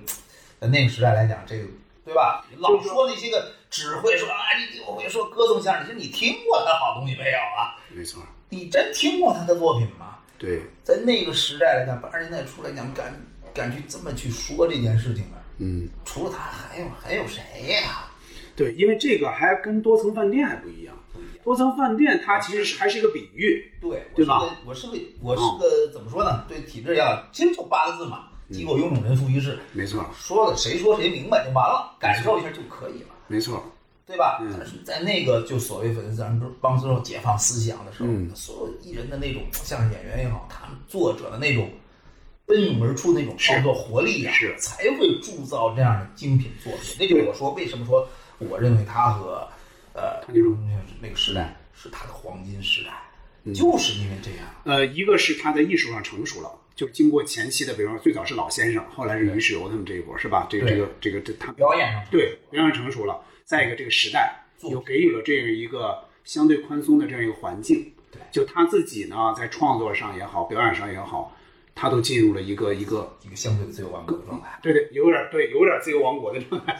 在那个时代来讲，这个对吧？你老说那些个只会说啊，你我会说歌颂相声，其实你听过他好东西没有啊？没错，你真听过他的作品吗？对，在那个时代来讲，八十年代初来讲，敢敢去这么去说这件事情的，嗯除了他还有还有谁呀、对，因为这个还跟多层饭店还不一样。多层饭店它其实是还是一个比喻，对，对吧嗯我是个，我是个，我是个怎么说呢？对体制要清楚八个字嘛，机构臃肿，人浮于事。没错，说了谁说谁明白就完了，感受一下就可以了，没错，对吧？嗯但是在那个就所谓粉丝咱们帮之后解放思想的时候，嗯所有艺人的那种相声演员也好，他们作者的那种奔涌而出那种创作活力啊，是才会铸造这样的精品作品。这就是我说为什么说我认为他和呃那种嗯那个时代是他的黄金时代，就是因为这样。呃，一个是他在艺术上成熟了。就经过前期的，比方说最早是老先生，后来是于世友他们这一波，是吧？这个这对个这个这他表演上对，非常成熟了。再一个，这个时代做又给予了这样一个相对宽松的这样一个环境，对就他自己呢，在创作上也好，表演上也好，他都进入了一个一个，一个相对的自由王国的状态。对对，有点对，有点自由王国的状态。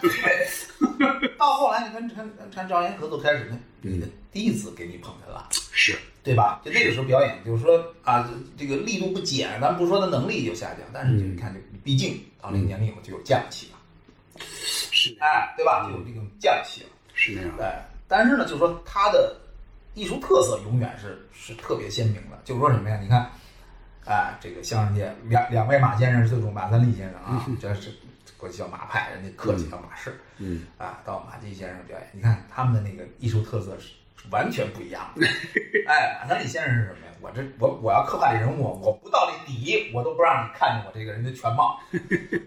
到后来，你跟跟跟赵岩合作开始，那嗯你的弟子给你捧哏了，是，对吧？就那个时候表演，就是说啊，这个力度不减，咱不说他能力有下降，但是就你看，就毕竟到那个年龄以后就有降气了，是哎，对吧？就有这种降气了，是那样的，哎。但是呢，就是说他的艺术特色永远是是特别鲜明的，就是说什么呀？你看，哎，这个相声界两两位马先生是最重马三立先生啊，这是过去叫马派，人家客气叫马氏。嗯，啊，到马季先生的表演，你看他们的那个艺术特色是完全不一样 的。哎，马三立先生是什么呀？我这我我要刻画这人物，我不到这底，我都不让你看见我这个人的全貌，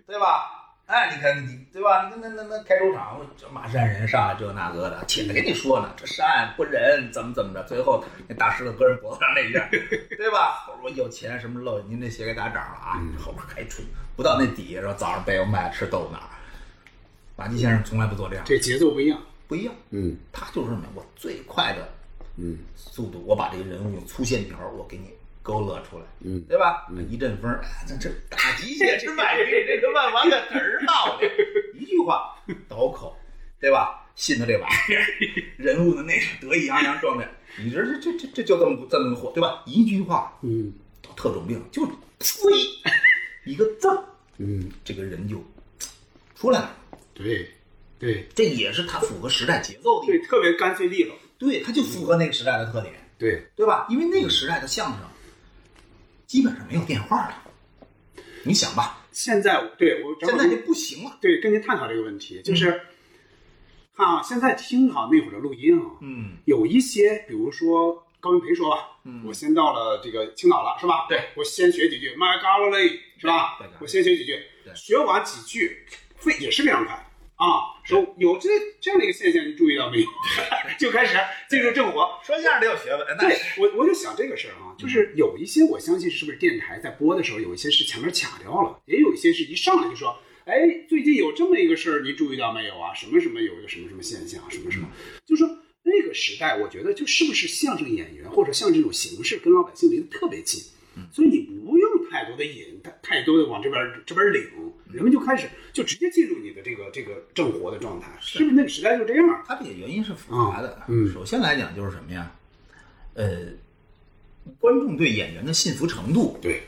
对吧？哎，你看你对吧？你那那那那开州场，这马山人上来这那个的，且跟你说呢，这山不仁，怎么怎么着，最后那大石头搁人脖子上那一下，对吧？我有钱什么漏，您这鞋给打掌了啊，后边还吹，不到那底，说早上被我卖吃豆腐脑儿。马季先生从来不做这样，这节奏不一样，不一样，嗯他就是什么？我最快的嗯速度，我把这个人物用粗线条，我给你勾勒出来，嗯对吧？一阵风，哎这这打 鸡血之百病，这他妈往个嘚儿闹的，一句话倒口，对吧？信他这玩 意儿，人物的那种得意洋洋状态，你这这这这这就这么这么火，对吧？一句话嗯特种兵就是呲一个字儿，嗯这个人就出来了，对，对，这也是他符合时代节奏的一对，特别干脆利落，对，它就符合那个时代的特点，对，对吧？因为那个时代的相声基本上没有电话了，你想吧，现在我对我正现好在就不行了。对跟您探讨这个问题，就是看啊，现在听哈那会儿的录音啊，嗯，有一些，比如说高云培说吧，嗯，我先到了这个青岛了，是吧？对，我先学几句 My God 嘞，是吧对对？我先学几句，学完几句，非也是非常快啊。说有这这样的一个现象，你注意 到没有？就开始进入正活。说相声得有学问，哎 对，我我就想这个事儿啊，就是有一些我相信是不是电台在播的时候，有一些是前面卡掉了，也有一些是一上来就说，哎，最近有这么一个事儿，您注意到没有啊？什么什么有一个什么什么现象，什么什么，就说那个时代，我觉得就是不是相声演员或者像这种形式跟老百姓离得特别近，所以你不用太多的引，太太多的往这边这边领，人们就开始就直接进入你的这个这个正活的状态，是不是那个时代就这样？它这个原因是复杂的。嗯嗯首先来讲就是什么呀？呃，观众对演员的信服程度对，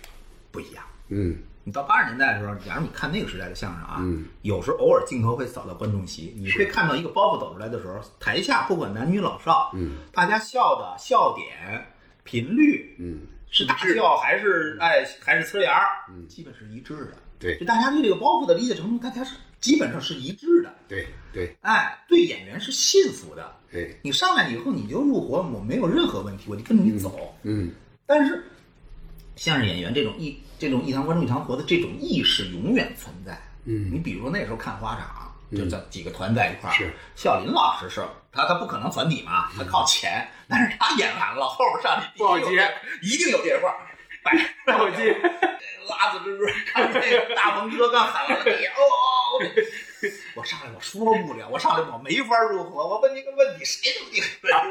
不一样。嗯你到八十年代的时候，假如你看那个时代的相声啊，嗯有时候偶尔镜头会扫到观众席，你会看到一个包袱走出来的时候，台下不管男女老少，嗯大家笑的笑点频率嗯是大笑还是哎还是呲牙儿，基本是一致的。对就大家对这个包袱的理解程度，大家是基本上是一致的。对对哎，对演员是信服的。对你上来以后你就入伙，我没有任何问题，我就跟着你走。嗯但是相声演员这种一这种一堂观众一堂活的这种意识永远存在。嗯你比如那时候看花场，就这几个团在一块儿，嗯是笑林老师是他他不可能团体嘛，他靠钱，但是他演完了后边上去不好接，一定有 电话。摆不好接， 拉子蜘蛛，看那个大鹏哥刚喊完了，你哦哦，哦我上来我说不了，我上来我没法入伙，我问你个问题，谁都你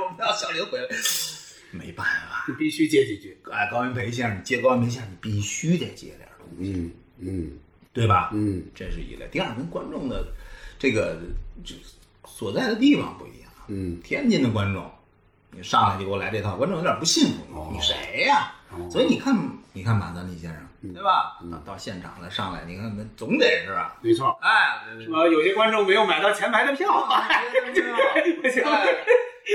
我们要小林回来，没办法，你必须接几句。哎，高云培先生，你接高云培先生，你必须得接点东西，嗯嗯对吧？嗯这是一类。第二，跟观众的这个这所在的地方不一样。啊嗯天津的观众，你上来就给我来这套，观众有点不信服哦你，你谁呀、所以你看，你看马三立先生，嗯对吧？到到现场了，上来你看，那总得是吧，没错，哎，呃，有些观众没有买到前排的票，哎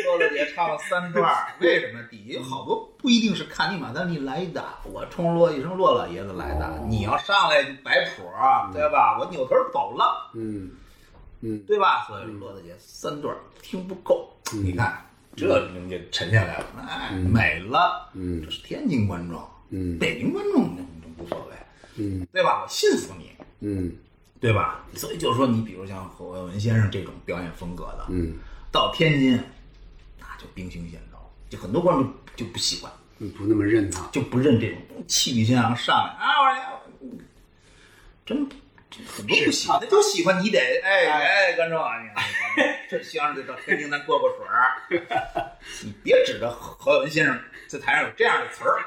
洛洛姐唱了三段儿，为什么？底下有好多不一定是看你马三立来的，我冲洛一声洛老爷子来的。你要上来摆谱儿，对吧？我扭头走了，嗯嗯，对吧？所以洛大姐三段儿听不够，你看这人家沉下来了，哎，美了。嗯这是天津观众，嗯北京观众无所谓，嗯对吧？我信服你，嗯对吧？所以就说你比如像侯耀文先生这种表演风格的，嗯到天津，那就兵行险招，就很多观众就不习惯，嗯，不那么认他。就不认这种气宇轩昂上来啊，我来，嗯真真很多不喜欢，他就喜欢你得哎哎，观众啊，你看这希望是到天津咱过过水儿，你别指着侯耀文先生在台上有这样的词儿，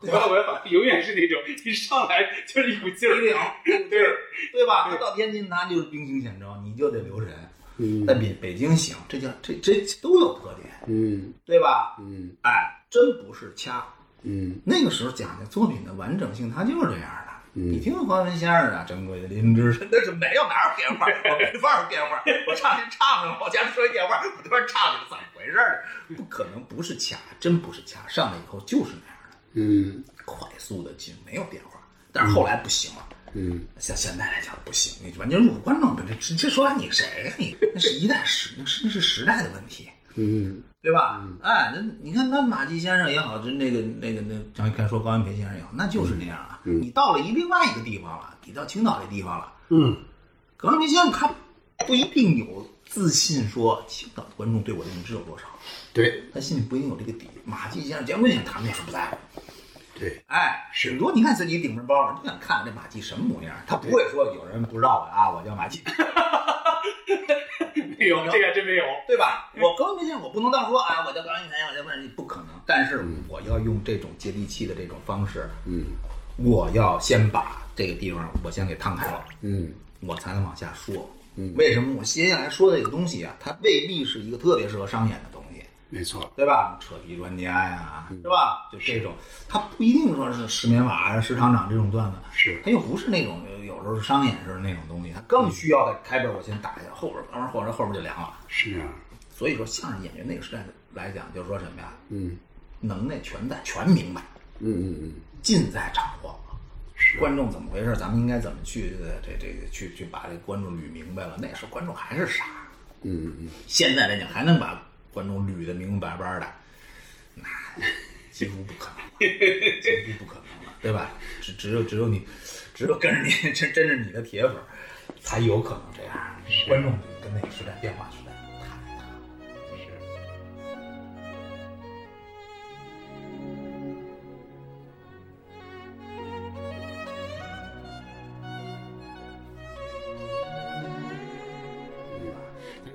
我我永远是那种一上来就是一股劲儿一，领，对对吧？他到天津他就是兵行险招，你就得留神。嗯在北北京行，这叫这这都有特点，嗯对吧？嗯哎，真不是掐。嗯那个时候讲的作品的完整性，它就是这样的。嗯你听黄文先生的《珍贵的灵芝》， 那是没有哪有电话，我没法有电话， 我上去唱上，我家说一电话，我突然唱去，怎么回事儿？不可能，不是掐，真不是掐，上来以后就是那样的，嗯快速的进，没有电话。但是后来不行了。嗯像现在来讲不行，你完全入观众本这这说完你谁呀、你那是一代时，那是那是时代的问题，嗯对吧？哎，那你看那马季先生也好，就那个那个那张开说高元培先生也好，那就是那样啊。嗯你到了一另外一个地方了，你到青岛这地方了，嗯，高元培先生他不一定有自信说青岛的观众对我的认知有多少，对他心里不一定有这个底。马季先生、姜昆先生他们也是不在乎。对，哎，顶多你看自己顶着包了，你想看这马季什么模样？他不会说有人不知道我啊，我叫马季，没有，这个真没有。对吧？我高明先生，我不能到说啊，我叫高明先生，我叫万人，不可能。但是我要用这种接地气的这种方式，嗯我要先把这个地方我先给摊开了，嗯我才能往下说。嗯为什么我接下来说的这个东西啊，它未必是一个特别适合商演的东西。没错，对吧？扯皮专家呀，嗯是吧？就这种，他不一定说是石棉瓦、啊石厂长这种段子，是他又不是那种有时候商演式的那种东西，他更需要在开本我先打一下，后边慢慢或者后边就凉了。是啊，所以说，相声演员那个时代来讲，就是说什么呀，嗯能耐全在，全明白，嗯嗯尽在掌握。观众怎么回事？咱们应该怎么去呃这这这去去把这观众捋明白了？那时候观众还是傻，嗯嗯现在来讲还能把观众捋得明明白白的，那几乎不可能了，几乎不可能了，对吧？只只有只有你，只有跟着你真真是你的铁粉儿，才有可能这样。观众跟那个时代变化时代太大了。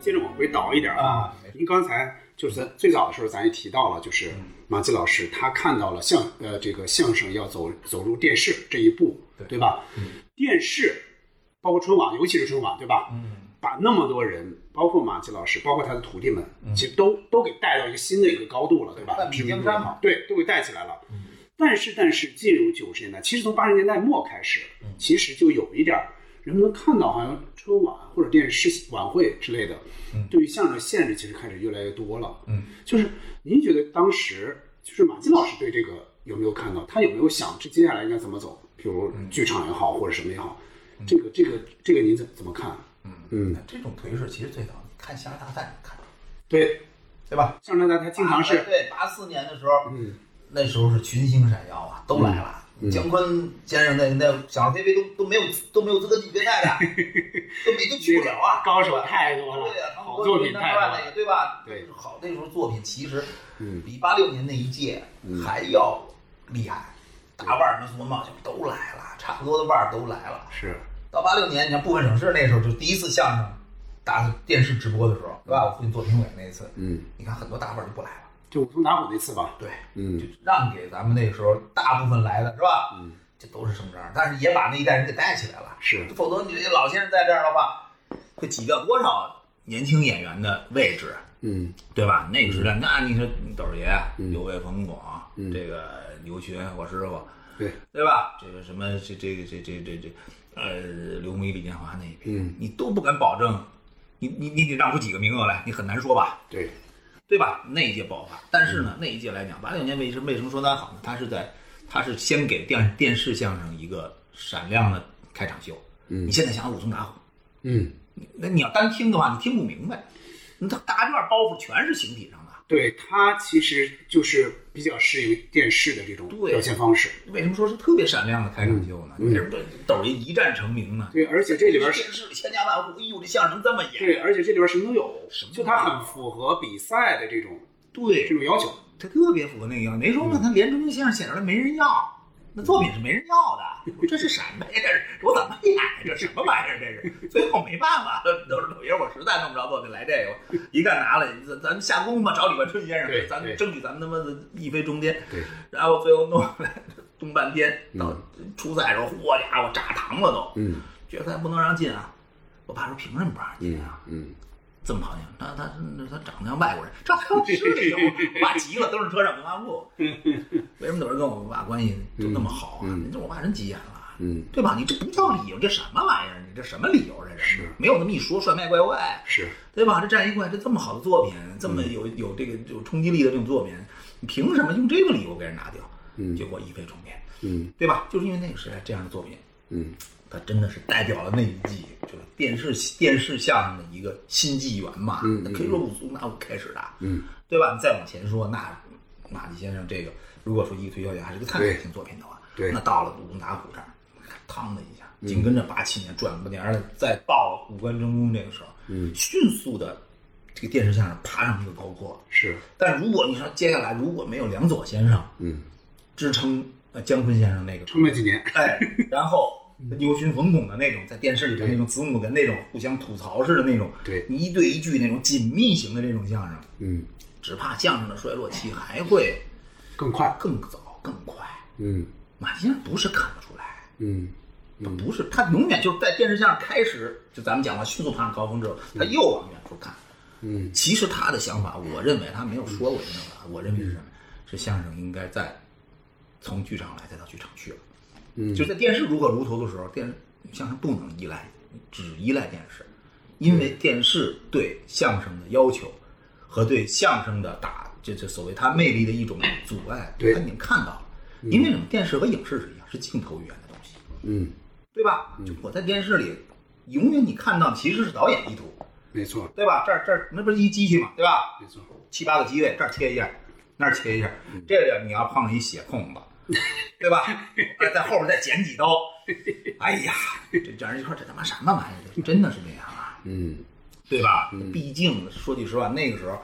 接着往回倒一点儿啊，您刚才就是在最早的时候，咱也提到了，就是马季老师他看到了相呃这个相声要走走入电视这一步，对嗯吧？电视包括春晚，尤其是春晚，对吧？嗯，把那么多人，包括马季老师，包括他的徒弟们，嗯其实都都给带到一个新的一个高度了，对吧？半壁知名江度山嘛嗯对，都给带起来了。但是，但是进入九十年代，其实从八十年代末开始，嗯其实就有一点儿，人们能看到好像春晚或者电视晚会之类的，嗯对于相声的限制其实开始越来越多了。嗯，就是您觉得当时就是马季老师对这个有没有看到？他有没有想这接下来应该怎么走？比如剧场也好，或者什么也好，嗯这个这个这个您怎怎么看？嗯这种颓势其实最早你看《相声大赛》能看出来，对，对吧？相声大他经常是啊对八四年的时候，嗯，那时候是群星闪耀啊，都来了。嗯姜昆先生那那想飞飞都都没有都没有资格进决赛 的，都没都去不了啊。高手太多了，对啊，唐好国作军品那太多那了个，对吧？对嗯好那时候作品其实比八六年那一届还要厉害，大腕儿那什么冒险都来了，差不多的腕儿都来 了。是，到八六年，你看部分省市那时候就第一次相声打电视直播的时候，对吧？我父亲做评委那一次，嗯你看很多大腕儿就不来了，就武松打虎那次吧，对，就嗯让给咱们那时候大部分来的是吧？嗯，这都是声张，但是也把那一代人给带起来了，是否则你这些老先生在这儿的话，会挤掉多少年轻演员的位置，啊嗯对吧？那个时代，那你说斗儿爷、刘卫、冯巩，这个牛群，我师傅，嗯对对吧？这个什么，这这个这这这这，呃，刘梅、李建华那一边，嗯你都不敢保证，你你你得让出几个名额来，你很难说吧？对，对吧？那一届爆发，但是嗯呢，那一届来讲，八六年为什为什么说它好呢？它是在它是先给电电视相声一个闪亮的开场秀。嗯你现在想想武松打虎，嗯，那你要单听的话，你听不明白，那它大院包袱全是形体上的。对它其实就是比较适应电视的这种对表现方式。为什么说是特别闪亮的开场秀呢？嗯为嗯什么抖音一战成名呢？对，而且这里边电是，视里千家万户，哎呦，这相声这么演，对，啊而且这里边什么都有什么，都就有它很符合比赛的这种对这种要求。他特别符合那个要求。没说嘛，他连中先生写出来没人要，那作品是没人要的。我这是什么呀？这是我怎么演呀？这什么玩意儿？这是最后没办法了，都是抖音，我实在弄不着作品来这个，一看拿来，咱咱们下功夫吧，找李万春先对生，咱对们争取咱们他妈的一飞冲天。对，然后最后弄回来弄半天，到初赛的时候，嚯家伙炸堂了都，嗯决赛不能让进啊！我爸说凭什么不让进嗯啊？嗯，这么讨厌？他他他长得像外国人，这还有是理由？ 我爸急了，都是车上文化部。为什么有人跟我爸关系就那么好啊？嗯嗯你这我爸人急眼了，嗯对吧？你这不叫理由，这什么玩意儿？你这什么理由？啊这是没有那么一说，帅卖怪怪，是，对吧？这战一怪，这这么好的作品，这么嗯有有这个有冲击力的这种作品，你凭什么用这个理由给人拿掉？嗯结果一飞冲天，嗯对吧？就是因为那个时代这样的作品，嗯它真的是代表了那一季就是电视电视相声的一个新纪元嘛。嗯嗯那可以说武松那我开始的，嗯对吧？你再往前说，那马季先生这个，如果说一个推销员还是个探索性作品的话，对对嗯那到了武功打虎这儿，嘡的一下，紧跟着八七年转过年儿了，再到五官争功这个时候，嗯迅速的这个电视相声爬上这个高坡。是，但如果你说接下来如果没有梁左先生嗯支撑，呃姜昆先生那个撑了几年。哎，然后嗯牛群冯巩的那种，在电视里边那种子母的那种互相吐槽式的那种，对你一对一句那种紧密型的这种相声，嗯只怕相声的衰落期还会更快，更早更快。嗯马先生不是看不出来，嗯他不是，他永远就是在电视相声开始，就咱们讲了迅速爬上高峰之后，他又往远处看。嗯其实他的想法，我认为他没有说过这种法，我认嗯为是什么？是相声应该在从剧场来，再到剧场去了。嗯，就在电视如火如荼的时候，电视相声不能依赖，只依赖电视，因为嗯电视对相声的要求和对相声的打，这这所谓它魅力的一种阻碍，对它已经看到了。因为什么？电视和影视是一样，是镜头语言的东西，嗯对吧？就我在电视里，永远你看到的其实是导演意图，没错，对吧？这儿这儿那不是一机器嘛，对吧？没错，七八个机位，这儿切一下，那儿切一下，这个你要碰上一血空子，对吧？哎，在后边再剪几刀，哎呀，这让人一说这他妈什么玩意儿？这真的是这样啊，嗯对吧？毕竟说句实话，那个时候，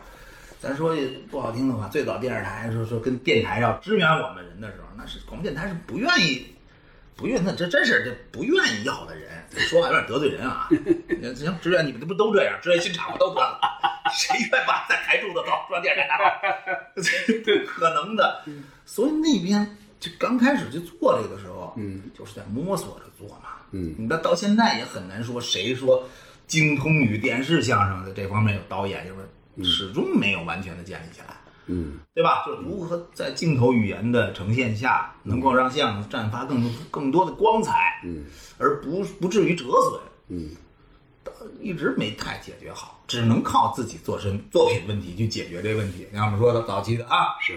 咱说句不好听的话，最早电视台说说跟电台要支援我们人的时候，那是广播电台是不愿意。不愿，那这真是这不愿意要的人，说话有点得罪人啊。行，支援你们这不都这样？支援新厂我都断了，谁愿意把在台柱子走，说电视台拿走？ 对，可能的。所以那边就刚开始去做这个的时候，嗯，就是在摸索着做嘛，嗯你到到现在也很难说谁说精通于电视相声的这方面有导演，就是始终没有完全的建立起来，嗯对吧？就如何在镜头语言的呈现下，能够让相声绽发更更多的光彩，嗯而不不至于折损。嗯一直没太解决好，只能靠自己做身作品问题去解决这个问题。像我们说的早期的啊，是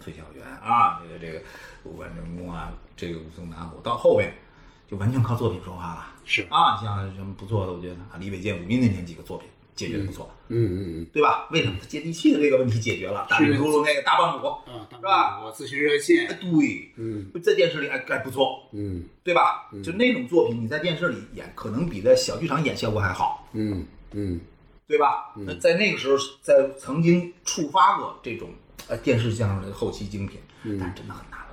推销员啊，这个这个五官成功啊，这个武松打虎，到后边就完全靠作品说话了。是啊，像什么不错的，我觉得啊，李伟健、武斌那年几个作品解决的不错，嗯嗯对吧？为什么他接地气的这个问题解决了？大是明如龙那个大棒骨，啊，是吧？我咨询热哎，线，对，嗯在电视里哎哎不错，嗯对吧？就那种作品，你在电视里演，可能比在小剧场演效果还好。嗯嗯对吧？那在那个时候，在曾经触发过这种呃电视相声的后期精品，但真的很难了。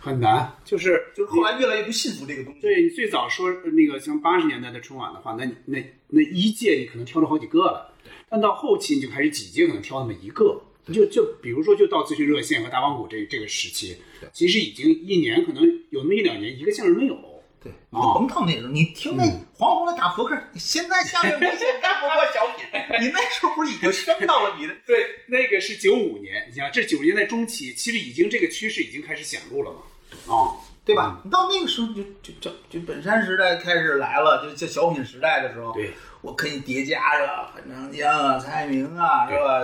很难，就是就是后来越来越不信服这个东西。对你最早说呃那个像八十年代的春晚的话，那你那那一届你可能挑了好几个了，但到后期你就开始几届可能挑那么一个，就就比如说就到咨询热线和大王谷这这个时期对，其实已经一年可能有那么一两年一个相声没有，对，你哦就甭碰那时候，你听那嗯黄宏的打扑克，你现在下面不行，干不过小品，你那时候不是已经升到了你的？对，那个是九五年，你想这九十年代中期，其实已经这个趋势已经开始显露了嘛，啊、对吧？你到那个时候就就就就本山时代开始来了，就就小品时代的时候，对，我可以叠加着潘长江啊、蔡明啊，是吧？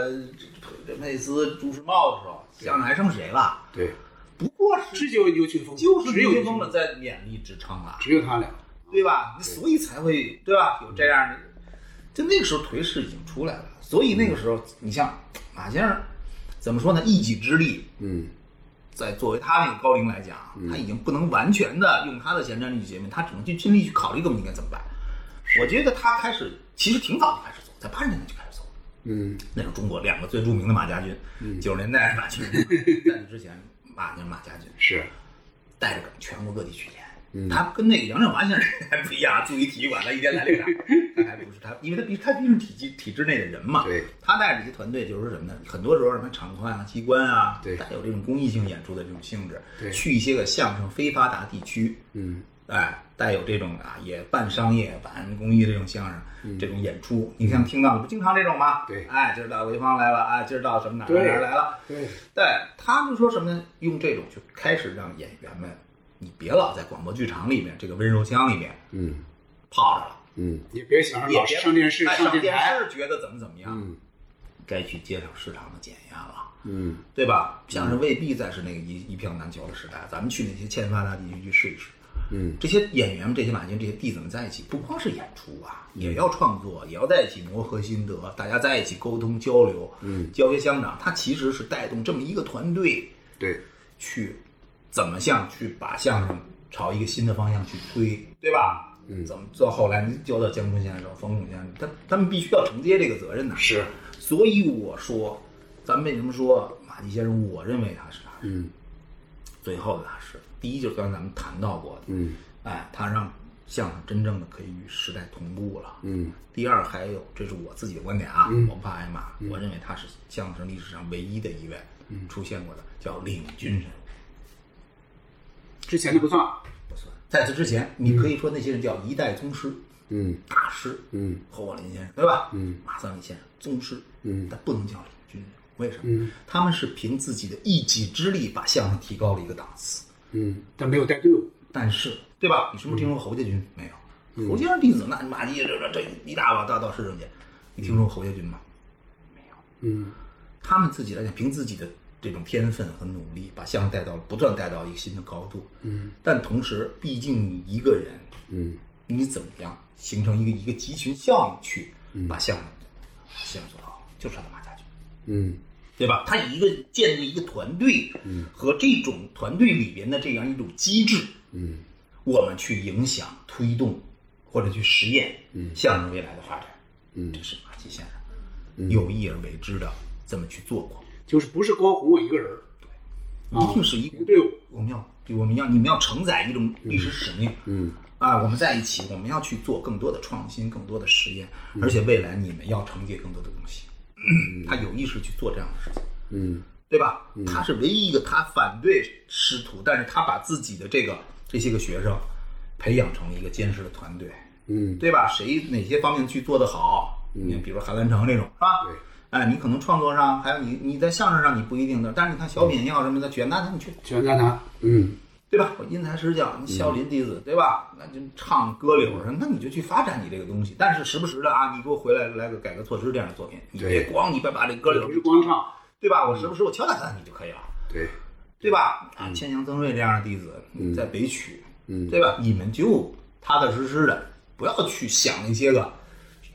佩斯、朱时茂的时候，想想还剩谁了？对，不过是只有牛群峰，就是只有林峰牛了群，在勉力支撑啊了，只有他俩。对吧？你所以才会对吧？有这样的，就那个时候颓势已经出来了，所以那个时候你像马先生，怎么说呢？一己之力，嗯，在作为他那个高龄来讲，他已经不能完全的用他的前瞻力去解密，他只能去尽力去考虑这么应该怎么办。我觉得他开始其实挺早就开始走，在八十年代就开始走。嗯，那时候中国两个最著名的马家军，九十、年代是马群， 在那之前马就是马家军，是，嗯带着全国各地去演。他跟那个杨振华先生还不一样，住一体育馆，他一天来 六场，他还不是他，因为他毕他毕竟是体制体制内的人嘛。对，他带着一些团队就是什么呢？很多时候什么场宽啊、机关啊，对带有这种公益性演出的这种性质，对去一些个相声非发达地区，嗯，哎，带有这种啊也半商业、半公益的这种相声、这种演出。你像听到的不经常这种吗？嗯对哎，今儿到潍坊来了，哎，今儿到什么哪儿哪对儿哪儿来了。对，但他们说什么呢？用这种就开始让演员们，你别老在广播剧场里面这个温柔乡里面嗯泡着了，嗯，也别想让也老师别上电视、哎上上电台，视觉得怎么怎么样，嗯该去接受市场的检验了，嗯，对吧？相声未必再是那个一一票难求的时代，咱们去那些欠发达地区去试一试。嗯，这些演员们、这些马军、这些弟子们在一起，不光是演出啊，嗯也要创作，也要在一起磨合心得，大家在一起沟通交流，嗯，教学相长。它其实是带动这么一个团队，对，去怎么向去把相声朝一个新的方向去推，对吧？嗯怎么到后来交到姜昆先生、冯巩先生，他他们必须要承接这个责任呢。是，所以我说，咱们为什么说马季先生？我认为他是大师，嗯最后的大师。第一就是刚才咱们谈到过的，嗯哎，他让相声真正的可以与时代同步了。嗯第二，还有这是我自己的观点啊，嗯嗯我不怕挨骂，我认为他是相声历史上唯一的一位出现过的叫领军人物。之前的不算，不算。在此之前，你可以说那些人叫一代宗师、嗯大师，嗯侯宝林先生，对吧？嗯，马三立先生，宗师，嗯但不能叫领军人，为什么？嗯他们是凭自己的一己之力把相声提高了一个档次，嗯，但没有带队伍，但是，对吧？你是不是听说侯家军没有？侯家军弟子那马季这这这一大把大道士人家，你听说过侯家军吗？嗯他们自己来讲，凭自己的这种天分和努力，把相声带到了不断带到一个新的高度。嗯但同时，毕竟你一个人嗯你怎么样形成一个一个集群效应去把项目项目做好，就是他的马家军，嗯对吧？他一个建立一个团队，和这种团队里边的这样一种机制，嗯我们去影响、推动或者去实验相声未来的发展，嗯这，是马季先生有意而为之的这么去做过，就是不是光红我一个人儿，嗯一定是一一个队伍，我们要我们要你们要承载一种历史使命，嗯啊，我们在一起，我们要去做更多的创新，更多的实验，嗯而且未来你们要承接更多的东西。 他有意识去做这样的事情，嗯对吧？他是唯一一个他反对师徒，但是他把自己的这个这些个学生培养成了一个坚实的团队，嗯对吧？谁哪些方面去做得好，你看比如说韩兰成这种，是吧？对。哎，你可能创作上，还有你你在相声上你不一定的，但是你看小品也好什么的，嗯选大家你去全在他，嗯对吧？我因材施教，你少林弟子，对吧？那就唱歌柳什么，那你就去发展你这个东西。但是时不时的啊，你给我回来来个改革措施这样的作品，你对别光你别把这歌柳不是，光唱，嗯对吧？我时不时我敲打敲打你就可以了，对，对吧？啊，千阳曾瑞这样的弟子，在北曲，嗯对吧？你们就踏踏实实的，不要去想那些个。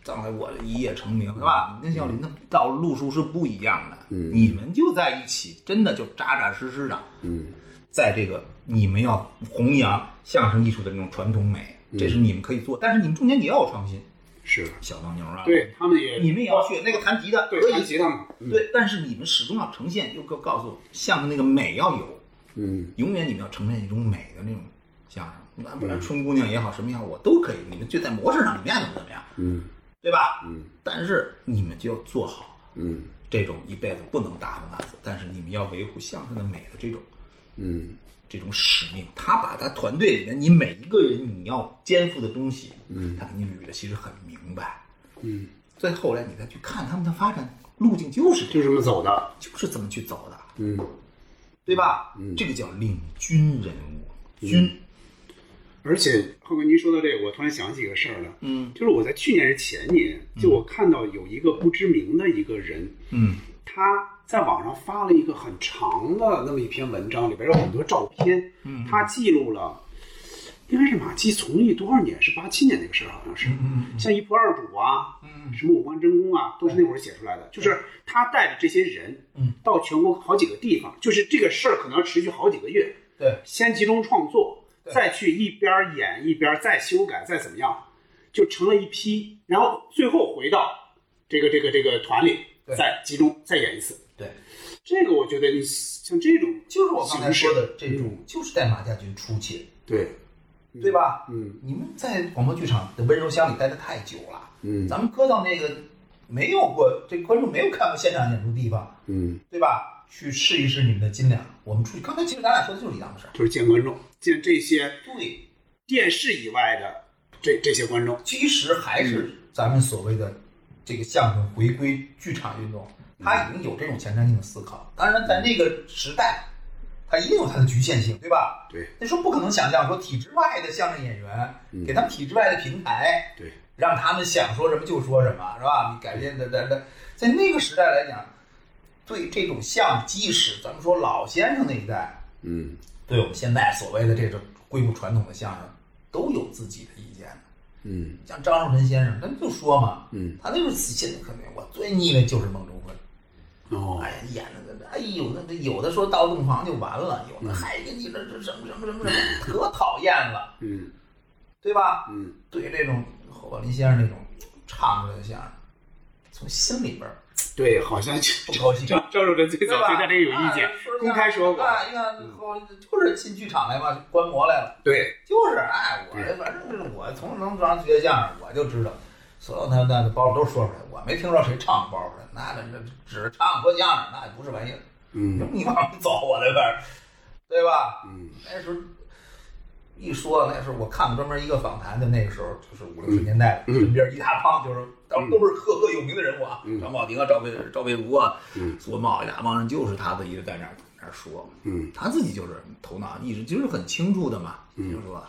将来我一夜成名，对吧？你跟小林的道路数是不一样的，你们就在一起，真的就扎扎实实的，嗯在这个你们要弘扬相声艺术的这种传统美，这是你们可以做，但是你们中间也要有创新。是，小黄牛啊，，对他们也你们也要学那个弹吉的，可对以弹吉他嘛，嗯对，但是你们始终要呈现，又告告诉我相声那个美要有，嗯永远你们要呈现一种美的那种相声，那不然春姑娘也好，什么样我都可以，你们就在模式上你们爱怎么怎么样，嗯对吧？嗯但是你们就要做好嗯这种一辈子不能打不打死，但是你们要维护相声的美的这种嗯这种使命，他把他团队里面你每一个人你要肩负的东西，嗯，他给你捋的其实很明白。嗯，再后来你再去看他们的发展路径，就是这就这么走的，就是怎么去走的，嗯对吧？这个叫领军人物，军，而且浩哥，您说到这个，我突然想起一个事儿来，嗯就是我在去年还是前年，就我看到有一个不知名的一个人，嗯他在网上发了一个很长的那么一篇文章，里边有很多照片，嗯，他记录了。应该是马季从艺多少年？是八七年那个事儿，好像是。嗯像一仆二主啊，嗯什么五官真功啊，都是那会儿写出来的。就是他带着这些人，嗯，到全国好几个地方，就是这个事儿可能要持续好几个月，对，先集中创作，对再去一边儿演一边儿再修改，再怎么样，就成了一批，然后最后回到这个这个这个团里，对再集中再演一次。对，这个我觉得你像这种，就是我刚才说的这形式嗯种，就是在马家军初期，对对吧？嗯你们在广播剧场的温柔乡里待的太久了，嗯咱们搁到那个没有过这观众没有看过现场演出的地方，嗯，对吧？去试一试你们的斤两。我们出去，刚才其实咱俩说的就是一样的事儿。就是见观众，见这些对，电视以外的这这些观众。其实还是咱们所谓的这个相声回归剧场运动，它已经有这种前瞻性的思考。当然，在那个时代，它一定有它的局限性，对吧？对那时候不可能想象说体制外的相声演员，给他们体制外的平台，对，让他们想说什么就说什么，是吧？你改变的的的，在那个时代来讲，对这种像，即使咱们说老先生那一代，嗯对我们现在所谓的这种恢复传统的相声，都有自己的意见。嗯像张寿臣先生，他就说嘛，嗯，他那时候死心肯定，我最腻的就是孟中坤，哦哎，呀，演的这，哎呦，那这有的说到洞房就完了，有嗯的还跟你这这什么什么什么什么，可讨厌了，嗯对吧？嗯对这种侯宝林先生那种唱出来的相声，从心里边儿对，好像就不高兴， 张张守贞最对早吧？对他这个有意见哎，说公开说过。嗯啊，你看侯就是进剧场来嘛，观摩来了，对，就是哎，我这反正我从农庄学相声，我就知道，所有那那包都说出来，我没听着谁唱包出来，那那那只唱说相声，那也不是玩意儿。嗯你往上走我这边儿，对吧？嗯那时候一说那时候我看过专门一个访谈，就那个时候就是五六十年代，身边一大帮就是都都是赫赫有名的人物啊，张宝鼎啊、赵贝赵贝如啊、苏文茂一大帮人，就是他自己在那儿那儿说，嗯，他自己就是头脑意识就是很清楚的嘛，就说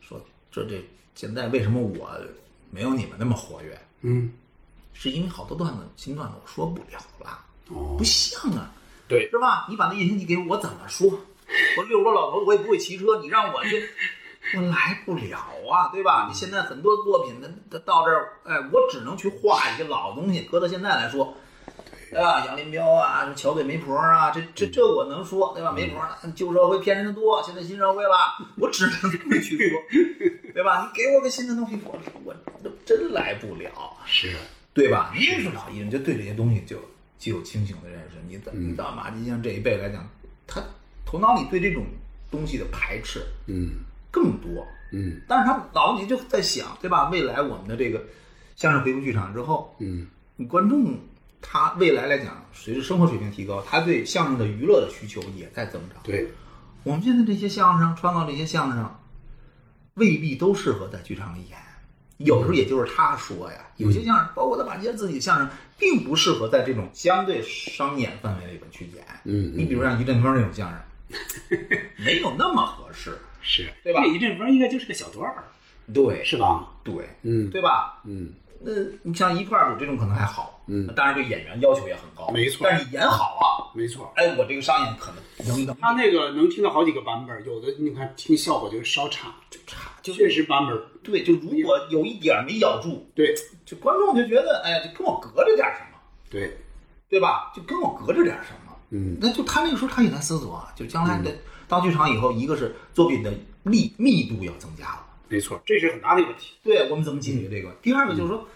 说这这现在为什么我没有你们那么活跃，嗯，是因为好多段子新段子我说不了了，哦不，像啊。对，是吧？你把那夜行记给我，我怎么说？我六个老头，我也不会骑车，你让我去，我来不了啊，对吧？你现在很多作品的到这儿，哎，我只能去画一些老东西，搁到现在来说，啊，杨林彪啊，什么桥北媒婆啊，这这这我能说，对吧？媒婆那旧社会骗人的多，现在新社会了，我只能这么去说，对吧？你给我个新的东西，我我我真来不了。是，对吧？你认识老艺人，就对这些东西就具有清醒的认识。你到你到马季像这一辈来讲，他头脑里对这种东西的排斥嗯更多，嗯但是他脑子里就在想，对吧？未来我们的这个相声恢复剧场之后，嗯你观众他未来来讲，随着生活水平提高，他对相声的娱乐的需求也在增长。对，我们现在这些相声，创造这些相声，未必都适合在剧场里演。有时候也就是他说呀，嗯有些相声，包括他把这些自己的相声，并不适合在这种相对商演范围里边去演。嗯嗯你比如像于振峰那种相 声，没有那么合适。是，对吧那一阵风应该就是个小段儿，对，是吧？对，嗯对吧？嗯那你像一块儿主这种可能还好，嗯当然对演员要求也很高，没错但是你演好啊，没错。哎，我这个商演可能能能他那个能听到好几个版本，有的你看听效果就稍差，就差，就确实版本对，就如果有一点儿没咬住，对就观众就觉得，哎呀，就跟我隔着点儿什么，对，对吧？就跟我隔着点儿什么。嗯那就他那个时候他也在思索啊，就将来的到剧场以后，一个是作品的密密度要增加了，没错，这是很大的一个问题。对我们怎么解决这个？嗯第二个就是说，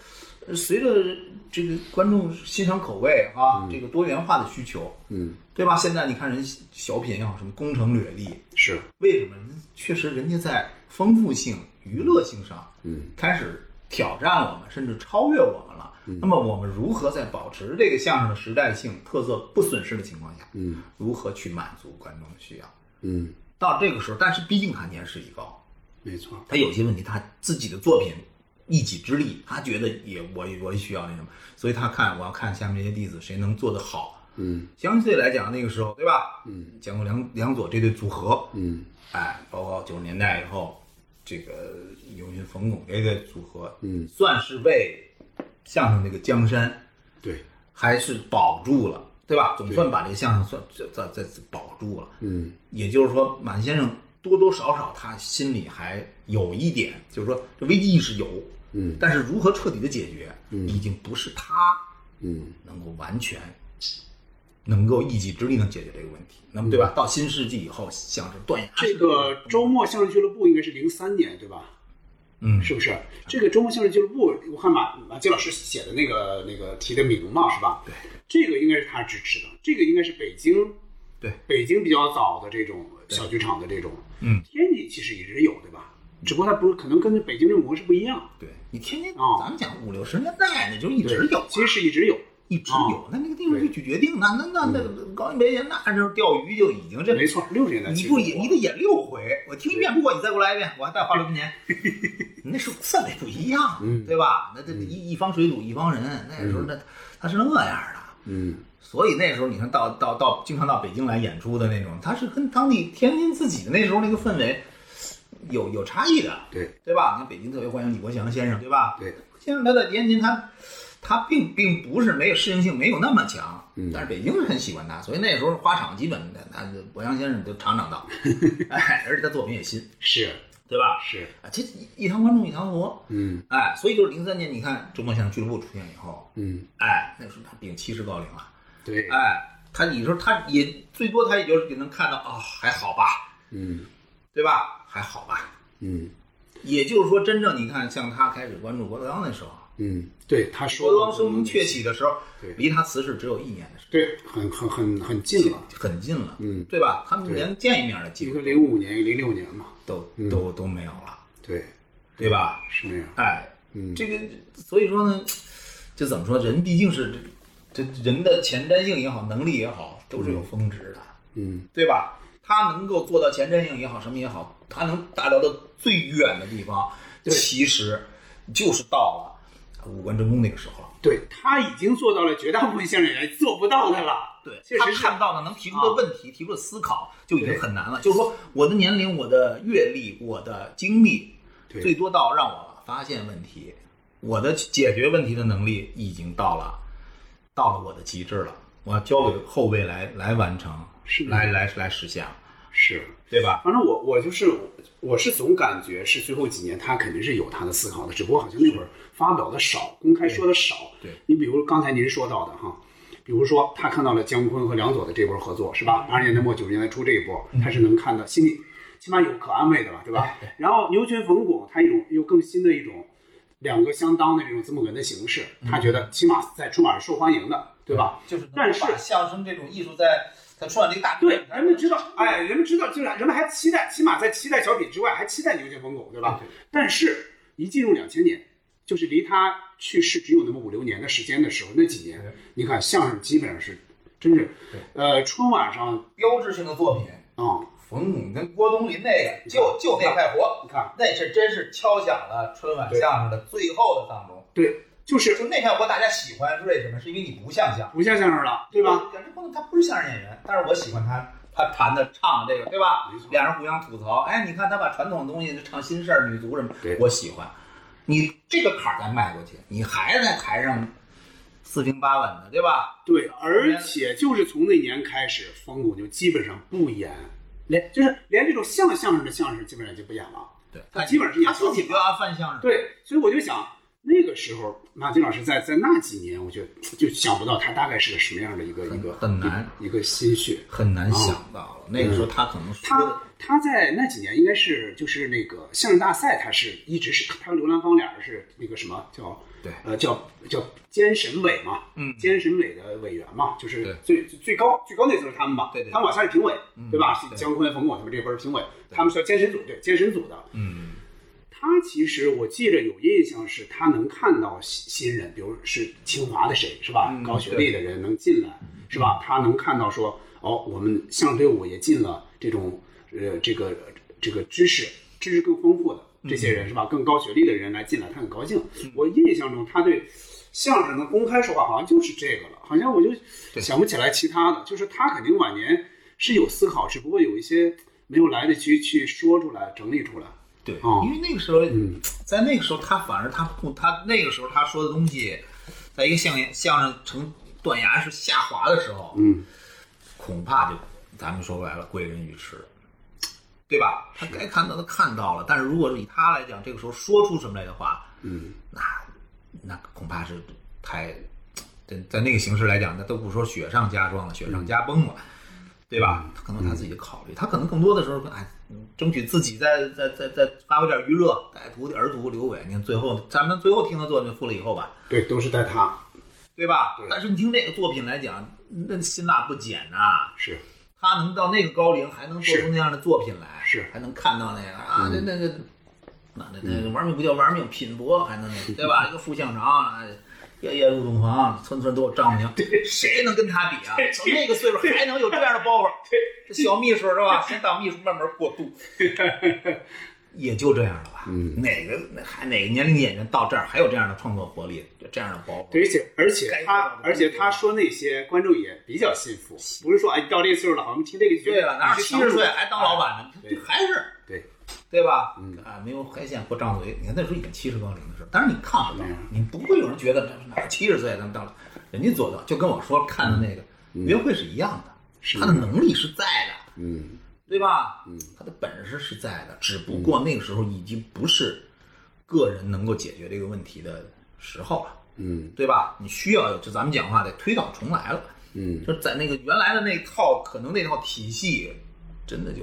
呃随着这个观众欣赏口味啊，这个多元化的需求，嗯，对吧？现在你看人小品也好，什么工程略历，是，为什么？确实人家在丰富性、娱乐性上，嗯，开始挑战我们，甚至超越我们了。嗯那么我们如何在保持这个相声的时代性特色不损失的情况下，嗯如何去满足观众的需要？嗯，到这个时候，但是毕竟他年事已高，没错，他有些问题，他自己的作品一己之力，他觉得也我我也需要那什么，所以他看我要看下面这些弟子谁能做得好。嗯相对来讲，那个时候对吧？嗯，蒋过梁梁左这对组合，嗯哎，包括九十年代以后，这个尤云冯巩这个组合，嗯算是为相声这个江山对，还是保住了对吧？总算把这个相声算再再再保住了。嗯，也就是说，满先生多多少少他心里还有一点，就是说这危机意识有，嗯但是如何彻底的解决，嗯已经不是他嗯能够完全能够一己之力能解决这个问题，那么对吧？到新世纪以后，像是断崖式的这个周末相声俱乐部应该是零三年对吧？嗯是不是？这个周末相声俱乐部，我看马马季老师写的那个那个题的名嘛，是吧？对，这个应该是他支持的，这个应该是北京对北京比较早的这种小剧场的这种，嗯，天津其实一直有对吧？只不过它不是可能跟北京这模式不一样，对你天天哦咱们讲五六十年代，你就一直对有啊，其实是一直有，一直哦有，那那个地方就决定，那那那那高一梅那时候钓鱼就已经这没错，六十年代你其实不有演，你得演六回，我听一遍不过，你再给我来一遍，我还带花轮年。那时候氛围不一样，嗯对吧？那这一一方水土一方人，那时候那他是那样的，嗯所以那时候你看到到到经常到北京来演出的那种，他是跟当地天津自己的那时候那个氛围有有差异的，对对吧？你看北京特别欢迎李国祥先生，对吧？对，先生他在天津他他并并不是没有适应性没有那么强，嗯但是北京人很喜欢他，所以那时候花场基本的那博洋先生都常常 到，哎，而且他作品也新，是对吧？是，啊，这一一堂观众一堂活，嗯哎，所以就是零三年你看中国相声俱乐部出现以后，嗯哎，那时候他病七十高龄了，对，哎，他你说他也最多他也就是能看到啊、还好吧，嗯对吧？还好吧。嗯也就是说，真正你看，像他开始关注郭德纲的时候，啊嗯对他说郭德纲的声名鹊起的时候对，离他辞世只有一年的时对，很很很很近了，间，很近了，嗯对吧？他们连见一面的一机个会零五年，一个零六年嘛，都嗯都都没有了，对，对吧？是那样，哎，嗯这个所以说呢，就怎么说，人毕竟是这这人的前瞻性也好，能力也好，都是有峰值的，嗯对吧？他能够做到前瞻性也好，什么也好，他能达到的最远的地方，其实就是到了五官争功那个时候了。对他已经做到了绝大部分相声演员做不到的了，对，确他实是看到的能提出的问题、提出的思考就已经很难了。就是说，我的年龄、我的阅历、我的经历，对最多到让我发现问题，我的解决问题的能力已经到了，到了我的极致了。我要交给后辈来来完成，是的来来来实现了，是。对吧？反正我我就是我是总感觉是最后几年他肯定是有他的思考的，只不过好像那会儿发表的少，公开说的少。对对你比如刚才您说到的哈，比如说他看到了姜昆和梁左的这波合作是吧？八十年代末九十年代初这一波，嗯他是能看到心里起码有可安慰的了，对哎吧？然后牛群冯巩他一种又更新的一种两个相当的这种字幕文的形式，嗯他觉得起码在春晚是受欢迎的，对吧？就是能但是把相声这种艺术在它春晚这个大 对，人们知道，哎，人们知道，就是人们还期待，起码在期待小品之外，还期待牛群冯巩，对吧？但是，一进入两千年，就是离他去世只有那么五六年的时间的时候，那几年对，你看相声基本上是，真是，呃，春晚上标志性的作品，啊、冯巩跟郭冬临那个就就那快活你，看，那是真是敲响了春晚相声的最后的丧钟。对，就是就那快活大家喜欢是为什么？是因为你不像相声，不像相声了，对吧？？感觉郭冬他不是相声演员，但是我喜欢他。他弹的唱的这个对吧没错？俩人互相吐槽，哎，你看他把传统的东西唱新事儿、女足什么对，我喜欢你这个坎儿再迈过去，你还在台上四平八稳的，对吧？对，而且就是从那年开始，冯巩就基本上不演，连就是连这种像相声的相声，基本上就不演了。对，他基本上是演他自小己品就要犯相声。对，所以我就想，那个时候马季老师在在那几年，我就就想不到他大概是个什么样的一个一个很难一个心血。很难想到了，那个时候他可能说的他他在那几年应该是就是那个相声大赛，他是一直是他和刘兰芳俩人是那个什么叫对呃叫叫监审委嘛，嗯监审委的委员嘛，就对是最最最高最高那层是他们吧，对对对他们往下是评委，对吧？对姜昆、冯巩他们这波是评委，他们是监审组，对监审组的，嗯，他其实我记着有印象是，他能看到新新人，比如是清华的谁是吧，高学历的人能进来是吧？他能看到说，哦，我们相声队伍也进了这种呃这个这个知识知识更丰富的这些人是吧？更高学历的人来进来，他很高兴。我印象中他对相声的公开说法好像就是这个了，好像我就想不起来其他的，就是他肯定晚年是有思考，只不过有一些没有来得及去说出来、整理出来。对，哦因为那个时候，嗯在那个时候，他反而他不，他那个时候他说的东西，在一个相声相声成断崖式下滑的时候，嗯，恐怕就咱们说白了归人于迟，对吧？他该看到的看到了，但是如果是以他来讲，这个时候说出什么来的话，嗯，那那恐怕是太在在那个形式来讲，那都不说雪上加霜了，雪上嗯加崩了。对吧？嗯他可能他自己的考虑，他可能更多的时候，哎，争取自己再再再再发挥点余热，歹徒尔徒刘伟，你看最后咱们最后听他作品《复了以后吧，对，都是在他，对吧？对但是你听这个作品来讲，那辛辣不减呐、是他能到那个高龄，还能做出那样的作品来，是还能看到那个啊，那那个，那那那玩命不叫玩命，拼搏还能那对吧？一个副乡长，哎夜夜入洞房，村村都有丈母娘，谁能跟他比啊？从那个岁数还能有这样的包袱？这小秘书是吧？先当秘书慢慢过渡，也就这样了吧？哪个哪还哪个年龄演员到这儿还有这样的创作活力，就这样的包袱？对，而且而且该他做的而且他说那些观众也比较信服，不是说哎到这岁数了，好像听这个就对了，哪有你是七强十主岁还当老板呢？对还是。对，对吧？啊，没有海鲜或张嘴，你看那时候已经七十高龄的时候，但是你看不到，你不会有人觉得这哪七十岁咱们到了，人家做到，就跟我说看的那个约会是一样的，他的能力是在的，嗯对吧？他的本事是在的，只不过那个时候已经不是个人能够解决这个问题的时候了，嗯对吧？你需要有，就咱们讲话得推倒重来了，嗯就是在那个原来的那套，可能那套体系，真的就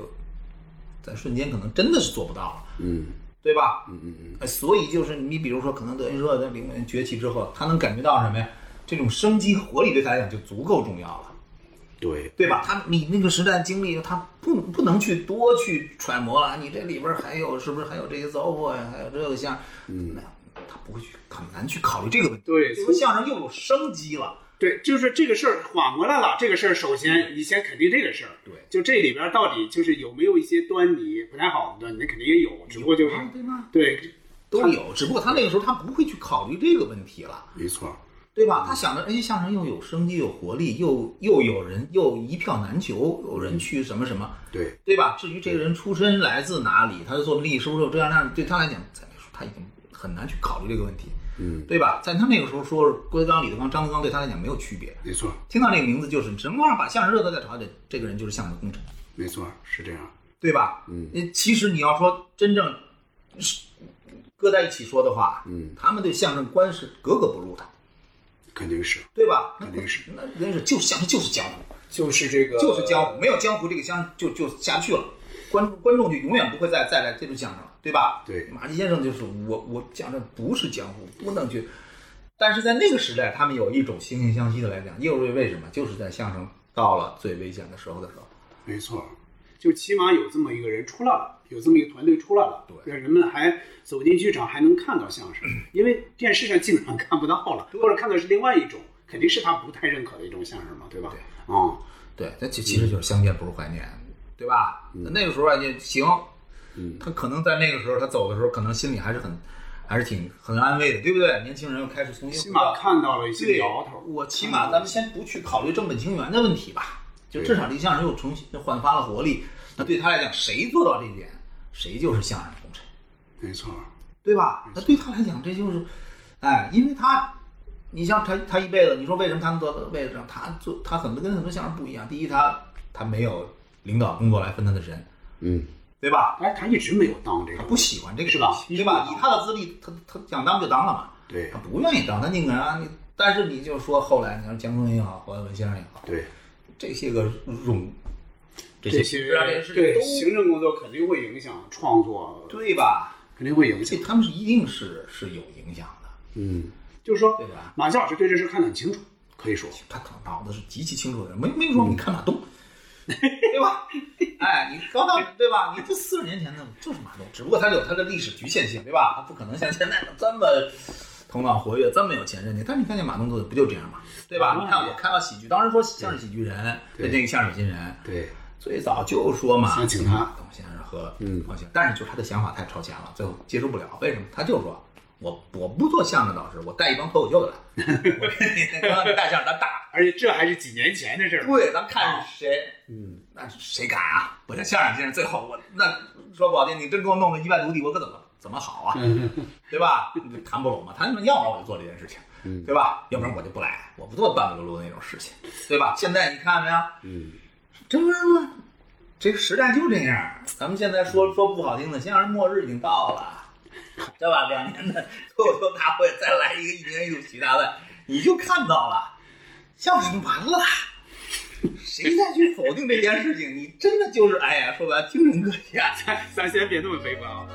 在瞬间可能真的是做不到了，嗯对吧？嗯嗯呃，所以就是你比如说，可能德云社在灵魂崛起之后，他能感觉到什么呀？这种生机活力对他来讲就足够重要了，对对吧？他你那个时代经历，他不不能去多去揣摩了。你这里边还有是不是还有这些糟粕呀？还有这个像，嗯，他不会去很难去考虑这个问题。对这个相声又有生机了，对，就是这个事儿缓过来了。这个事儿首先你先肯定这个事儿，嗯对就这里边到底就是有没有一些端倪不太好的端倪，那肯定也有，只不过就是啊对吗？对都有，只不过他那个时候他不会去考虑这个问题了，嗯，没错，对吧？他想着，哎，相声又有生机，又有活力，又又有人，又一票难求，有人去什么什么，对，对吧？至于这个人出身来自哪里，他的做历史是不是有这样那样，对他来讲，在那时候他已经很难去考虑这个问题，嗯对吧？在他那个时候说郭德纲、李德纲、张德纲对他来讲没有区别，没错听到这个名字就是什么玩意儿把相声热度再炒起来，这个人就是相声工程。没错，是这样，对吧？嗯呃，其实你要说真正是搁在一起说的话，嗯他们对相声观是格格不入的，肯定是，对吧？那肯定是，那那是就相声就是江湖，就是这个，就是江湖，没有江湖这个相声就就下去了，观众观众就永远不会再再来接触相声了，对吧？对马季先生就是我我相声不是江湖，不能去。但是在那个时代，他们有一种惺惺相惜的来讲，又是为什么？就是在相声到了最危险的时候的时候，没错，就起码有这么一个人出来了，有这么一个团队出来了，对让人们还走进剧场还能看到相 声，因为电视上基本上看不到了，或者看到是另外一种，肯定是他不太认可的一种相声嘛，对吧？对，啊、对，那其其实就是相见不如怀念，对吧？那个时候啊，也行，他可能在那个时候他走的时候，可能心里还是很，还是挺很安慰的，对不对？年轻人又开始重新啊起回到码看到了一些对苗头，嗯我起码咱们先不去考虑正本清源的问题吧，就至少这相声又重新焕发了活力。那对他来讲，谁做到这一点，谁就是相声功臣。没错，对吧？那对他来讲，这就是，哎，因为他，你像他，他一辈子，你说为什么他能坐到位置上？他做他很多跟很多相声不一样。第一，他他没有领导工作来分他的人，嗯对吧？哎，他一直没有当这个他，不喜欢这个是吧东西对吧？以他的资历，他他想当就当了嘛，对他不愿意当，他宁肯让你。但是你就说后来，你像姜昆也好，黄文先生也好，对，这些个冗，这这些些让这些事对情行政工作肯定会影响创作，都对吧？肯定会影这响。他们是一定是是有影响的，嗯就是说对啊吧，马季老师对这事看得很清楚，可以说他可能脑子是极其清楚的人，没没说你看马东，嗯 对吧？哎，你高到对吧？你这四十年前的就是马东，只不过他有他的历史局限性，对吧？他不可能像现在的这么头脑活跃，这么有前瞻性。但是你看见马东做的不就这样吗？对吧？嗯你看我看到喜剧，当时说相声喜剧人，对对这个相声新人，对，最早就说嘛，想请他马东先生和嗯高先生，但是就是他的想法太超前了，最后接受不了。为什么？他就说。我我不做相声导师，我带一帮脱口秀的来，我跟你刚刚大相声咱打，而且这还是几年前的事儿。对，咱看是谁，嗯，那谁敢啊？我这相声先生最后我那说不好听，你真给我弄个一败涂地，我可怎么怎么好啊？对吧？谈不拢嘛，谈不拢，要不然我就做这件事情，对吧？要不然我就不来。我不做半不溜溜那种事情，对吧？现在你看没有，嗯，这不是吗？这个时代就这样。咱们现在说说不好听的，相声末日已经到了，对吧？两年的 脱口秀大会，再来一个一年一度喜剧大赛，你就看到了，相声完了。谁再去否定这件事情，你真的就是哎呀，说白了，精神割下。咱 咱先别那么悲观啊。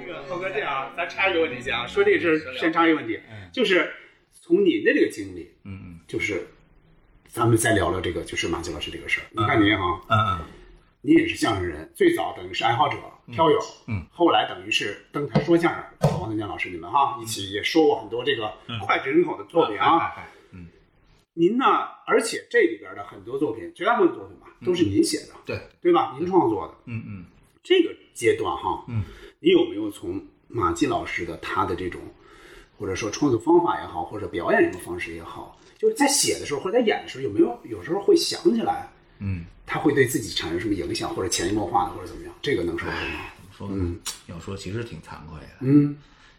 那个浩哥，这样啊，咱插一个问题先啊，说这个事儿先插一个问题，就是从您的这个经历，嗯就是咱们再聊聊这个，就是马季老师这个事儿。你看您哈，嗯嗯您也是相声人，最早等于是爱好者、飘友，嗯，后来等于是登台说相声，和王德江老师你们哈一起也说过很多这个脍炙人口的作品啊。嗯，您呢，而且这里边的很多作品，绝大部分作品吧，都嗯是您写的，对，对吧？您创作的嗯嗯这个阶段哈，嗯，你有没有从马季老师的他的这种，或者说创作方法也好，或者表演什么方式也好，就是在写的时候或者在演的时候，有没有有时候会想起来？嗯，他会对自己产生什么影响，或者潜移默化的，或者怎么样？这个能说说吗？哎说要说其实挺惭愧的，嗯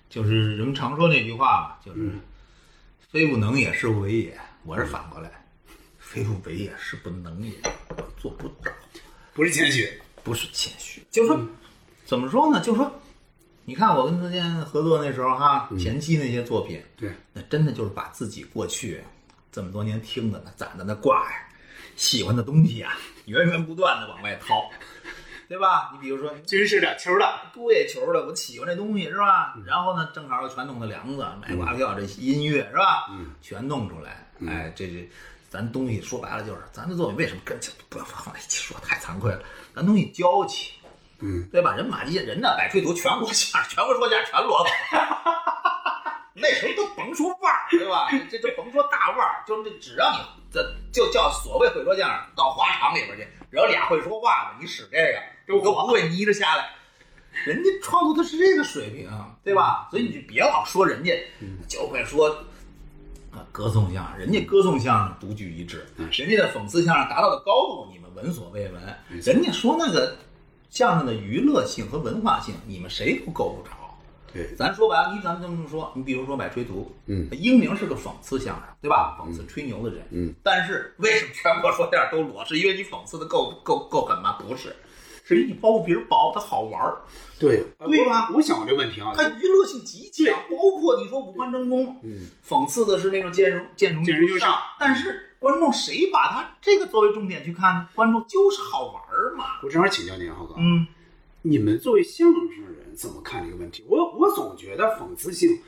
就是人们常说那句话嘛，就是嗯“非不能也，是不为也”。我是反过来，“非不为也，是不能也”，我做不到，，不是谦 虚，不是谦虚，就是说，怎么说呢？就是说，你看我跟自健合作那时候哈，前期那些作品，对，那真的就是把自己过去这么多年听的、攒的那挂呀、喜欢的东西啊，源源不断的往外掏，对吧？你比如说，军事的、球的，对球的，我喜欢这东西是吧？嗯然后呢，正好有传统的梁子，买挂票，这音乐是吧？嗯，全弄出来。哎，这这，咱东西说白了就是，咱的作品为什么跟不要放在一起说，太惭愧了。咱东西娇气，嗯，对吧？人马季人呢，百吹图全国相声， 全国说相声全罗走了。 那时候都甭说腕儿，对吧？这这甭说大腕儿，就是这只让你这就叫所谓会说相声，到花场里边去，只要俩会说话的，你使这个都不会捏着下来。人家创作的是这个水平，对吧？所以你就别老说人家嗯就会说啊歌颂相声，人家歌颂相声独具一帜，嗯人家的讽刺相声达到的高度，你们闻所未闻。人家说那个相声的娱乐性和文化性，你们谁都够不着。对，咱说白了，你咱们这么说，你比如说买吹图，嗯，英明是个讽刺相声，对吧？讽刺吹牛的人，嗯，但是为什么全国说相声都裸？是因为你讽刺的够够够狠吗？不是，是因为你包袱皮儿薄，它好玩儿，对，对吧我我想过这问题啊，它娱乐性极强，包括你说五官争功，嗯，讽刺的是那种见容见容见容就就上上，但是观众谁把它这个作为重点去看呢？观众就是好玩儿嘛，我正好请教您，浩哥，嗯。你们作为相声人怎么看这个问题？我我总觉得讽刺性，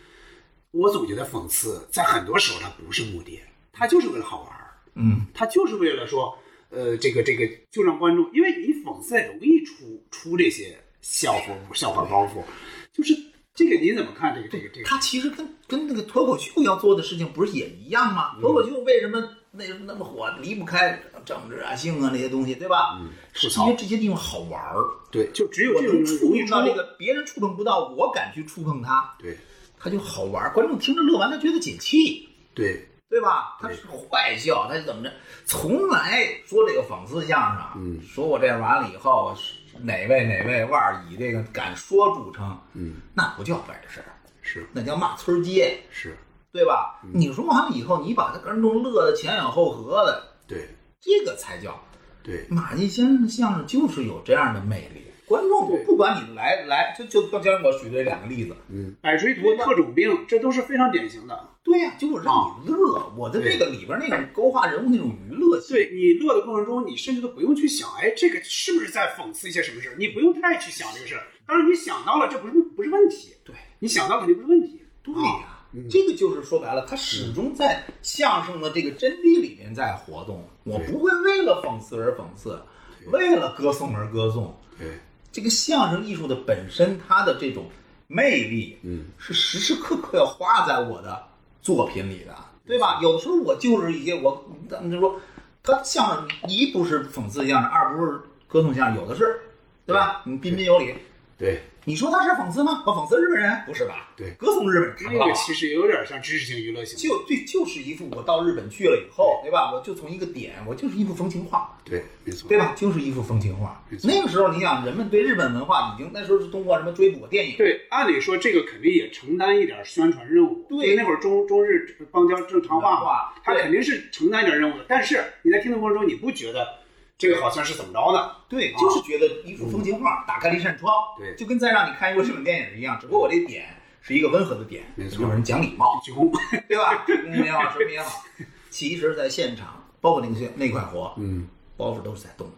我总觉得讽刺在很多时候它不是目的，它就是为了好玩儿，嗯它就是为了说，呃，这个这个就让观众，因为你讽刺容易出出这些笑话笑话包袱，就是这个您怎么看这个这个这个？他其实跟跟那个脱口秀要做的事情不是也一样嗯吗？脱口秀为什么那那么火，离不开政治啊、性啊那些东西，对吧？嗯吐是槽因为这些地方好玩儿，对，就只有我这能种人触容易碰到出这个别人触碰不到，我敢去触碰它，对它就好玩儿。观众听着乐完，他觉得解气，对，对吧？他是坏笑，他是怎么着？从来说这个讽刺相声啊，嗯说我这完了以后，哪位哪位腕儿以这个敢说著称，嗯，那不叫本事，是嗯那叫骂村儿街。是，对吧？你说完了以后，你把这观众乐得前仰后合的，对这个才叫对马季先生的相声就是有这样的魅力。观众对不管你来来，就就刚才我举这两个例子，百锤图、特种兵，这都是非常典型的。对呀、就我让你乐，我的这个里边那种勾画人物那种娱乐性，对你乐的过程中，你甚至都不用去想，哎，这个是不是在讽刺一些什么事儿？你不用太去想这个事儿。当然，你想到了，这不是不是问题。对你想到肯定不是问题。啊对呀、啊嗯这个就是说白了，他始终在相声的这个真谛里面在活动。我不会为了讽刺而讽刺，为了歌颂而歌颂，对，这个相声艺术的本身，它的这种魅力，嗯，是时时刻刻要花在我的作品里的，对吧？有的时候我就是一些我，咱们就说，他相声一嗯不是讽刺相声，二不是歌颂相声，有的是，对吧？你彬彬有礼，对，你说他是讽刺吗？我讽刺日本人？不是吧？对歌颂日本人谈不那到个啊。其实有点像知识性娱乐性，就对，就是一副我到日本去了以后，对吧？我就从一个点，我就是一幅风情画，对，没错，对？吧？啊就是一幅风情画没。错那个时候，你想，人们对日本文化已经那时候是通过什么追捕电影，对，按理说这个肯定也承担一点宣传任务。对因为那会儿中中日邦交正常化文化嘛，他对肯定是承担一点任务的。但是你在听的过程中，你不觉得这个好像是怎么着呢？对，啊就是觉得一幅风情画，打开了一扇窗，嗯对就跟再让你看一部日本电影一样，只不过我这点是一个温和的点，没错有人讲礼貌，鞠躬， 对吧？鞠躬也好，什么也好，其实，在现场，包括那个那块活，嗯，包袱都是在动的。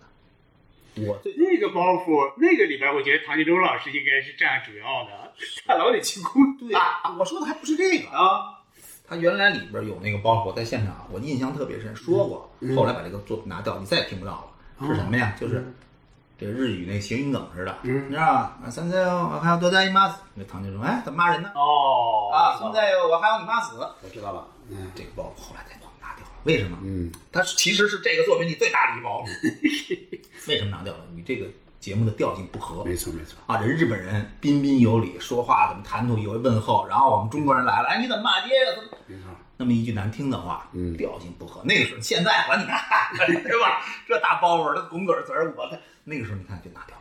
我最那个包袱，那个里边，我觉得唐季周老师应该是占主要 的，他老得鞠躬，对啊，我说的还不是这个，啊，他原来里边有那个包袱，我在现场我印象特别深，说过，后来把这个做拿掉，你再也听不到了。是什么呀？就是这日语那谐音梗似的，你知道吧？啊，三三哦我还要多加一妈死，那唐就说，哎，怎么骂人呢？哦，啊，现在我还要你妈死，我知道了，嗯这个包袱后来才把拿掉了。为什么？嗯，它是其实是这个作品里最大的一包 袱。为什么拿掉了？与这个节目的调性不合。没错没错，啊，人日本人彬彬有礼，说话怎么谈吐有问候，然后我们中国人来了，哎，你怎么骂街呀、怎么？没错，那么一句难听的话，嗯调性不合。那个时候，现在管你呢， 对吧？这大包袱，这滚滚词儿，我的那个时候你看就拿掉。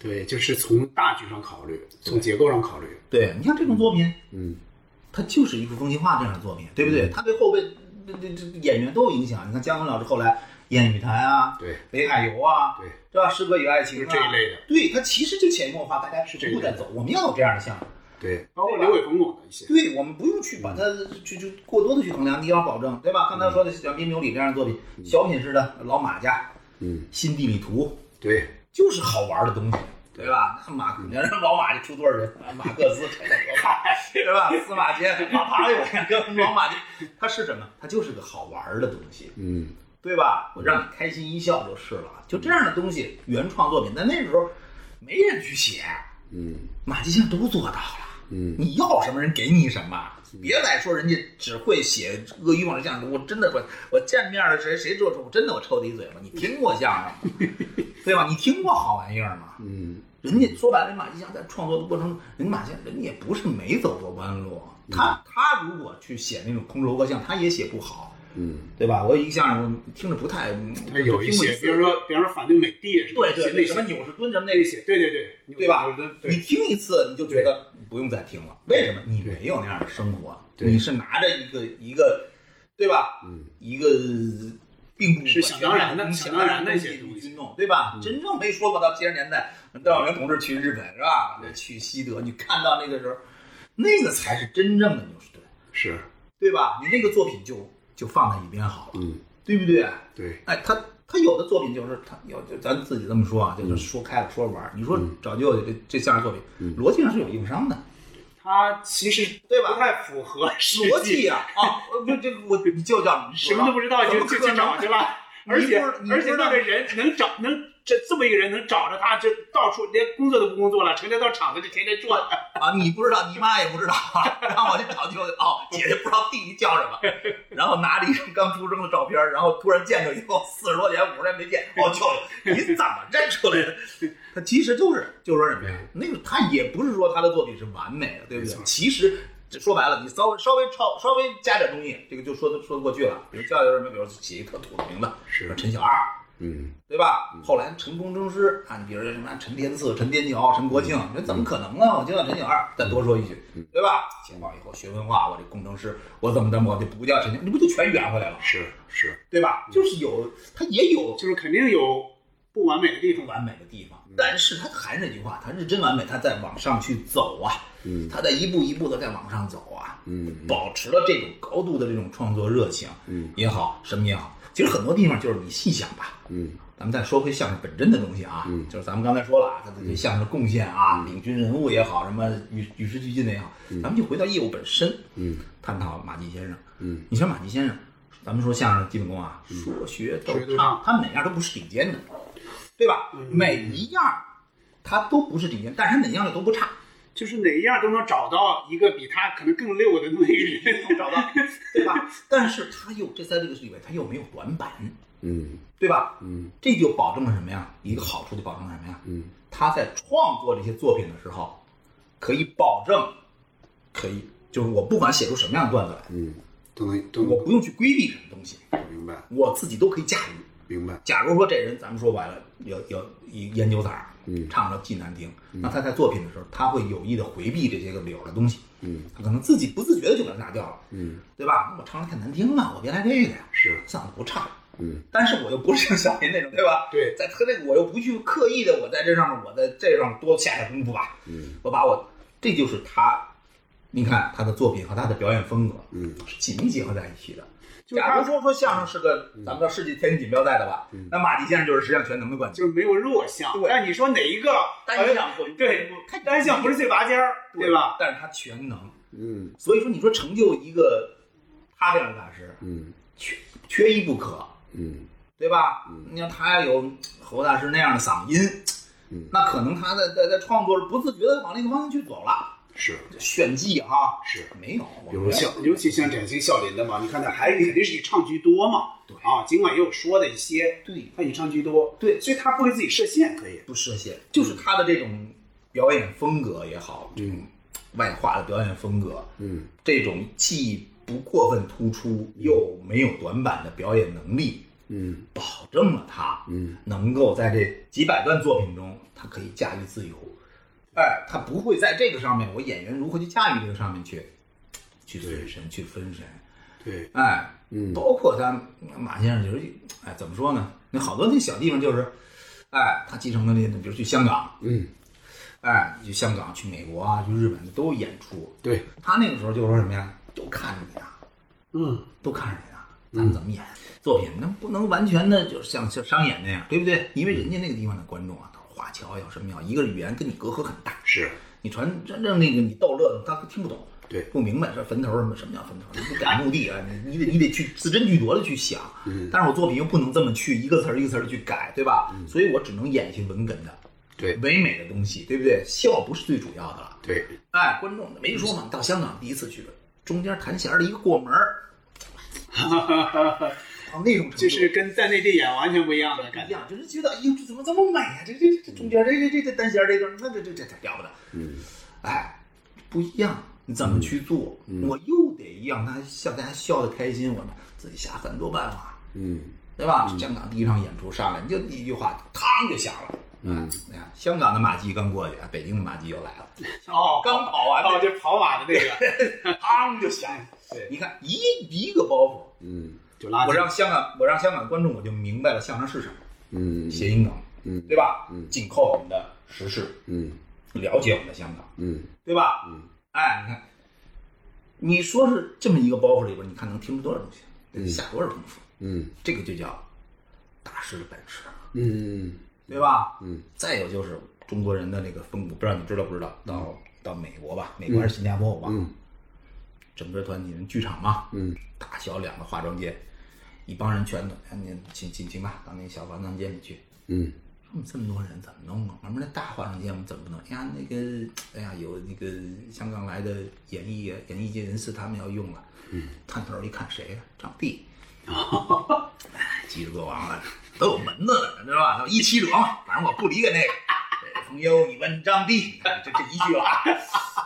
对，就是从大局上考虑，从结构上考虑，对，啊你像这种作品，嗯，它就是一幅风情画这样的作品，对不对？它对后辈这这这演员都有影响。你看姜文老师后来《燕语台》啊，对北海游》啊，对，对吧？《诗歌与爱情》就是这一类的啊，对，它其实就潜移默化，大家是这一逐步类的在走。我们要有这样的项目。对，包括刘伟冯巩的一些，对，我们不用去把它去去过多的去衡量，你要保证，对吧？刚才说的像《彬彬有礼》这样的作品，小品式的《老马家》嗯，《新地理图对，》，就是好玩的东西，对吧？那马，你看 老马这出多少人？马克思、柴可夫斯基，对吧？司马杰、马爬有老马这，它是什么？它就是个好玩的东西，嗯，对吧？我让你开心一笑就是了。就这样的东西，原创作品，但那时候没人去写，嗯，马季现在都做到了。嗯，你要什么人给你什么，别再说人家只会写阿谀奉承相声。我真的我我见面了谁谁做出，我真的我抽他一嘴巴。你听过相声吗？对吧？你听过好玩意儿吗？嗯，人家说白了，人马季祥在创作的过程中，人马季祥人家也不是没走过弯路。他他如果去写那种空头合相，他也写不好，嗯。对吧？我有一个相声我听着不太，嗯他有一些，比听如不说，比如说反对美帝什么对对那对，什么些扭是蹲什么那那个些，对对对，对吧有的？你对，听一次你就觉得不用再听了，为什么？你没有那样的生活，对你是拿着一个一个，对吧？嗯，一个并不是想当然的想想当当然然的的一些东东西西去弄，对吧？真正没说过到七十年代，邓小平同志去日本是吧？去西德，你看到那个时候，那个才是真正的牛士顿，是，对吧？你那个作品就就放在一边好了，嗯，对不对？对，哎，他他有的作品就是他有，就咱自己这么说啊，就是说开了说着玩儿。你说找舅舅这这相声作品，逻辑上是有硬伤的，他其实对吧不太符合实逻际，辑啊啊，我不这个我你舅舅你什么都不知道怎就么就可去能找去 了，你而且不是你而不且知道那个人能找能这这么一个人能找着他，就到处连工作都不工作了，成天到厂子就天天 转，啊，你不知道，你妈也不知道，啊然后我就找舅舅，哦，姐姐不知道弟弟叫什么，然后拿着一张刚出生的照片，然后突然见着以后，四十多年、五十年没见，哦，舅舅，你怎么认出来的？ 他其实就是，就说什么呀？那个他也不是说他的作品是完美的，对不对没？错其实这说白了，你稍微稍微超稍微加点东西，这个就说得说得过去了。比如教育什么，比如起一个特土的名字，是陈小二，嗯，对吧？后来成功争师啊，你比如说什么陈天赐、陈天桥、陈国庆，这怎么可能呢？我就叫陈小二。再多说一句，对吧？解放以后学文化，我这工程师，我怎么怎么，我就不叫陈天，你不就全圆回来了，是是，对吧？就是有，他也有就是肯定有不完美的地不方吧，完美的地方，但是他还是那句话，他是真完美，他在往上去走啊，嗯他在一步一步的在往上走啊，保持了这种高度的这种创作热情，也好，什么也好，其实很多地方就是你细想吧，咱们再说回相声本真的东西啊，嗯就是咱们刚才说了啊，他对相声的贡献啊，领军人物也好，什么与与时俱进的也好，咱们就回到业务本身，嗯，探讨马季先生，嗯，你像马季先生，咱们说相声基本功啊，说学逗学唱逗唱，他每样都不是顶尖的，对吧？嗯每一样他都不是顶尖，但是他哪样的都不差，就是哪一样都能找到一个比他可能更溜的那么一个人，找到，对吧？但是他又这在这个里面他又没有短板，嗯对吧？嗯这就保证了什么呀？一个好处就保证了什么呀？嗯，他在创作这些作品的时候，可以保证，可以就是我不管写出什么样的段子来，嗯，都能都我能不用去规避什么东西，明白我自己都可以驾驭。明白，假如说这人，咱们说白了，有有研究他，嗯唱的既难听，那他在作品的时候，他会有意的回避这些个理儿的东西，嗯，他可能自己不自觉的就给它拿掉了，嗯，对吧？那我唱的太难听了，我别来这个呀，是嗓子不差，嗯，但是我又不是像小林那种，对吧？对在他这个我又不去刻意的，我在这上面我在这上多下下功夫吧，嗯，我把我这就是他，你看他的作品和他的表演风格，嗯，是紧密结合在一起的。就是假他嗯如说说相声是个咱们叫世界天津锦标赛的吧，那马季先生就是十项全能的冠军。就是没有弱项。对但你说哪一个哎单项不对他单项不是最拔尖儿，对吧？？但是他全能，嗯所以说你说成就一个他这样的大师，嗯缺缺一不可，嗯对吧？你像他有侯大师那样的嗓音，嗯那可能他在在在创作不自觉的往那个方向去走了，是炫技哈是。没有，我有们效像尤其像典型笑林的嘛，你看他还肯定是以唱居多嘛，对啊，尽管也有说的一些，对他以唱居多，对所以他不给自己设限，可以，不设限，就是他的这种表演风格也好，这种外化的表演风格，嗯这种既不过分突出又没有短板的表演能力，嗯保证了他嗯能够在这几百段作品中，他可以驾驭自由。哎，他不会在这个上面，我演员如何去驾驭这个上面去，去分神，去分神。对，哎，嗯包括他马先生就是，哎，怎么说呢？那好多那小地方就是，哎，他继承的那，比如去香港，嗯，哎，去香港、去美国啊、去日本都有演出。对，他那个时候就说什么呀？都看着你啊，嗯，都看着你啊，咱们怎么演、作品，能不能完全的就像像商演那样，对不对？因为人家那个地方的观众啊，他华侨也好什么也好，一个语言跟你隔阂很大，是你传真正那个你逗乐，他听不懂，对不明白说坟头什么什么叫坟头，你不改墓地啊，你你得你得去字斟句酌的去想，但是我作品又不能这么去一个词儿一个词儿地去改，对吧？所以我只能演一些文哏的。对唯美的东西，对不对？笑不是最主要的了。对，哎，观众没说嘛，到香港第一次去，中间弹弦儿的一个过门儿，到那种程度，就是跟在内地演完全不一样的感一觉，样，就是觉得哎呦，这怎么这么美啊？这这这中间这这这这单弦这段，那这这这这了不得。嗯，哎，不一样，你怎么去做？嗯我又得让他笑，大家笑得开心，我们自己想很多办法，嗯对吧？香港第一场演出上来，你就第一句话，嘡就响了。嗯哎呀，香港的马季刚过去，北京的马季又来了，哦刚跑完哦，了，就跑马的那个 嘡就响了。对你看一一个包袱，嗯就我拉近，让香港，我让香港观众我就明白了相声是什么，嗯谐音梗，嗯对吧？嗯紧扣我们的时事，嗯了解我们的香港，嗯对吧？嗯，哎，你看，你说是这么一个包袱里边，你看能听出多少东西，得下多少功夫，嗯这个就叫大师的本事，嗯对吧？嗯。再有就是中国人的那个风骨，不知道你知道不知道？到到美国吧，美国还是新加坡，我忘了嗯。整个团体人剧场嘛，嗯大小两个化妆间，一帮人全都，哎，您请请请吧，到那小化妆间里去。嗯说我们这么多人怎么弄啊？我们那大化妆间我们怎么不弄？哎呀，那个，哎呀，有那个香港来的演艺啊演艺界人士，他们要用了。嗯，探头一看谁呀、张帝。哎，记住国王了，都有门子了，知道吧？一七者嘛，反正我不理解那个。北风幽，你问张帝，你看这这一句啊，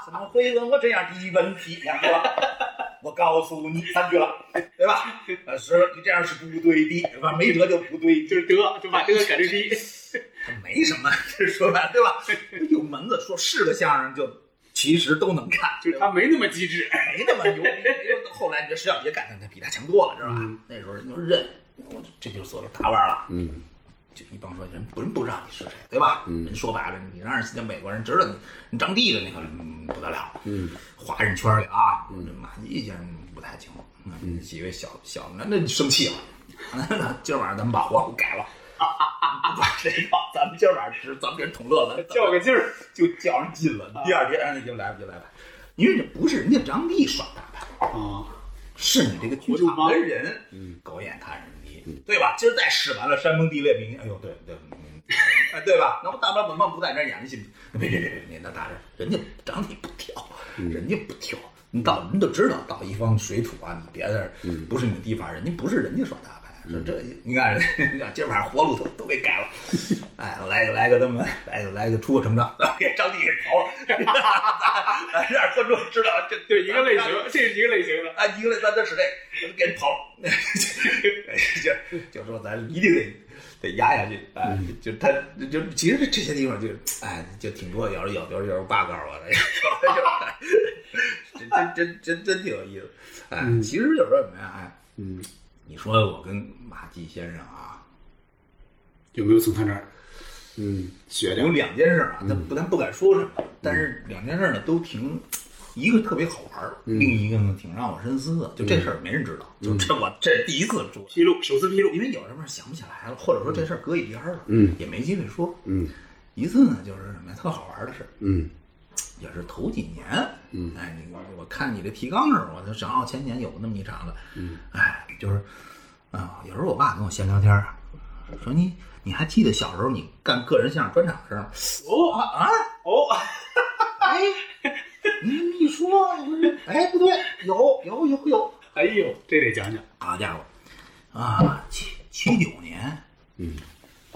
怎么会问我这样的问题？两句了，我告诉你三句了，对吧？呃，是你这样是不对的，对吧？没辙就不对，就是得就把这个改 成低，他没什么， 这说白了对吧？有门子说是个相声就其实都能看，就是他没那么 机智，没那么牛逼。没有后来你这石小杰干的他比他强多了，知道吧？嗯那时候人就认，我这就是所谓大腕儿了。嗯就一帮说人不人不知道你是谁，对吧？人说白了，你让人家美国人知道你你张帝的那个、嗯、不得了。嗯，华人圈里啊，这马季先生不太清楚，那几位小小那那生气了，那今儿晚上咱们把活给改了。 不管谁到，咱们今儿晚上吃，咱们给人捅乐 了，较个劲儿， 就较上劲了。第二天，哎，就来吧，就来吧。因为这不是人家张帝耍大牌，啊，是你这个剧场的人，嗯，狗眼看人低，对吧？今儿再使完了山崩地裂，明天，哎呦，对对，嗯哎，对吧？那不大不了本棒不在这儿演了，信不信？别别别别，那大事，人家张帝不挑，人家不挑，你到人都知道，到一方水土啊，你别在这儿，不是你的地方，人家不是人家耍大牌，说这你看人家 今儿晚上活路都都给改了，哎，来个来个他妈来个来个出口成章， 给张帝给刨了， 咱让观众知道这 对一个类 型，这是一个类型的。啊，一个类咱都使这个，给人刨了， 就 就说咱一定得得压下去，哎，就他就其实这些地方就哎就挺多，有时有有有 bug 啊， 这真真真真挺有意思，哎，其实有时候什么呀，哎。嗯，你说我跟马季先生啊，有没有从他这儿嗯，学有两件事啊，咱不咱不敢说什么，但是两件事呢都挺，一个特别好玩儿，另一个呢挺让我深思的。就这事儿没人知道，就这我这是第一次说，披露，首次披露？因为有什么想不起来了，或者说这事儿搁一边儿了，嗯，也没机会说。嗯，一次呢就是什么呀，特好玩儿的事儿，嗯，也是头几年，嗯，哎，你我看你这提纲时候，我就想哦，前年有那么一场子，嗯，哎，就是，啊、有时候我爸跟我闲聊天儿，说你你还记得小时候你干个人相声专场时候吗？哦啊啊，哦，哎，你这么一说，我说哎不对，有有有有，哎呦，这得讲讲。好家伙，啊七七九年，嗯，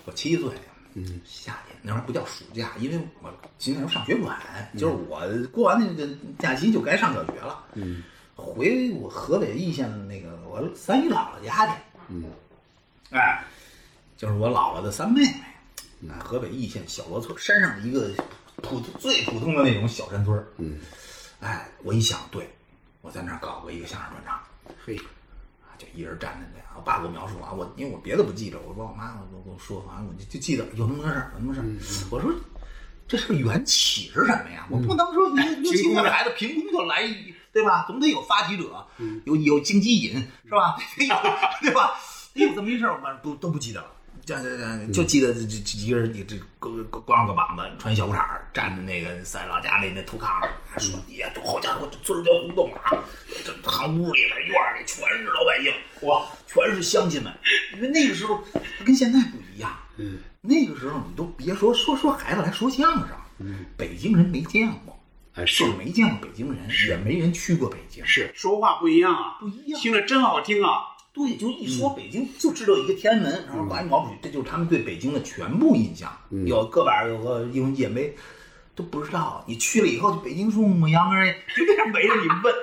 我七岁，嗯，夏天那会儿不叫暑假，因为我其实那时候上学晚，就是我过完那个假期就该上小学了，嗯，回我河北易县的那个我三姨姥姥家去，嗯，哎，就是我姥姥的三妹嗯妹，哎，河北易县小罗村山上的一个普最普通的那种小山村儿，嗯，哎，我一想，对，我在那儿搞过一个相声专场。嘿，啊，就一人站在那。我爸给我描述啊，我因为我别的不记着，我说我妈我跟我说，反正我就就记得有那么个事儿，有那么个事儿。嗯我说这是缘起是什么呀？我不能说你六七岁的孩子凭空就来一，对吧？总得有发起者，有有经济瘾是吧？ 得有对吧？得有这么一事儿，我们不都不记得了。这这这就记得这这这一个人，你这光光着个膀子，穿小裤衩儿站在那个三老家那那土炕上，说：“哎呀，这好家伙，这村儿叫胡同啊，这堂屋里边院儿里全是老百姓，哇，全是乡亲们。因为那个时候跟现在不一样，嗯，那个时候你都别说说说孩子来说相声，北京人没见过，哎是没见过北京人，也没人去过北京，是说话不一样啊，不一样。听着真好听啊。对，就一说北京就知道一个天安门，然后八一毛主席，这就是他们对北京的全部印象。有个把有个英文也没都不知道。你去了以后，就北京父母洋人就这样围着你问，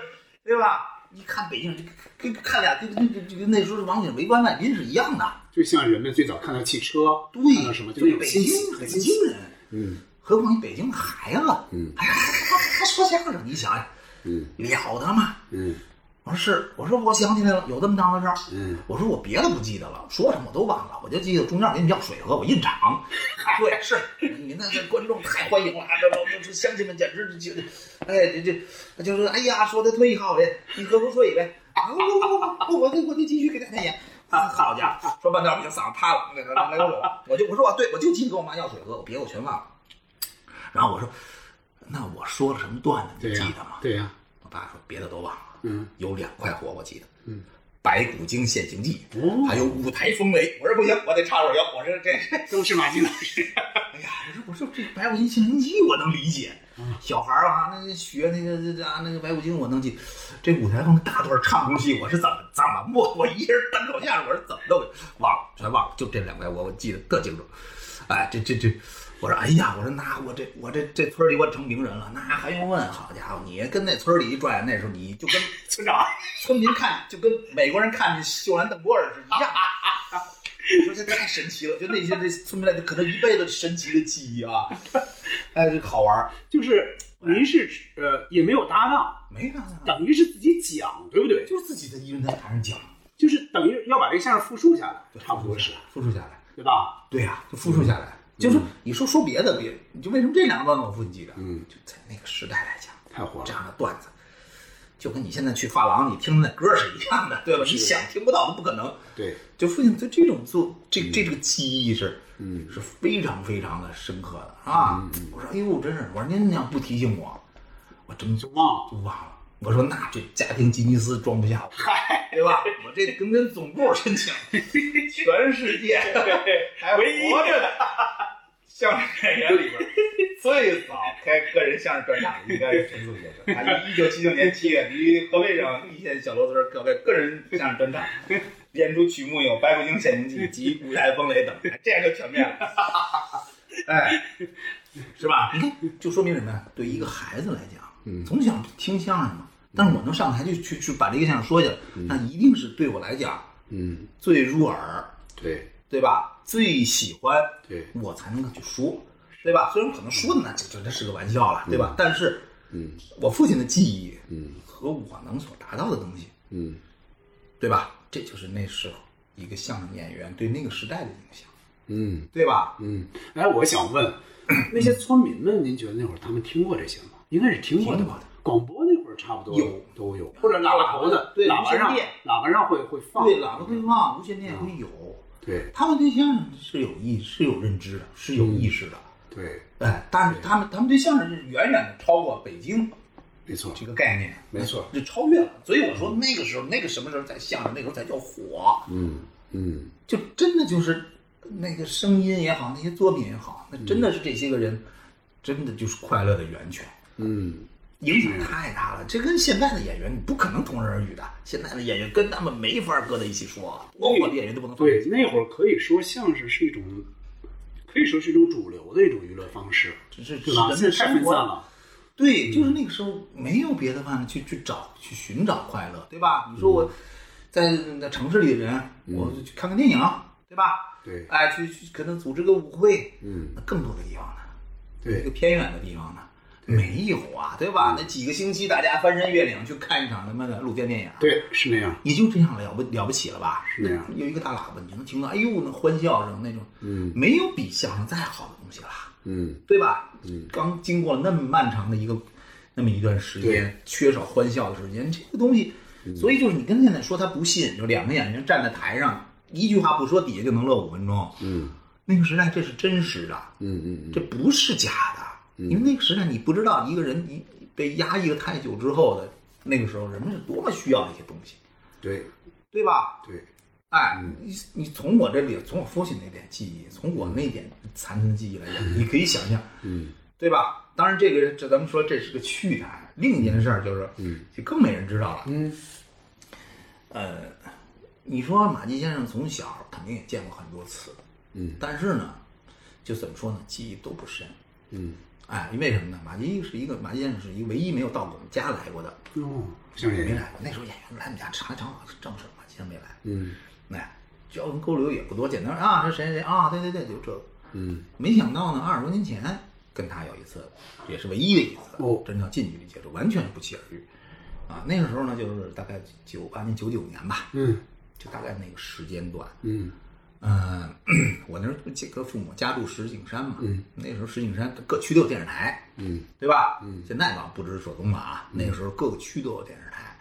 对吧？一看北京人，跟跟看俩跟跟跟跟那时候王景围观外宾是一样的。就像人们最早看到汽车，看到对，什么，所就那以种北新京奇，北很新京奇。人，嗯何况你北京的孩子，哎嗯还还还说相声，你想想嗯了得吗？嗯我说是，我说我想起来了，有这么档子事儿。嗯，我说我别的不记得了，说什么我都忘了，我就记得中间给你要水喝，我印场。对，是你那这观众太欢迎了，啊这老这这乡亲们简直就，哎这这就是哎呀，说的忒好了，你喝口水呗。啊，不不不不，我就我就继续给大家演。啊，好家伙，说半道不行，嗓子塌了，那个来个我，我就我说啊，对，我就记得跟我妈要水喝，我别的我全忘了。然后我说，那我说了什么段子，对你记呀、得吗？对呀、我爸说别的都忘了。嗯，有两块活我记得，嗯， 《白骨精现形记》哦还有《五台风雷》。我说不行，我得插会儿腰。我说这， 都是马季老师。哎呀，我说我说这《白骨精现形记》我能理解，嗯小孩儿啊，那学那个这啊那个白骨精我能记，这五台风大段唱功戏我是怎么怎么默，我一人单口相声我是怎么都给忘了，全忘了，就这两块我我记得特清楚。哎，这这这。我说，哎呀，我说那我这我这这村里我成名人了，那还用问？好家伙，你跟那村里一转，那时候你就跟 村长，啊村民看就跟美国人看秀兰邓波尔是一样。我说这太神奇了，就那些这村民来，可能一辈子神奇的记忆啊，哎，这好玩儿。就是您是呃也没有搭档，没办法，等于是自己讲，对不对？就是自己的一人在台上讲，就是等于要把这个相声复述下来，差不多是，复述下来。对吧？对呀、就复述下来。就是你说说别的，别你就为什么这两个段子我父亲记得？嗯，就在那个时代来讲，太火这了，样的段子，就跟你现在去发廊你听那歌是一样的，对吧？你想听不到都不可能。对，就父亲对这种做这这这个记忆是，嗯，是非常非常的深刻的啊！我说，哎呦，真是，我说您要不提醒我，我真就忘了。就忘了。我说那这家庭吉尼斯装不下我，对吧？我这跟跟总部申 请，全世界还活着的相声演员里边最早开个人相声专场应该是陈素先生，他一九七九年七月于河北省易县小罗村召开个人相声专场，编出曲目有《白骨精显形记》及《古代风雷》等，这样就全面了。哎，是吧？你看，就说明什么呀？对一个孩子来讲，嗯，总想听相声嘛。但是我能上台去去去把这个相声说去了，那一定是对我来讲嗯，最入耳，对对吧？最喜欢，对我才能够去说，对吧？虽然可能说的那这这这是个玩笑了，对吧？但是，嗯，我父亲的记忆，嗯，和我能所达到的东西，嗯对吧？这就是那时候一个相声演员对那个时代的影响，嗯对吧？嗯，哎，我想问，那些村民们，您觉得那会儿他们听过这些吗？应该是听过的听过吧的。广播那会儿差不多有都有，或者喇叭头子，对喇叭上无线电喇叭上会会放，对，喇叭会放，无线电会有，对他们对相声是有意是有认知的，是有意识的。对，哎，但嗯是他们他们对相声是远远的超过北京没错，这个概念，没错，就超越了。所以我说那个时候，那个什么时候才相声，那个时候才叫火，嗯嗯就真的就是那个声音也好，那些作品也好，那真的是这些个人，真的就是快乐的源泉。嗯影响太大了，这跟现在的演员你不可能同日而语的。现在的演员跟他们没法搁在一起说，多火的演员都不能放。对，那会儿可以说相声是一种，可以说是一种主流的一种娱乐方式，只是对吧？人现的在太生分活散了，嗯对，就是那个时候没有别的办法去去找去寻找快乐，对吧？你说嗯我在在城市里的人，我就去看看电影，对吧？对哎，去去可能组织个舞会，嗯那更多的地方呢，一个对偏远的地方呢，没有啊，对吧？那几个星期大家翻山越岭去看一场他妈的露天电影，对，是那样，也就这样了不了不起了吧？是呀有一个大喇叭，你就能听到，哎呦，那欢笑声那种，嗯没有比相声再好的东西了，嗯对吧？嗯，刚经过了那么漫长的一个那么一段时间，缺少欢笑的时间，这个东西，所以就是你跟现在说他不信，就两个演员站在台上，一句话不说，底下就能乐五分钟。嗯那个时代这是真实的，嗯嗯嗯这不是假的，因为那个时代你不知道一个人一被压抑了太久之后的那个时候，人们是多么需要那些东西，对对吧？对哎，嗯你你从我这里，从我父亲那点记忆，从我那点残存记忆来讲，你可以想象，嗯对吧？当然，这个这咱们说这是个趣谈，另一件事儿就是，嗯，就更没人知道了。嗯，呃，你说马季先生从小肯定也见过很多次，嗯但是呢，就怎么说呢，记忆都不深。嗯哎，因为什么呢？马季是一个马季先生是一个唯一没有到我们家来过的，哦，相声演没员，来过。那时候演员来我们家查场我是正事儿，马季先生没来。嗯哎，交流沟流也不多，简单啊，这谁谁谁啊，对对对，就这个。嗯没想到呢，二十多年前跟他有一次，也是唯一的一次，哦真正近距离接触，完全不期而遇。啊，那个时候呢，就是大概九八年、九九年吧，嗯就大概那个时间段。嗯嗯， 我那时候这个父母家住石景山嘛，嗯那时候石景山各区都有电视台，嗯对吧？嗯现在吧不知所踪了啊，嗯那个时候各个区都有电视台，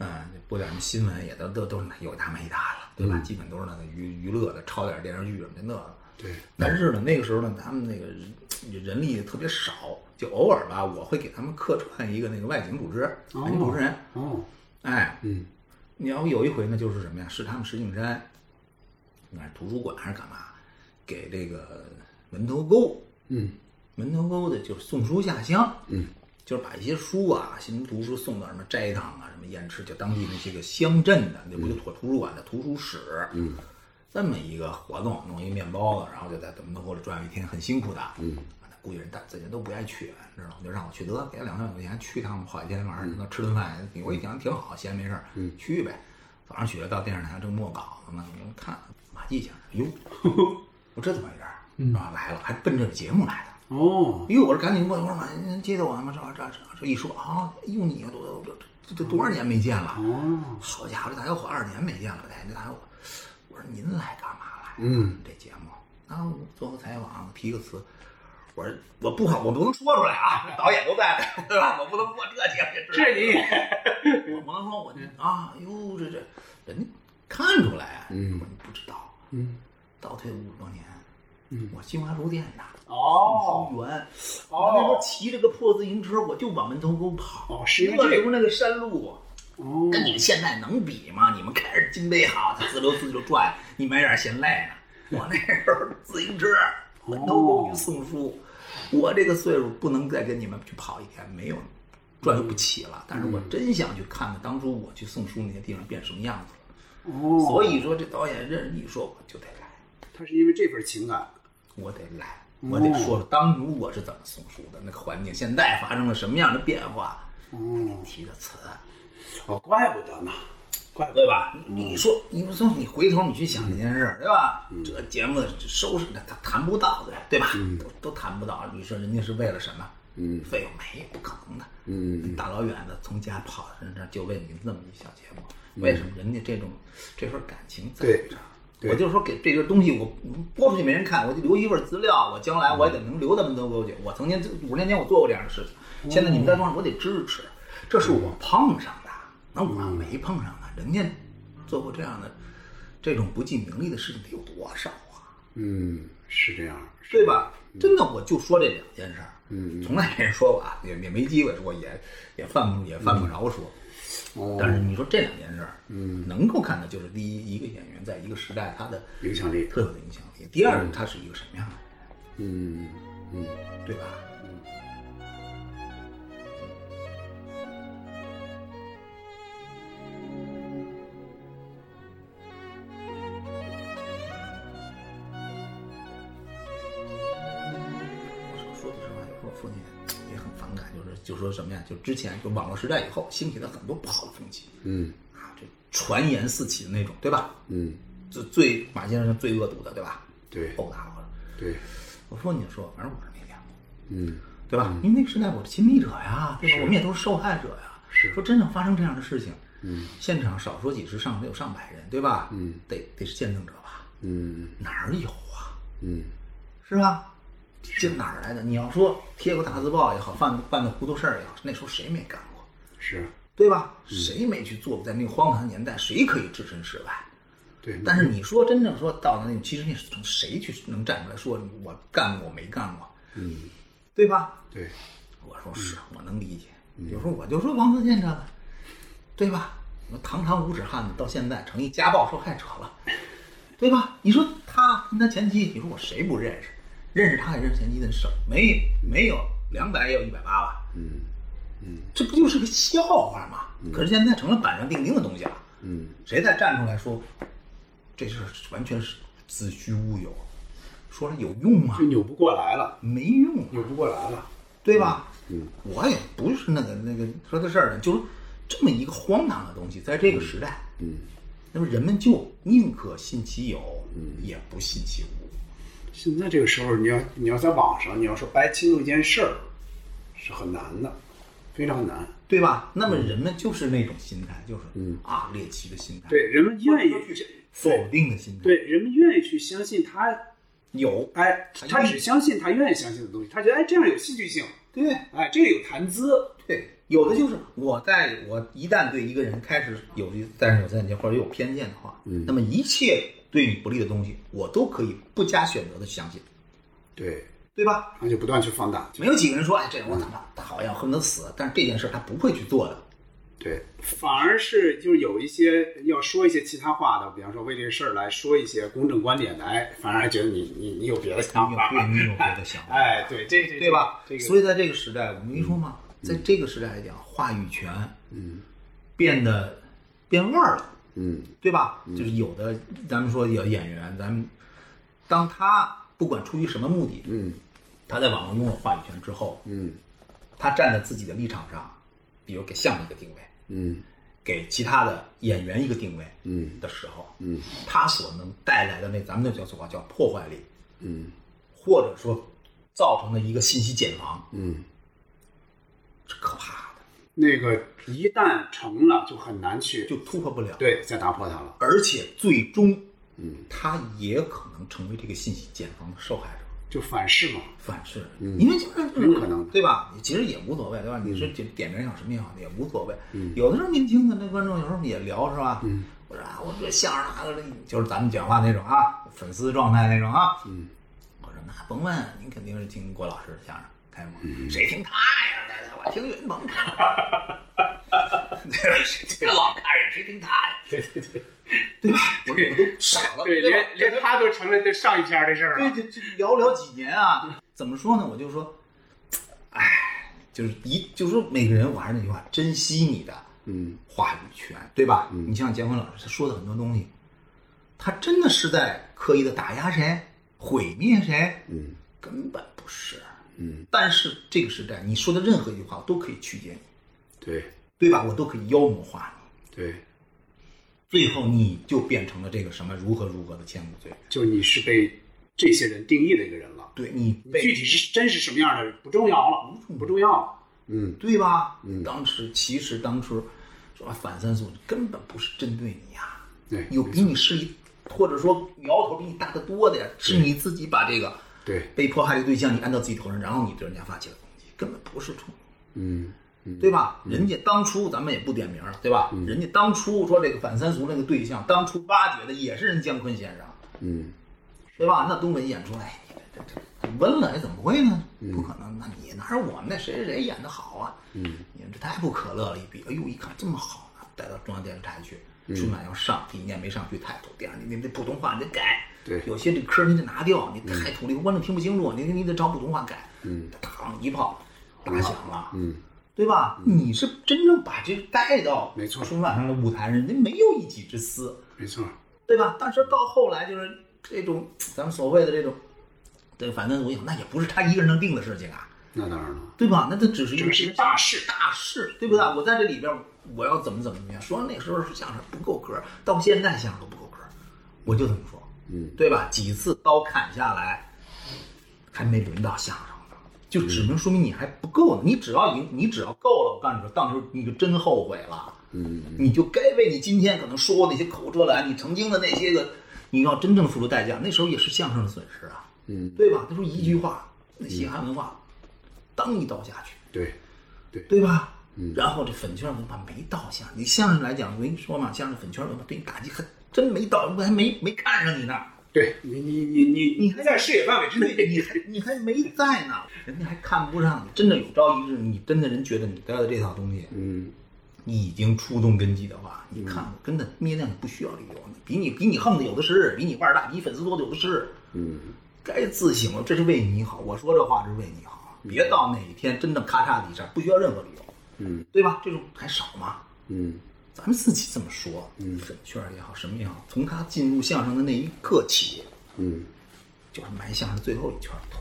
嗯、播点什么新闻也都都都有大没大了，对嗯吧？基本都是那个娱娱乐的，抄点电视剧什么的那个。嗯对但是呢，那个时候呢，他们那个人人力特别少，就偶尔吧，我会给他们客串一个那个外景主持，外景主持人。哦，哎，嗯你要有一回呢，就是什么呀？是他们石景山，那图书馆还是干嘛，给这个门头沟嗯门头沟的，就是送书下乡，嗯，就是把一些书啊，新读书送到什么斋堂啊、什么燕池，就当地那些个乡镇的，那不就图图书馆的图书室，嗯，这么一个活动，弄一面包子，然后就在门头沟里转一天，很辛苦的，嗯，估计人大这些都不爱去，你知道吗？就让我去得，给他两三百块钱，去趟跑一天玩，那吃顿饭，我一想挺好，闲着没事儿，嗯，去呗。早上起来到电视台正默稿子呢，我看马季先 生，哟，我这怎么回事儿？然后来了，还奔着节目来的。哦，因为我是赶紧问，我说妈，您接待我吗？这这这这一说啊，用你多这这这多少年没见了？哦，好家伙，这大小伙二十年没见了，哎，这大小伙，我说您来干嘛来？嗯，这节目啊，我做个采访，提个词，我说我不好，我不能说出来啊，导演都在，对吧？我不能播这节目，这你我不能说我这啊，哟，这这人家看出来，嗯，我说你不知道，嗯，倒退五十多年，嗯，我新华书店的。哦公园，哦我那时候骑着个破自行车，我就往门头沟跑。哦是因为那这个时候那个山路，啊哦，跟你们现在能比吗？你们开着金杯好，它自溜自溜转，你们有点嫌累呢。我那时候自行车，门头哦沟去送书，我这个岁数不能再跟你们去跑一天，没有嗯转悠不起了。但是我真想去看看当初我去送书那些地方变什么样子了。哦所以说这导演任你说我就得来，他是因为这份情感，我得来，我得说说当初我是怎么送书的，那个环境现在发生了什么样的变化，哦，提的词，哦，怪不得呢，怪不得对吧？你说，你不说，你回头你去想这件事，对吧？这节目收视他谈不到的，对吧？都都谈不到。你说人家是为了什么？嗯费用没有，不可能的。嗯大老远的从家跑到那儿就为你这么一小节目，为什么人家这种这份感情在嗯对这儿？对我就说给这个东西，我播出去没人看，我就留一份资料，我将来我也嗯得能留那么多去。我曾经五年前我做过这样的事嗯情，现在你们在说我得支持，这是我碰上的，那我没碰上的，人家做过这样的这种不尽名利的事情得有多少啊？嗯，是这样，是对吧？真的，我就说这两件事儿，嗯从来没人说过啊，也也没机会说，也也犯不也犯不着说。嗯哦，但是你说这两件事儿，嗯，能够看的就是第一，一个演员在一个时代他的影响力特有的影响力；第二，他是一个什么样的人，嗯嗯。对吧？我说说句实话，有时候我父亲也很反感，就是就说什么呀？就之前就网络时代以后兴起了很多不好的风气嗯啊，这传言四起的那种，对吧？嗯，就最马先生最恶毒的，对吧？对殴打我，对，我说你说，反正我是没见过，嗯对吧？因为那个时代我是亲历者呀，对吧？我们也都是受害者呀。是说真正发生这样的事情，嗯，现场少说几十上得有上百人，对吧？嗯，得得是见证者吧？嗯哪儿有啊？嗯是吧？这哪儿来的？你要说贴个大字报也好，犯犯个糊涂事儿也好，那时候谁没干过，是，对吧？嗯谁没去做过？在那个荒唐的年代，谁可以置身事外？对，但是你说真正说到那种，其实那是从谁去能站出来说我干过我没干过，嗯对吧？对，嗯我说是，我能理解。有时候我就说王自健这个，对吧？我堂堂五指汉子到现在成一家暴受害者了，对吧？你说他跟他前妻，你说我谁不认识？认识他也认识前妻的事儿，没没有两百也有一百八吧？嗯这不就是个笑话吗？可是现在成了板上钉钉的东西了，嗯谁再站出来说这事儿完全是子虚乌有，说了有用吗就？扭不过来了，没用啊、扭不过来了，对吧？嗯，我也不是那个那个说的事儿，就是这么一个荒唐的东西，在这个时代，嗯，那么人们就宁可信其有，嗯也不信其无。现在这个时候，你要你要在网上，你要说掰清楚一件事儿，是很难的，非常难。对吧？那么人们就是那种心嗯态，就是、啊，猎奇的心态，对，，人们愿意，否定的心态，，对，人们愿意去相信他，有，哎，他只相信他愿意相信的东西，他觉得哎这样有戏剧性，对哎，这个有谈资，对，有的就是我在我一旦对一个人开始有但是有偏见或者有偏见的话，嗯那么一切对你不利的东西，我都可以不加选择的相信，对，对吧？他就不断去放大，没有几个人说，哎，这人我怎么讨厌，恨不得死。但是这件事他不会去做的。对，反而是就是有一些要说一些其他话的，比方说为这个事儿来说一些公正观点来，反而还觉得你你你有别的你有想法，对你有别的想法，啊哎，对，这这对吧？这个所以在这个时代，我们一说嘛，在这个时代来讲，话语权嗯变得变味儿了，嗯对吧？就是有的，咱们说有演员，咱们当他不管出于什么目的，嗯他在网络拥有话语权之后，嗯他站在自己的立场上，比如给项目一个定位，嗯给其他的演员一个定位嗯的时候，嗯他所能带来的那咱们那叫做叫破坏力，嗯或者说造成的一个信息茧房，嗯，是可怕的，那个一旦成了，就很难去就突破不了。，对再打破它了，而且最终嗯，他也可能成为这个信息茧房的受害者。就反噬嘛，反噬，嗯因为就是有可能的对吧？你其实也无所谓，对吧？你是点点名想什么也好，也无所谓。嗯有的时候年轻的那观众有时候也聊是吧？嗯我说啊，我这相声哪个就是咱们讲话那种啊，粉丝状态那种啊。嗯我说那甭问，您肯定是听郭老师的相声开吗？嗯谁听他呀？对对我听岳云鹏 看。对吧？谁老看人，谁听他呀？对对对，对吧？我我都傻了，对，吧？连连他都成了这上一篇的事儿对，了，这这寥寥几年啊，怎么说呢？我就说，哎，就是一，就是说每个人，我还是那句话，珍惜你的嗯话语权，对吧？你像姜文老师，他说的很多东西，他真的是在刻意的打压谁、毁灭谁？嗯根本不是。嗯，但是这个时代，你说的任何一句话，我都可以曲解你，对对吧？我都可以妖魔化你，对，最后你就变成了这个什么如何如何的千古罪人。就你是被这些人定义的一个人了。对你被具体是真是什么样的不重要了，不重要了。嗯对吧？当时其实当初说反三诉根本不是针对你呀、对有比你势力或者说苗头比你大得多的呀，是你自己把这个对，被迫害的对象你按到自己头上，然后你对人家发起了攻击，根本不是冲突，嗯嗯对吧？人家当初咱们也不点名了，对吧？人家当初说这个反三俗那个对象，当初挖掘的也是人姜昆先生，嗯对吧？那东北演出，哎，你这这这温了，哎，怎么会呢？嗯不可能，那你哪有我们那谁谁谁演的好啊？嗯，你们这太不可乐了，一比，哎呦，一看这么好呢，带到中央电视台去，嗯春晚要上，第一年没上去，太土；第二年你这普通话你得改，对嗯有些这科你得拿掉，你太土了，观众听不清楚，你你得找普通话改，嗯，当一炮打响了，嗯，对吧？你是真正把这带到没错春晚上的舞台，人家没有一己之私，没错，对吧？但是到后来就是这种咱们所谓的这种，对，反正我想那也不是他一个人能定的事情啊，那当然了，对吧？那这只是一这个是一个大事，大事，对不啊对？我在这里边我要怎么怎么样，说那时候相声不够格，到现在相声都不够格，我就这么说，嗯，对吧？几次刀砍下来，还没轮到相声呢，就只能说明你还不够呢。你只要赢，你只要够了，我告诉你说，到时候你就真后悔了。嗯你就该为你今天可能说过那些口出来，你曾经的那些个，你要真正付出代价。那时候也是相声的损失啊，嗯对吧？他说一句话，那西汉文化，当一刀下去，对，对吧？然后这粉圈文化没到下，你相声来讲，我跟你说嘛，相声粉圈文化对你打击很，真没到，我还没没看上你呢，对你你你你你你在视野范围之内，你还你还没在呢，人家还看不上你。真的有朝一日，你真的人觉得你带的这套东西，嗯你已经触动根基的话，你看我真的灭亮，你不需要理由，你比你比你横的有的是，比你腕儿大，比你粉丝多的有的是，嗯该自省了，这是为你好，我说这话是为你好，别到哪一天真的咔嚓一下，不需要任何理由，嗯对吧？这种还少吗？嗯咱们自己这么说，粉圈也好，什么也好，从他进入相声的那一刻起，嗯就是埋相声最后一圈头。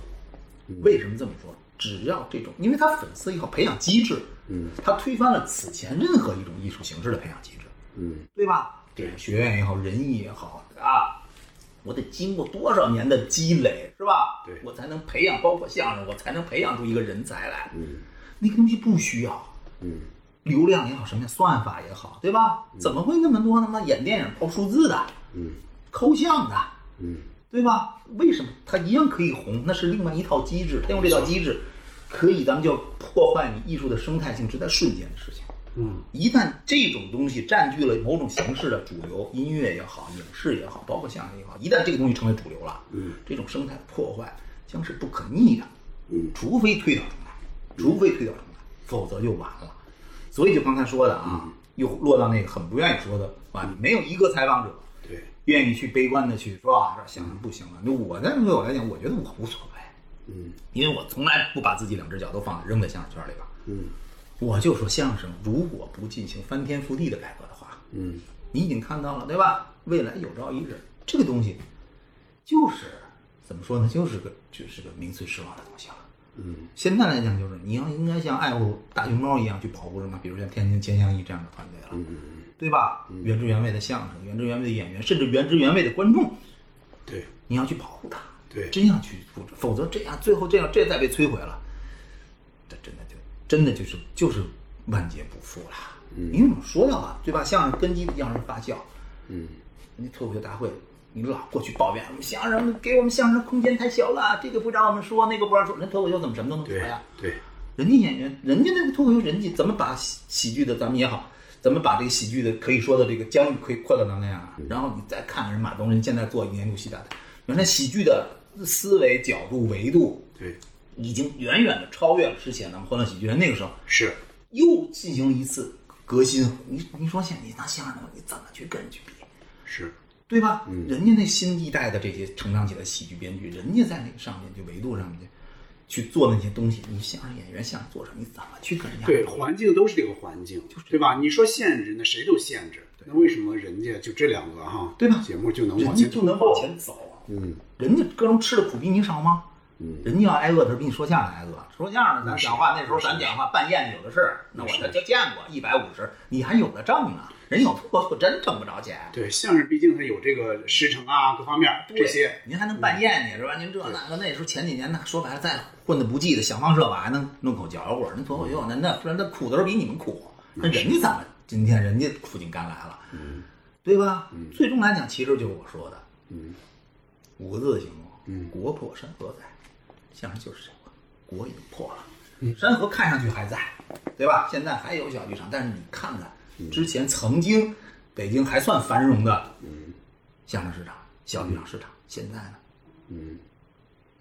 为什么这么说？只要这种，因为他粉丝也好，培养机制，嗯，他推翻了此前任何一种艺术形式的培养机制，嗯对吧？对，学院也好，仁义也好啊，我得经过多少年的积累，是吧？对我才能培养，包括相声，我才能培养出一个人才来。嗯那个东西不需要嗯流量也好，什么呀，算法也好，对吧？怎么会那么多他妈演电影抛数字的、嗯抠像的，嗯对吧？为什么他一样可以红？那是另外一套机制，他用这套机制，可以咱们叫破坏你艺术的生态性，是在瞬间的事情。嗯，一旦这种东西占据了某种形式的主流，音乐也好，影视也好，包括相声也好，一旦这个东西成为主流了，嗯，这种生态的破坏将是不可逆的，嗯除非推倒重来，除非推倒重来，否则就完了。嗯所以就刚才说的啊，又落到那个很不愿意说的话题，没有一个采访者对，愿意去悲观的去说啊，说相声不行了。那我呢，对我来讲，我觉得我无所谓，嗯因为我从来不把自己两只脚都放扔在相声圈里边。嗯我就说相声如果不进行翻天覆地的改革的话，嗯你已经看到了，对吧？未来有朝一日，这个东西就是怎么说呢？就是个就是个名存实亡的东西了。嗯现在来讲，就是你要应该像爱护大熊猫一样去保护什么，比如像天津钱相义这样的团队了，嗯对吧？原汁原味的相声，原汁原味的演员，甚至原汁原味的观众，对你要去保护它，对真要去扶持，否则这样最后这样这再被摧毁了，这真的就真的就是就是万劫不复了。因为我们说到啊，对吧？相声根基让人发酵，嗯人家脱口秀大会，你老过去抱怨我们相声给我们相声空间太小了，这个不让我们说，那个不让说，人脱口秀怎么什么都能说对呀？对人家演员，人家那个脱口秀，人家怎么把喜喜剧的咱们也好，怎么把这个喜剧的可以说的这个疆域可以扩大到那样啊？然后你再看人马东人现在做一年度戏大赛，原来喜剧的思维角度维度对，已经远远的超越了之前咱们欢乐喜剧人那个时候，是又进行了一次革新。你你说现在你拿相声的话，你怎么去跟人去比？是，对吧？人家那新一代的这些成长起来的喜剧编剧，人家在那个上面就维度上面去去做那些东西，你相声演员、相声作者，你怎么去跟人家对，环境都是这个环境，对吧？你说限制，那谁都限制。那为什么人家就这两个哈，对吧节目就能人往家前啊就能往前走。啊嗯，人家各种吃的苦比你少吗？嗯人家要挨饿的时候比你说相声挨饿，说相声咱讲话那时候咱讲话半夜里有的是，那我这就见过嗯一百五十，你还有的挣呢，人有脱裤真挣不着钱。对，相声毕竟它有这个时程啊，各方面儿这些。您还能办宴去是吧？您这那个那时候前几年那说白了再混的不济的，想方设法还能弄口嚼骨儿。那脱口秀那那那那苦的时候比你们苦，那人家怎么今天人家苦尽甘来了，对吧？最终来讲，其实就是我说的，嗯，五个字形容，嗯国破山河在，相声就是这个，国已经破嗯了，山河看上去还在，对吧？现在还有小剧场，但是你看嗯看之前曾经北京还算繁荣的相声市场、小剧场市场，现在呢，嗯，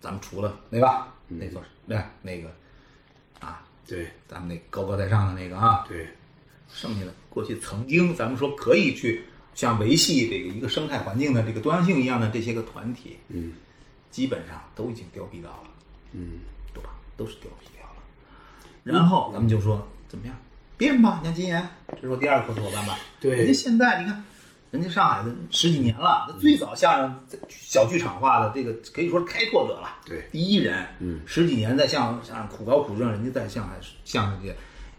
咱们除了对吧，那座那那个啊，对咱们那高高在上的那个啊，对，剩下的过去曾经咱们说可以去像维系这个一个生态环境的这个多样性一样的这些个团体，嗯基本上都已经凋敝掉了，嗯，对吧？都是凋敝掉了。然后咱们就说怎么样变吧，你看金岩，这是我第二个合作伙伴吧？对人家现在你看，人家上海的十几年了，那最早相声在小剧场化的这个可以说是开拓者了，对第一人，嗯，十几年在相声相声苦搞苦挣，人家在上海相声界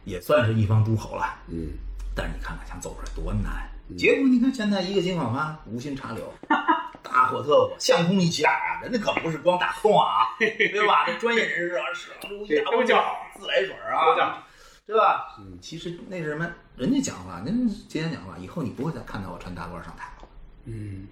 也算是一方诸侯了，嗯，但是你看看想走出来多难。结果你看，现在一个金广发无心插柳， 大火特火，相空一起打啊！人家可不是光打空 啊，对吧？这专业人士啊，是撸一大都叫嗯自来水啊，对吧？其实那是什么，人家讲话，人家今天讲话，以后你不会再看到我穿大褂上台了，嗯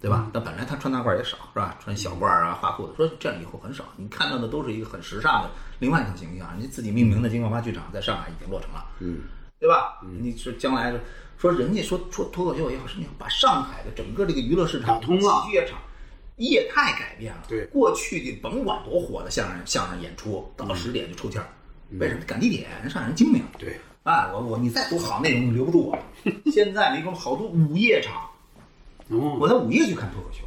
对吧？但本来他穿大褂也少，是吧？穿小褂啊，花裤子，说这样以后很少，你看到的都是一个很时尚的另外一种形象。人家自己命名的金广发剧场在上海已经落成了，嗯对吧？你说将来说人家说说脱口秀也好，甚至把上海的整个这个娱乐市场、打通了喜剧业场业态改变了。对过去的甭管多火的相声相声演出，到十点就抽签儿，为什么赶地铁？人上海人精明。嗯对，啊，我我你再多好内容，你留不住我。 现在没工夫，好多午夜场，哦，我在午夜去看脱口秀，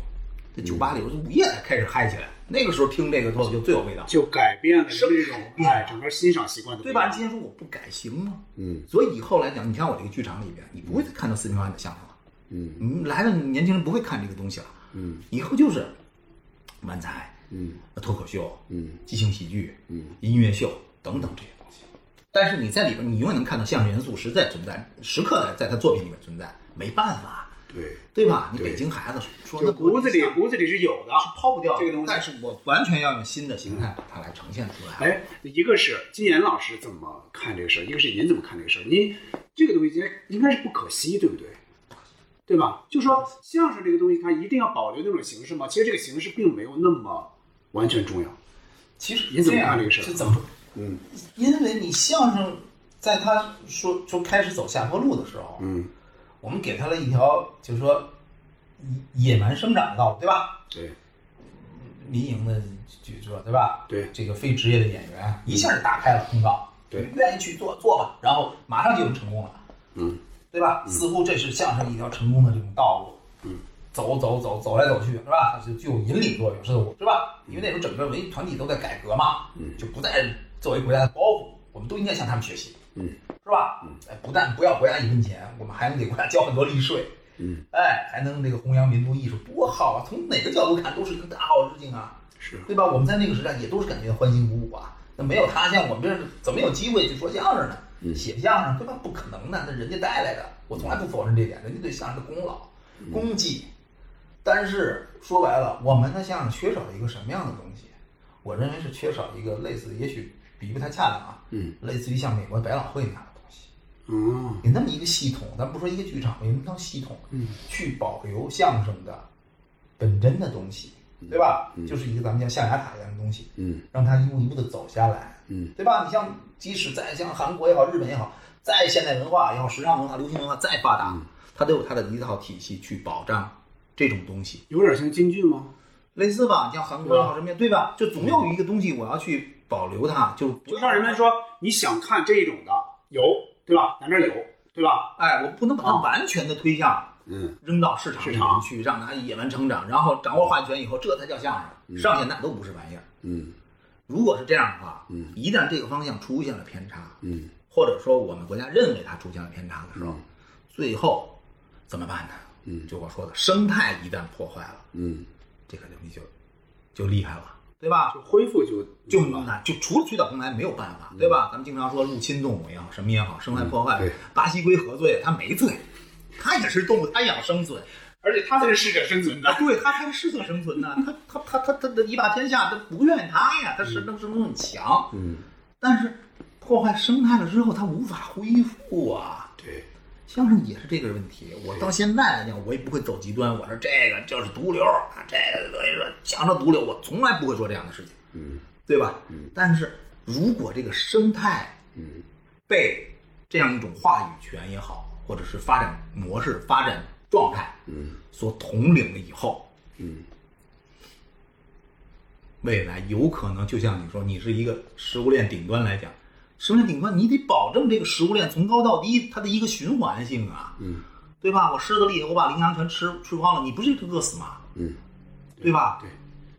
在酒嗯吧里，我就午夜才开始嗨起来。那个时候听这个脱口秀最有味道，就改变了生这种变哎，整个欣赏习惯的对吧？不一今样天说我不改行吗？嗯所以以后来讲，你看我这个剧场里边，你不会再看到四平八稳的相声了。嗯嗯，来的年轻人不会看这个东西了，嗯以后就是漫才、嗯脱口秀、嗯即兴喜剧、嗯音乐秀等等这些东西。但是你在里边，你永远能看到相声元素实在存在，时刻在在他作品里面存在，没办法，对，对吧？你对北京孩子说就那骨子里是骨子里是有的，抛不掉这个东西但是我完全要用新的形态把它来呈现出来。哎，一个是金岩老师怎么看这个事儿，一个是您怎么看这个事儿。您这个东西应该应该是不可惜，对不对？对吧？就说相声这个东西，它一定要保留那种形式吗？其实这个形式并没有那么完全重要。其实你怎么样看这个事儿就怎么说？嗯因为你相声在他说就开始走下坡路的时候，嗯，我们给他了一条就是说野野蛮生长的道路，对吧？对民营的剧社，对吧？对这个非职业的演员一下就打开了通道，对，愿意去做做吧，然后马上就能成功了，嗯，对吧？似乎这是相声一条成功的这种道路，嗯，走走走走来走去，是吧？它是具有引领作用，是我是吧？因为那时候整个文艺团体都在改革嘛，嗯就不再作为国家的包袱，我们都应该向他们学习，嗯是吧？嗯哎，不但不要国家一分钱，我们还能给国家交很多利税，嗯，哎，还能这个弘扬民族艺术，多好啊！从哪个角度看都是一个大好事情啊。是对吧？我们在那个时代也都是感觉欢欣鼓舞啊。那没有他，像我们这怎么有机会去说相声呢？写相声对吧？不可能的，那人家带来的。我从来不否认这点，人家对相声的功劳、功绩。但是说白了，我们的相声缺少了一个什么样的东西？我认为是缺少一个类似，也许比不太恰当啊，嗯类似于像美国百老汇那样的东西。哦有那么一个系统，咱不说一个剧场，有那么一套系统，嗯，去保留相声的本真的东西，对吧？就是一个咱们叫象牙塔一样的东西，嗯让它一步一步的走下来，嗯对吧？你像即使再像韩国也好，日本也好，再现代文化也好，时尚文化、流行文化再发达，它都有它的一套体系去保障这种东西，有点像京剧吗？类似吧，你像韩国也好什么呀，对吧？就总有一个东西我要去保留它，就不就要让人们说你想看这一种的有，对吧？咱这儿有，对吧？哎，我不能把它完全的推向嗯扔到市场市里面场去，让它野蛮成长，然后掌握话语权以后，这才叫相声。剩下那都不是玩意儿。嗯如果是这样的话，嗯一旦这个方向出现了偏差，嗯或者说我们国家认为它出现了偏差的时候，嗯最后怎么办呢？嗯就我说的，生态一旦破坏了，嗯这个东西就就厉害了，对吧？就恢复就就很难，就除了推倒重来没有办法，对吧？咱们经常说入侵动物也好，什么也好，生态破坏，嗯对巴西龟何罪？它没罪，它也是动物，它也要生存。而且他才是适者生存的。对，它才是适者生存呢。它它它它它它一霸天下，它不怨它呀，它是能生存很强。嗯，但是破坏生态了之后，它无法恢复啊。对，相声也是这个问题。我到现在来讲，我也不会走极端。我说这个就是毒瘤啊，这个等于说强说毒瘤，我从来不会说这样的事情。嗯对吧？但是如果这个生态嗯被这样一种话语权也好，或者是发展模式、发展状态嗯所统领了以后，嗯未来有可能就像你说，你是一个食物链顶端来讲，食物链顶端你得保证这个食物链从高到低它的一个循环性啊，嗯对吧？我狮子力，我把羚羊全吃吃光了，你不是就饿死吗？嗯对吧？对，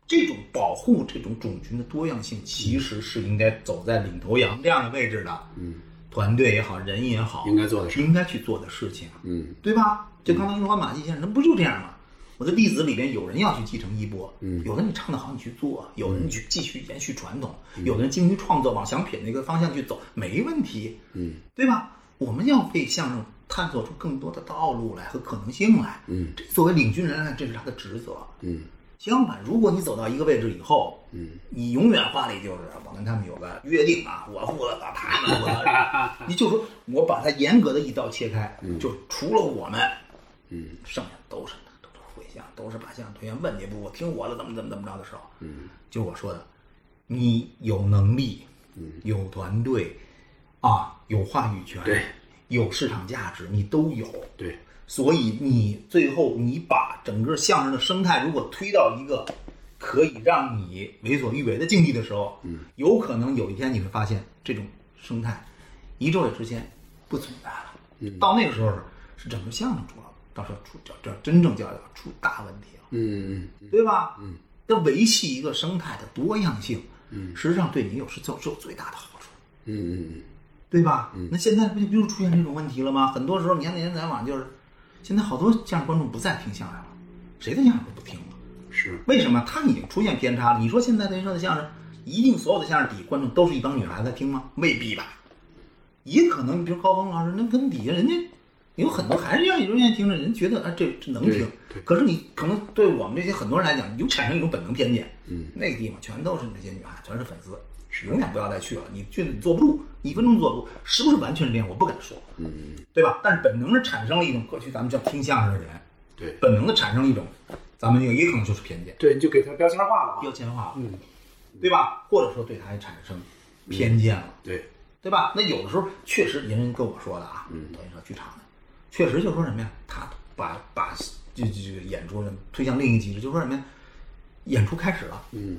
这种保护这种种群的多样性，其实是应该走在领头羊这样的位置的。嗯团队也好，人也好，应该做的事应该去做的事情，啊嗯对吧？就刚才说马季先生，那不就这样吗？我的弟子里边有人要去继承衣钵，嗯有的你唱得好，你去做；有的你去继续延续传统，有的人精于创作，往想品那个方向去走，没问题，嗯对吧？我们要为相声探索出更多的道路来和可能性来，嗯这作为领军人来看，这是他的职责。嗯相反，如果你走到一个位置以后，嗯你永远话里就是我跟他们有个约定啊，我负责打他们负责，你就说我 把它严格的一刀切开，就除了我们，嗯剩下都是都是回乡，都是把相声推荐问你不，我听我的怎么怎么怎么着的时候，嗯就我说的，你有能力，嗯有团队，啊，有话语权，对，有市场价值，你都有，对，所以你最后你把整个相声的生态如果推到一个可以让你为所欲为的境地的时候，嗯，有可能有一天你会发现这种生态一昼夜之间不存在了。嗯，到那个时候是整个相声出了，到时候出叫叫真正叫出大问题了。嗯对吧？嗯，要维系一个生态的多样性，嗯，实际上对你有是就是有最大的好处，嗯对吧？嗯，那现在不就又出现这种问题了吗？很多时候，你看那天咱网就是，现在好多相声观众不再听相声了，谁的相声都不听了？是为什么？他已经出现偏差了。你说现在人说的相声，一定所有的相声底观众都是一帮女孩子在听吗？未必吧，也可能，比如高峰老师，那跟底下人家有很多还是愿意愿意听着，人觉得啊这这能听。可是你可能对我们这些很多人来讲，你就产生一种本能偏见。嗯，那个地方全都是那些女孩，全是粉丝，永远不要再去了。你去你坐不住，你一分钟坐不住，是不是完全是这样？我不敢说，嗯，对吧？但是本能是产生了一种过去咱们叫听相声的人，对本能的产生了一种，咱们那个也可能就是偏见。对，你就给他标签化了嘛。标签化了，嗯，对吧？或者说对他也产生偏见了，对，对吧？那有的时候确实，人家跟我说的啊，嗯，等于说剧场的，确实就说什么呀？他把把这这这个演出人推向另一个极致，就说什么呀？演出开始了，嗯，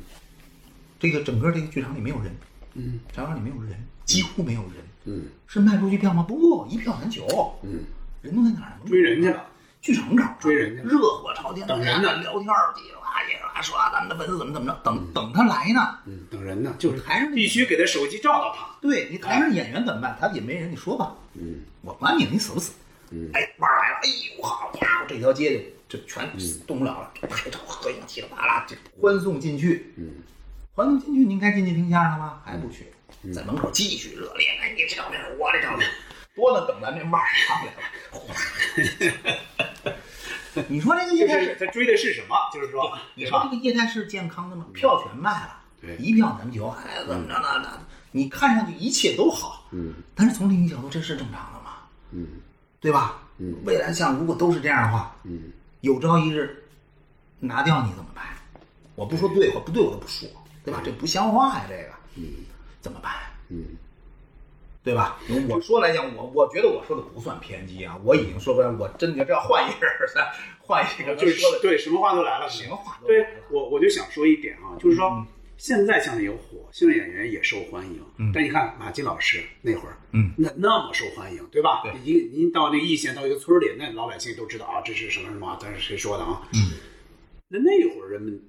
这个整个这个剧场里没有人，嗯，展馆里没有人，几乎没有人，嗯，是卖不出去票吗？不，一票难求，嗯，人都在哪儿呢？追人去了。剧场找追人去了热火朝天，等人呢，聊天儿，叽里哇叽里哇说啊咱们的粉丝怎么怎么着，等等他来呢，嗯，等人呢，就是台上的必须给他手机照到他。对你台上演员怎么办？台底下没人，你说吧。嗯，我管你，你死不死？嗯，哎，腕儿来了，哎呦好家伙，这条街就就嗯全动不了了，拍照合影，噼里啪啦就欢送进去。嗯，欢送进去，您该进去听相声了吗？哎还不去，在门口继续热烈，哎，你这照片，我这照片，多的等咱这腕儿上来了，哗。 你说这个一就开始是他追的是什么？就是说，你对说这嗯吧？个业态是健康的吗？票全卖了，对一票难求，哎，怎么着呢？那你看上去一切都好，嗯，但是从另一角度，这是正常的吗？嗯对吧？嗯未来像如果都是这样的话，嗯有朝一日拿掉你怎么办？我不说对或不对，我都不说，对吧？这不像话呀，这个，嗯，怎么办？嗯对吧？我说来讲，我我觉得我说的不算偏激啊，我已经说出来，我真觉得要换一个人， 换一个人就是说的，对，什么话都来了。什么话都来对了嗯我，我就想说一点啊，就是说，现在相声也火，相声演员也受欢迎。但你看马季老师那会儿，嗯，那那么受欢迎，对吧对？您您到那一线到一个村儿里，啊那老百姓都知道啊，这是什么什么，但是谁说的啊？嗯，那那会儿人们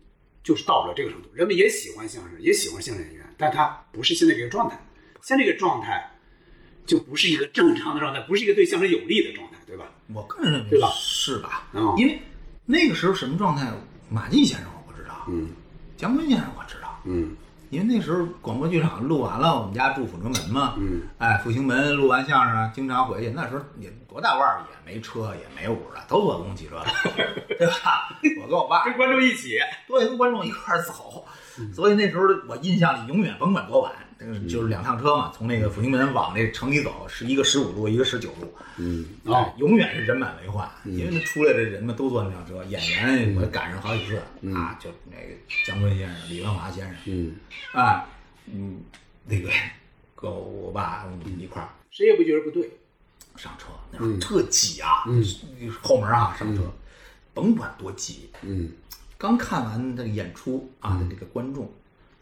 就是到不了这个程度。人们也喜欢相声，也喜欢相声演员，但他不是现在这个状态。现在这个状态就不是一个正常的状态，不是一个对相声有利的状态，对吧？我个人认为对吧是吧？嗯因为那个时候什么状态，马季先生我不知道，嗯姜昆先生我知道，嗯因为那时候广播剧场录完了，我们家住阜成门嘛，嗯，哎，阜成门录完相声啊，经常回去。那时候也多大腕儿，也没车，也没五了，都坐公共汽车 了，对吧？我跟我爸跟观众一起，对，跟观众一块儿走。所以那时候我印象里永远甭管多晚，这个就是两趟车嘛，从那个阜成门往那城里走，是一个十五路，一个十九路，嗯，哦哎，永远是人满为患，因为那出来的人们都坐那辆车，演员我赶上好几次啊，就那个姜昆先生、李文华先生嗯，啊，嗯，那个跟我爸我们一块儿谁也不觉得不对。上车，那时候特挤啊，后门啊上车，甭管多挤，嗯，刚看完这个演出啊，这个观众，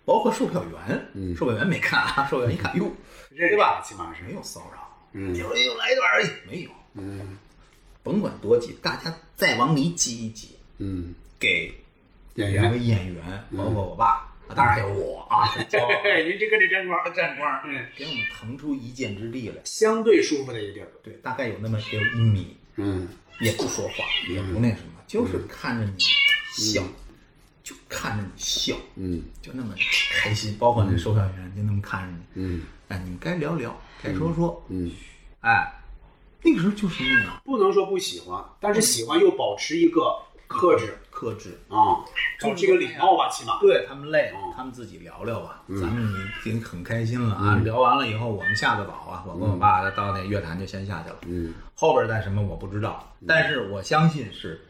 包括售票员，嗯售票员没看 啊，售票员一看，哟，认识吧？起码是没有骚扰，嗯就又来一段哎而已，没有，嗯，甭管多挤，大家再往里挤一挤，嗯，给演两个演员，包括我爸，啊当然还有我啊，骄傲 哎，您这跟这沾光，沾光，嗯，给我们腾出一箭之地来， 相对舒服的一个地儿。对，大概有那么得有一米，嗯，也不说话，也不那什么，就是看着你笑，就看着你笑，嗯，就那么开心，包括那售票员就那么看着你，嗯，哎，你们该聊聊，该说说，嗯，哎，那个时候就是那样不能说不喜欢，但嗯是喜欢又保持一个克制克制，啊，保持一个礼貌吧，起码。嗯对他们累了，他们自己聊聊吧，嗯咱们已经很开心了啊，聊完了以后我们下得早啊，我跟我爸到那乐坛就先下去了，嗯，后边再什么我不知道，但是我相信是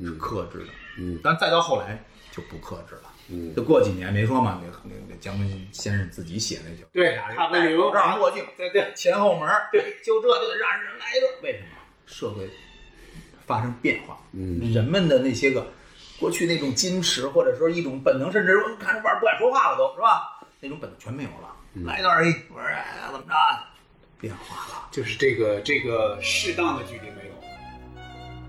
是克制的，嗯，但再到后来就不克制了。嗯，就过几年没说嘛，那个那个姜文先生自己写那就对俩人他们戴留口罩墨镜，对对，前后门儿，对，就这就得让人来一顿。为什么？社会发生变化，嗯，人们的那些个过去那种矜持，或者说一种本能，甚至我看这玩意儿不敢说话了都，是吧？那种本能全没有了。来一段儿，哎，我说哎呀怎么着啊？变化了。就是这个这个适当的距离没有。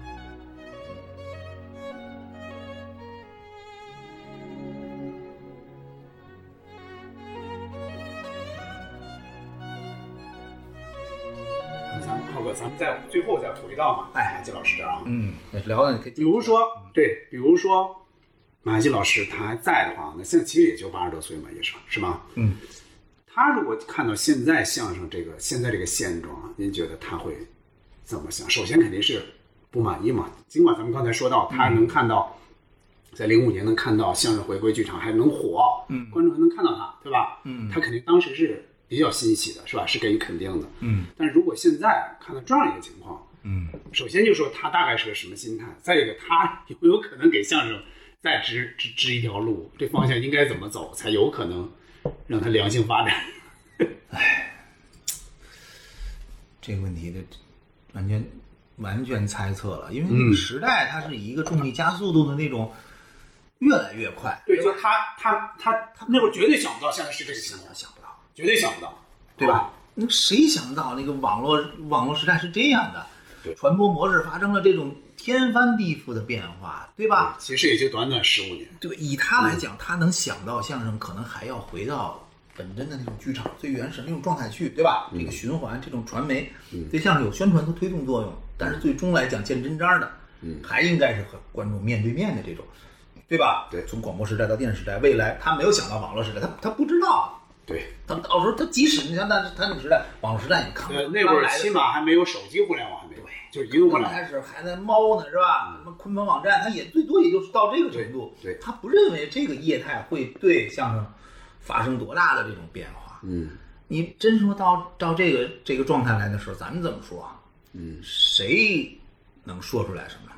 咱们浩哥，咱们再最后再回到嘛，哎季老师这儿啊，嗯，聊的可以比如说，对，比如说，马季老师他还在的话，那现在其实也就八十多岁嘛，也是是吧？嗯，他如果看到现在相声这个现在这个现状啊，您觉得他会怎么想？首先肯定是不满意嘛。尽管咱们刚才说到，他能看到，在零五年能看到相声回归剧场还能火，嗯观众还能看到他，对吧？嗯他肯定当时是比较欣喜的，是吧？是给予肯定的。嗯但是如果现在看到这样一个情况，嗯首先就说他大概是个什么心态，再一个他有没有可能给相声再指指指一条路，这方向应该怎么走才有可能让他良性发展？这个问题的完全完全猜测了，因为那个时代它是以一个重力加速度的那种越来越快， 对，就他他他他那会儿绝对想不到现在是这个情况，想不到，绝对想不到，对吧？？那谁想到那个网络网络时代是这样的，传播模式发生了这种天翻地覆的变化，对吧？其实也就短短十五年，对，嗯以他来讲，他能想到相声，可能还要回到本真的那种剧场最原始的那种状态去，对吧？这个循环，这种传媒对相声有宣传和推动作用，但是最终来讲见真章的，还应该是和观众面对面的这种，对吧？对从广播时代到电视时代，未来他没有想到网络时代，他他不知道。对，他到时候他即使你像那他那个时代，网络时代你看不呃到，那会刚儿来的起码还没有手机互联网，还没有，就是移动互刚联网开。始还在猫呢，是吧？什么昆鹏网站，它也最多也就是到这个程度。对对他不认为这个业态会对相声发生多大的这种变化。嗯，你真说到到这个这个状态来的时候，咱们怎么说啊？嗯，谁能说出来什么？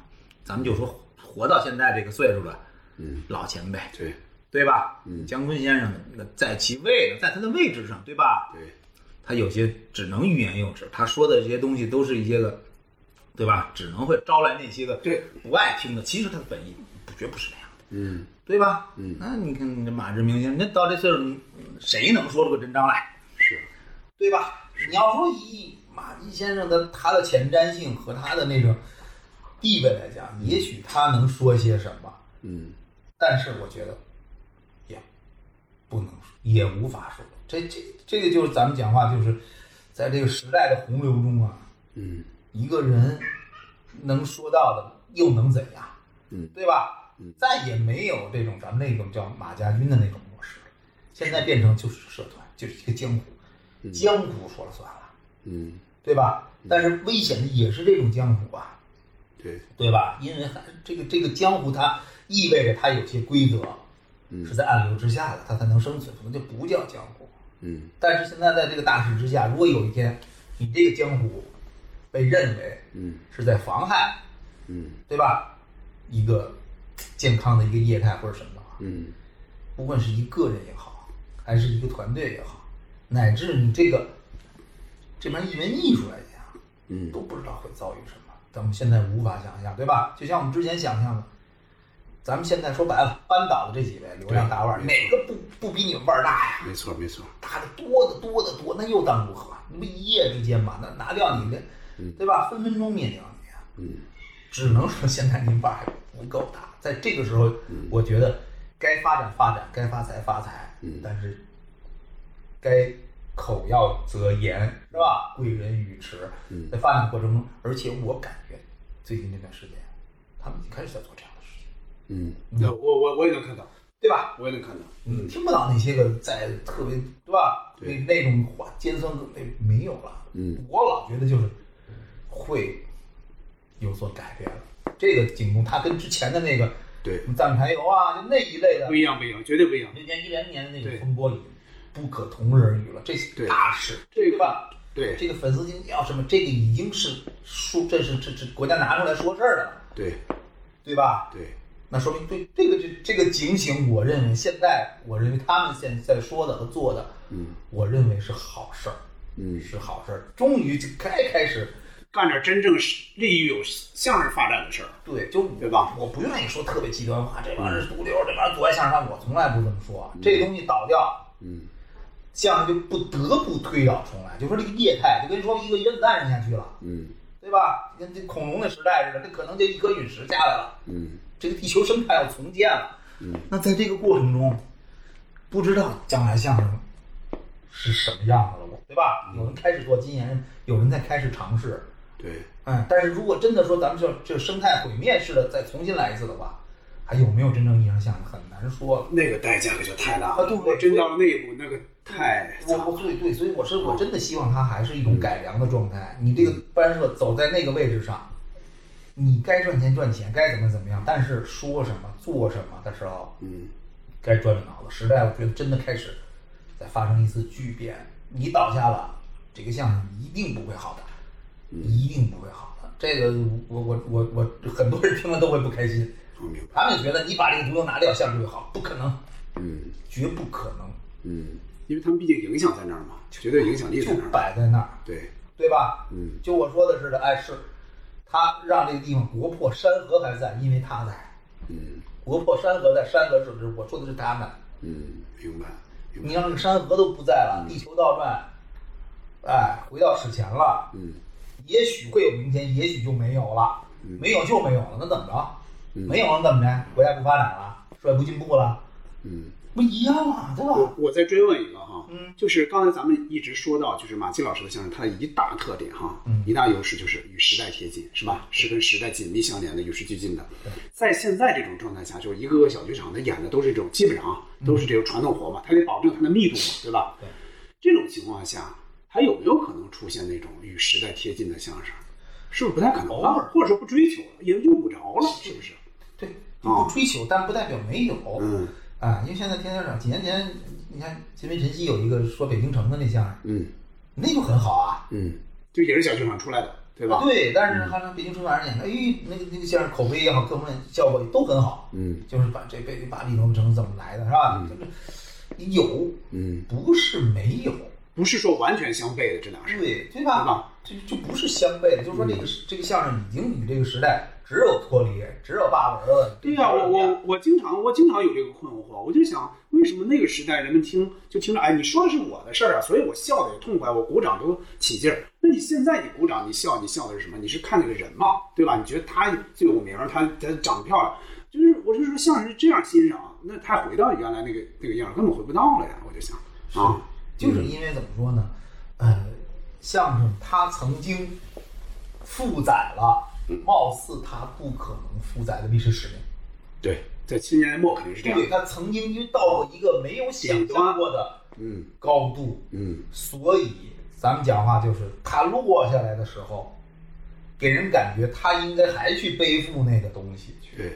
咱们就说活到现在这个岁数的，嗯，老前辈，对，对吧？嗯，姜昆先生那在其位呢，在他的位置上，对吧？对，他有些只能欲言又止，他说的这些东西都是一些个，对吧？只能会招来那些个对不爱听的。其实他的本意不绝不是那样的，嗯，对吧？嗯，那你看这马志明先生，那到这岁数，你谁能说出个真章来？是，对吧？你要说以马季先生的他的前瞻性和他的那种地位来讲，也许他能说些什么，嗯，但是我觉得也不能说，也无法说。这这这个就是咱们讲话，就是在这个时代的洪流中啊，嗯一个人能说到的又能怎样？嗯，对吧？再也没有这种咱们那种叫马家军的那种模式了，现在变成就是社团，就是一个江湖，江湖说了算了，嗯，对吧？但是危险的也是这种江湖啊，对，嗯对吧？因为它这个这个江湖，它意味着它有些规则是嗯在暗流之下的，它才能生存，可能就不叫江湖。嗯但是现在在这个大势之下，如果有一天你这个江湖被认为嗯是在妨害，嗯对吧？一个健康的一个业态或者什么的话，嗯不管是一个人也好，还是一个团队也好，乃至你这个这门艺文艺术来讲，嗯都不知道会遭遇什么，咱们现在无法想象，对吧？就像我们之前想象的，咱们现在说白了，扳倒的这几位流量大腕，对哪个不不比你们腕儿大呀？没错没错，大的多的多的多，那又当如何？那不一夜之间嘛，那拿掉你的，对吧？分分钟灭掉你啊！嗯只能说现在您腕儿还不够大，在这个时候，我觉得该发展发展，该发财发财，但是该口要则言，是吧？贵人语迟，在发展过程中，而且我感觉最近这段时间，他们已经开始在做这样的事情，嗯那我我我也能看到，对吧？我也能看到。嗯，听不到那些个在特别对吧？那那种话尖酸刻薄没有了。嗯，我老觉得就是会有所改变了。这个景东他跟之前的那个对什么赞美排油啊，就那一类的不，一样，不一样，绝对不一样。零年一零年的那个对风波已经不可同日而语了。这是对大事，这对吧？对这个粉丝经济要什么？这个已经是说，这是这这国家拿出来说事儿的了，对对吧？对那说明对这个这这个警醒，我认为现在我认为他们现在说的和做的，嗯，我认为是好事儿，嗯是好事儿。终于就该开始，干点真正是利于有相声发展的事儿。对，就对吧？嗯我不愿意说特别极端化，这帮人是毒瘤，这帮人阻碍相声发展，我从来不这么说。啊这东西倒掉，嗯相声就不得不推倒重来，就说这个业态，就跟说一个原子弹扔下去了，嗯对吧？跟这恐龙的时代似的，这可能就一颗陨石下来了。嗯这个地球生态要重建了。那在这个过程中，不知道将来相声是什么样子了，我对吧？有人开始做金言，有人在开始尝试，对嗯，但是如果真的说咱们这这生态毁灭似的再重新来一次的话，还有没有真正意义上相声很难说了。那个代价可就太大啊了。对我真到那一步，那个太我我对对，所以我是我真的希望它还是一种改良的状态。你这个班社走在那个位置上，你该赚钱赚钱，该怎么怎么样，但是说什么做什么的时候，嗯该转转脑子。时代，我觉得真的开始在发生一次巨变。你倒下了，这个相声一定不会好的，一定不会好的。这个我我我我很多人听了都会不开心，我明白他们也觉得你把这个毒瘤拿掉，相声就会好，不可能，嗯绝不可能，嗯因为他们毕竟影响在那儿嘛，绝对影响力在就那儿。摆在那儿，对对吧？嗯就我说的似的，哎，是他让这个地方国破山河还在，因为他在。嗯国破山河在，山河是不是？我说的是他们。嗯明白明白你让这个山河都不在了，地球倒转，哎，回到史前了，嗯也许会有明天，也许就没有了，没有就没有了，那怎么着？没有了怎么着？国家不发展了，社会不进步了，嗯不一样啊，对我吧？我再追问一个哈，嗯就是刚才咱们一直说到，就是马季老师的相声，它的一大特点哈，嗯一大优势就是与时代贴近，是吧？是跟时代紧密相连的，与时俱进的。在现在这种状态下，就是一个个小剧场，它演的都是这种，基本上啊都是这种传统活嘛，它得保证它的密度嘛，对吧？嗯对。这种情况下，还有没有可能出现那种与时代贴近的相声？是不是不太可能偶尔了？或者说不追求了，也用不着了，是不是？对，就不追求，但不代表没有。嗯啊，因为现在天天讲，几年前你看秦明晨曦有一个说北京城的那相声，嗯那就很好啊。嗯就也是小剧场出来的，对吧？嗯对，但是他上北京春晚上演的，哎，那个那个相声口碑也好，各方面效果也都很好。嗯就是把这被把李东城怎么来的，是吧？嗯就是有，嗯不是没有，不是说完全相悖的这俩事儿。对对吧吧？嗯这就不是相悖的，就是说这个这个相声已经与这个时代只有脱离，只有霸文了。对呀、我我我经常我经常有这个困惑，我就想为什么那个时代人们听就听着，哎，你说的是我的事儿啊，所以我笑的也痛快，我鼓掌都起劲儿。那你现在你鼓掌，你笑，你笑的是什么？你是看那个人嘛，对吧？你觉得他最有名儿，他他长得漂亮，就是我是说相声是这样欣赏，那他回到原来那个那个样儿，根本回不到了呀。我就想啊，就是因为怎么说呢，呃，相声它曾经负载了嗯貌似它不可能负载的历史使命，对，在七十年代末肯定是这样对，的。它曾经遇到过一个没有想象过的嗯高度，嗯，所以咱们讲话就是它落下来的时候，给人感觉它应该还去背负那个东西去。对，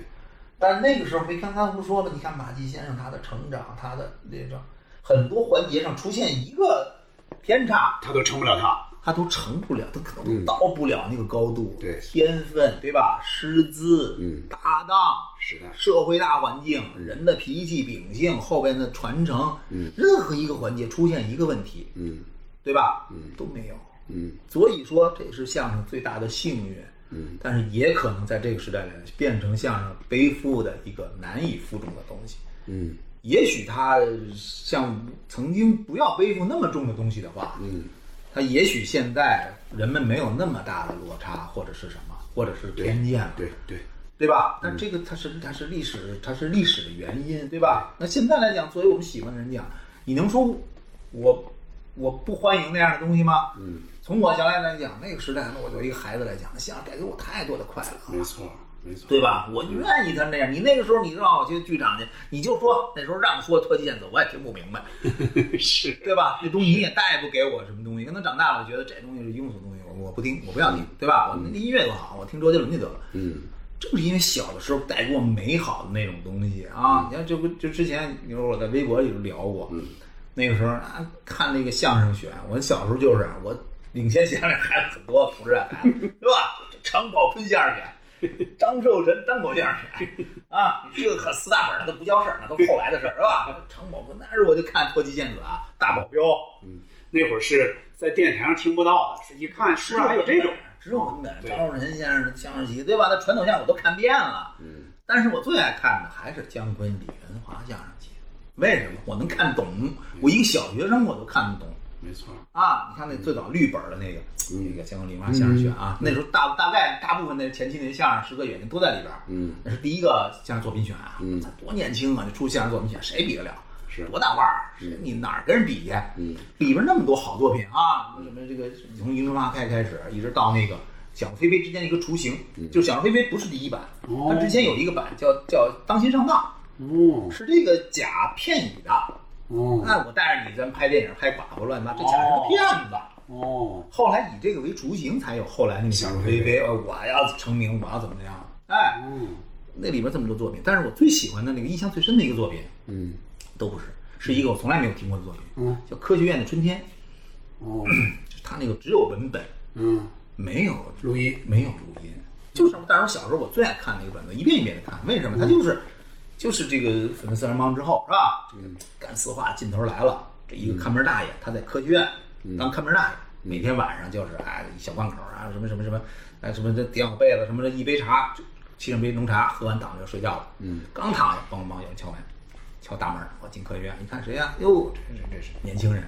但那个时候没刚才我们说了，你看马季先生他的成长，他的那种很多环节上出现一个偏差，他都成不了他。 他都成不了，他可嗯能到不了那个高度。对天分对吧？师资，嗯搭档，是的社会大环境，人的脾气秉性，后边的传承，嗯任何一个环节出现一个问题，嗯对吧？嗯都没有。嗯所以说，这是相声最大的幸运。嗯但是也可能在这个时代里变成相声背负的一个难以负重的东西。嗯也许他像曾经不要背负那么重的东西的话，嗯，他也许现在人们没有那么大的落差，或者是什么，或者是偏见了，对嗯对，对吧？但这个它是它是历史，它是历史的原因，对吧？那现在来讲，作为我们喜欢的人讲，你能说我我不欢迎那样的东西吗？嗯，从我将来来讲，那个时代，那我作为一个孩子来讲，相声带给我太多的快乐了。没错没错，对？吧？我愿意他那样。你那个时候你让我去剧场去，你就说那时候让我说脱鸡毽子，我也听不明白，是，对吧？那东西你也带不给我什么东西。可能长大了觉得这东西是庸俗东西，我我不听，我不要听，对吧？我那音乐多好，我听周杰伦就得了。嗯正是因为小的时候带给我美好的那种东西啊，你看这不就之前你说我在微博里就聊过，那个时候啊看那个相声选，我小时候就是啊我领先相声孩子很多，不是孩子是吧？长跑喷相声选，张寿臣单口相声选啊，这个四大本儿那都不叫事儿，那都是后来的事儿是吧？长跑喷，那时候我就看脱鸡毽子啊，大保镖，嗯那会儿是在电台上听不到的，是一看书啊上还有这种，嗯只有文本，对张寿臣先生的相声集，对吧？那传统相声我都看遍了，嗯但是我最爱看的还是姜昆、李文华相声集。为什么？我能看懂，我一个小学生我都看得懂没错，啊！你看那最早绿本的那个，嗯那个姜昆、李文华相声选啊，那时候大大概大部分那前期那相声十个演员都在里边儿，嗯那是第一个相声作品选啊，嗯咱多年轻啊，就出相声作品选，谁比得了？是多大腕儿？谁你哪儿跟人比去？嗯里边那么多好作品啊，什么这个从《云中花开》开始，一直到那个《想入非非》之间的一个雏形，就《想入非非》不是第一版，嗯哦它之前有一个版叫叫《当心上当哦》，是这个假骗乙的。哦那我带着你咱拍电影，拍寡妇乱七八，这假是个骗子。哦，后来以这个为雏形，才有后来那个《想入非非》，呃，我要成名，我要怎么样？哎，嗯那里边这么多作品，但是我最喜欢的那个印象最深的一个作品，嗯都不是，是一个我从来没有听过的作品，嗯叫《科学院的春天》。 哦他那个只有文本，嗯，没有录音没有录音，就是但是我小时候我最爱看那个版本，一遍一遍的看，为什么？他就是就是这个粉丝四人帮之后是吧？嗯，干四化劲头来了，这一个看门大爷，他在科学院当看门大爷。每天晚上就是哎，小贯口啊，什么什么什么，哎，什么这点好被子，什么这一杯茶，就沏上杯浓茶，喝完躺着就睡觉了。嗯，刚躺下，梆梆梆有人敲门，敲大门，我进科学院，一看谁呀、哟，这是这是年轻人，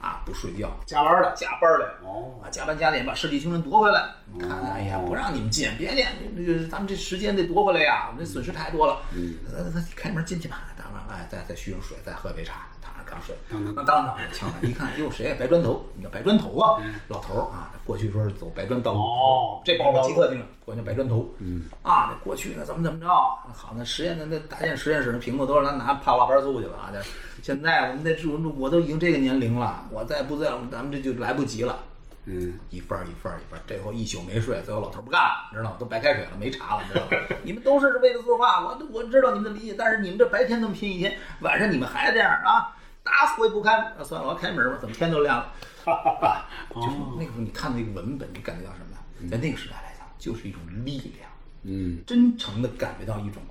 啊，不睡觉，加班的，加班来了，哦啊，加班加点把世纪青春夺回来。你看，哎呀，不让你们进，别进，这个咱们这时间得夺回来呀，我们这损失太多了。嗯，他开门进去吧，当然，哎，再再续上水，再喝杯茶，躺上刚睡，当当当敲门， 一看，哟，谁呀？白砖头，你叫白砖头啊，老头儿啊，过去说是走白砖道路，哦这包括极客听了，管叫白砖头，嗯，啊，这过去呢怎么怎么着，好，那实验的那大件实验室的屏幕都让他拿怕瓦板素去了啊，这现在我们这我们我都已经这个年龄了，我再不在，咱们这就来不及了。嗯一份儿一份儿一份儿，这后一宿没睡，最后老头儿不干了，你知道吗？都白开水了，没茶了，你知道吗？ 你们都是为了作画，我我知道你们的理解，但是你们这白天那么拼一天，晚上你们还这样啊，打死我也不开门。啊算了，我要开门吧，怎么天都亮了？啊，就是哦那个时候你看那个文本，你感觉到什么呀？在那个时代来讲，就是一种力量，嗯真诚的感觉到一种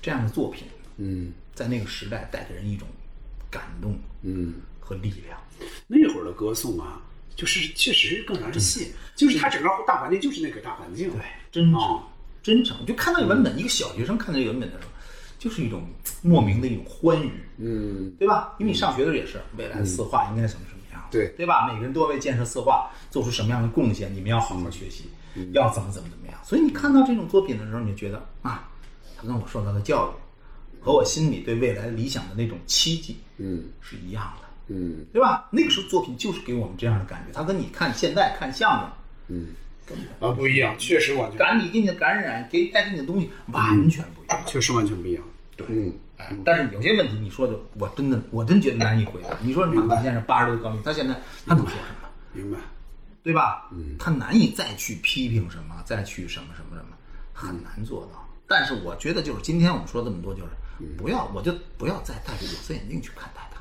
这样的作品嗯在那个时代带给人一种感动嗯。和力量。那会儿的歌颂啊，就是确实更人气，就是它整个大环境就是那个大环境。对，真诚，哦真诚。就看到文本，一个小学生看到这个文本的时候，就是一种莫名的一种欢愉，嗯，对吧？因为你上学的时候也是，未来四化应该什么什么样，对对吧？每个人都要为建设四化做出什么样的贡献，你们要好好学习，嗯要怎么怎么怎么样。所以你看到这种作品的时候，你就觉得啊，他跟我受到的教育，和我心里对未来理想的那种期冀嗯是一样的，嗯对吧？那个时候作品就是给我们这样的感觉，它跟你看现在看相声嗯，啊，不一样，确实完全，感你给你的感染，给带给你的东西完全不一样。确实完全不一样。嗯但是有些问题你说的，我真的我真觉得难以回答。你说马文先生八十多高龄，他现在他能说什么？明白。对吧？他难以再去批评什么，再去什么什么什么，很难做到。但是我觉得，就是今天我们说这么多，就是不要，我就不要再戴着有色眼镜去看待他，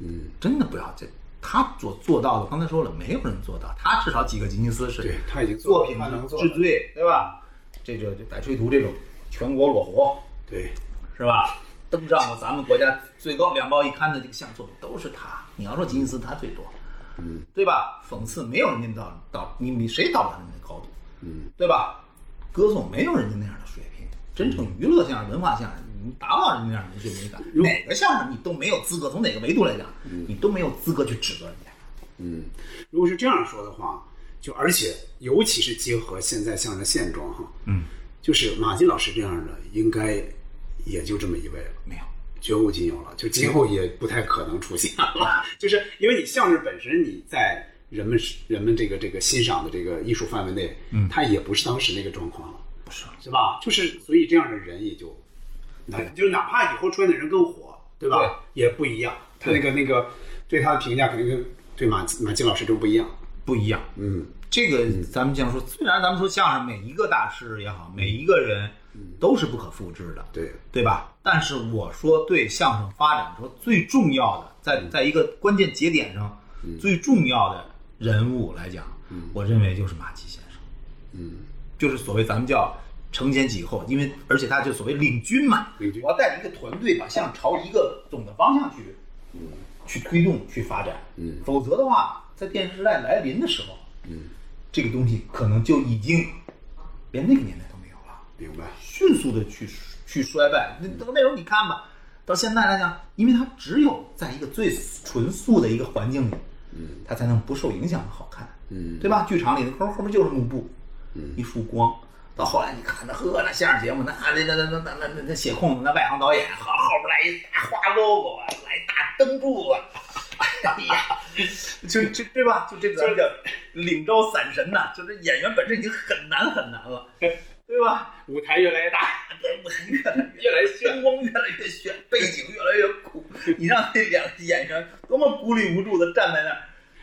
嗯，真的不要。这他做做到的，刚才说了，没有人做到，他至少几个吉尼斯是对他已经做作了品他能做之到最，对吧？这就这百吹图这种全国裸活，对，是吧？登上过咱们国家最高两报一刊的这个项作品都是他。你要说吉尼斯，他最多，嗯，对吧？讽刺没有人家到到你你谁到不了人家的高度，嗯，对吧？歌颂没有人家那样的水平，真正娱乐相声、文化相声，你达不到人家那样的水平感。哪个相声你都没有资格，从哪个维度来讲，你都没有资格去指责人家。嗯如果是这样说的话，就而且尤其是结合现在相声的现状哈，嗯，就是马季老师这样的，应该也就这么一位了。没有，绝无仅有了，就今后也不太可能出现了。 就是因为你相声本身，你在人们人们这个这个欣赏的这个艺术范围内，嗯，它也不是当时那个状况了，不是。是吧？就是所以这样的人也就，那就哪怕以后出现的人更火，对吧？也不一样，他那个那个对他的评价肯定跟对马马季老师真不一样。不一样。嗯，这个咱们这样说，虽然咱们说相声每一个大师也好，每一个人都是不可复制的，对对吧？但是我说对相声发展说最重要的，在在一个关键节点上，最重要的人物来讲，我认为就是马季先生，嗯就是所谓咱们叫承前启后，因为而且他就所谓领军嘛，领军我要带着一个团队，把相声朝一个总的方向去，去推动去发展，嗯否则的话，在电视时代来临的时候。嗯，这个东西可能就已经连那个年代都没有了，明白。迅速的去去衰败。那那时候你看吧，到现在来讲，因为它只有在一个最纯素的一个环境里，它才能不受影响的好看，嗯对吧？剧场里的后后面就是幕布，嗯一束光。到后来你看那呵，那相声节目，那那那那那那那那写空子，那外行导演，好后边来一大花 logo 啊，来一大灯柱啊，哎呀，就就对吧？就这个叫领招散神呐、就这演员本身已经很难很难了，对吧？舞台越来越 大， 越来越炫，灯光越来越炫，背景越来越苦。你让那两个演员多么孤立无助的站在那儿，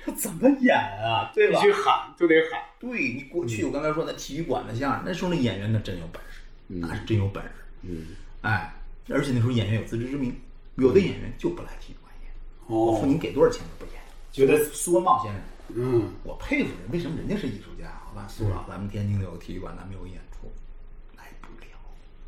他怎么演啊？对必吧？须喊就得喊。对你过去我刚才说那体育馆的相声，那时候那演员那真有本事，那是真有本事。嗯哎，而且那时候演员有自知之明，有的演员就不来体育馆演，我付哦，你给多少钱都不演。觉得苏文茂先生，嗯，我佩服人，为什么人家是艺术家？好吧，苏老，咱们天津的有个体育馆，咱们有个演出，来不了。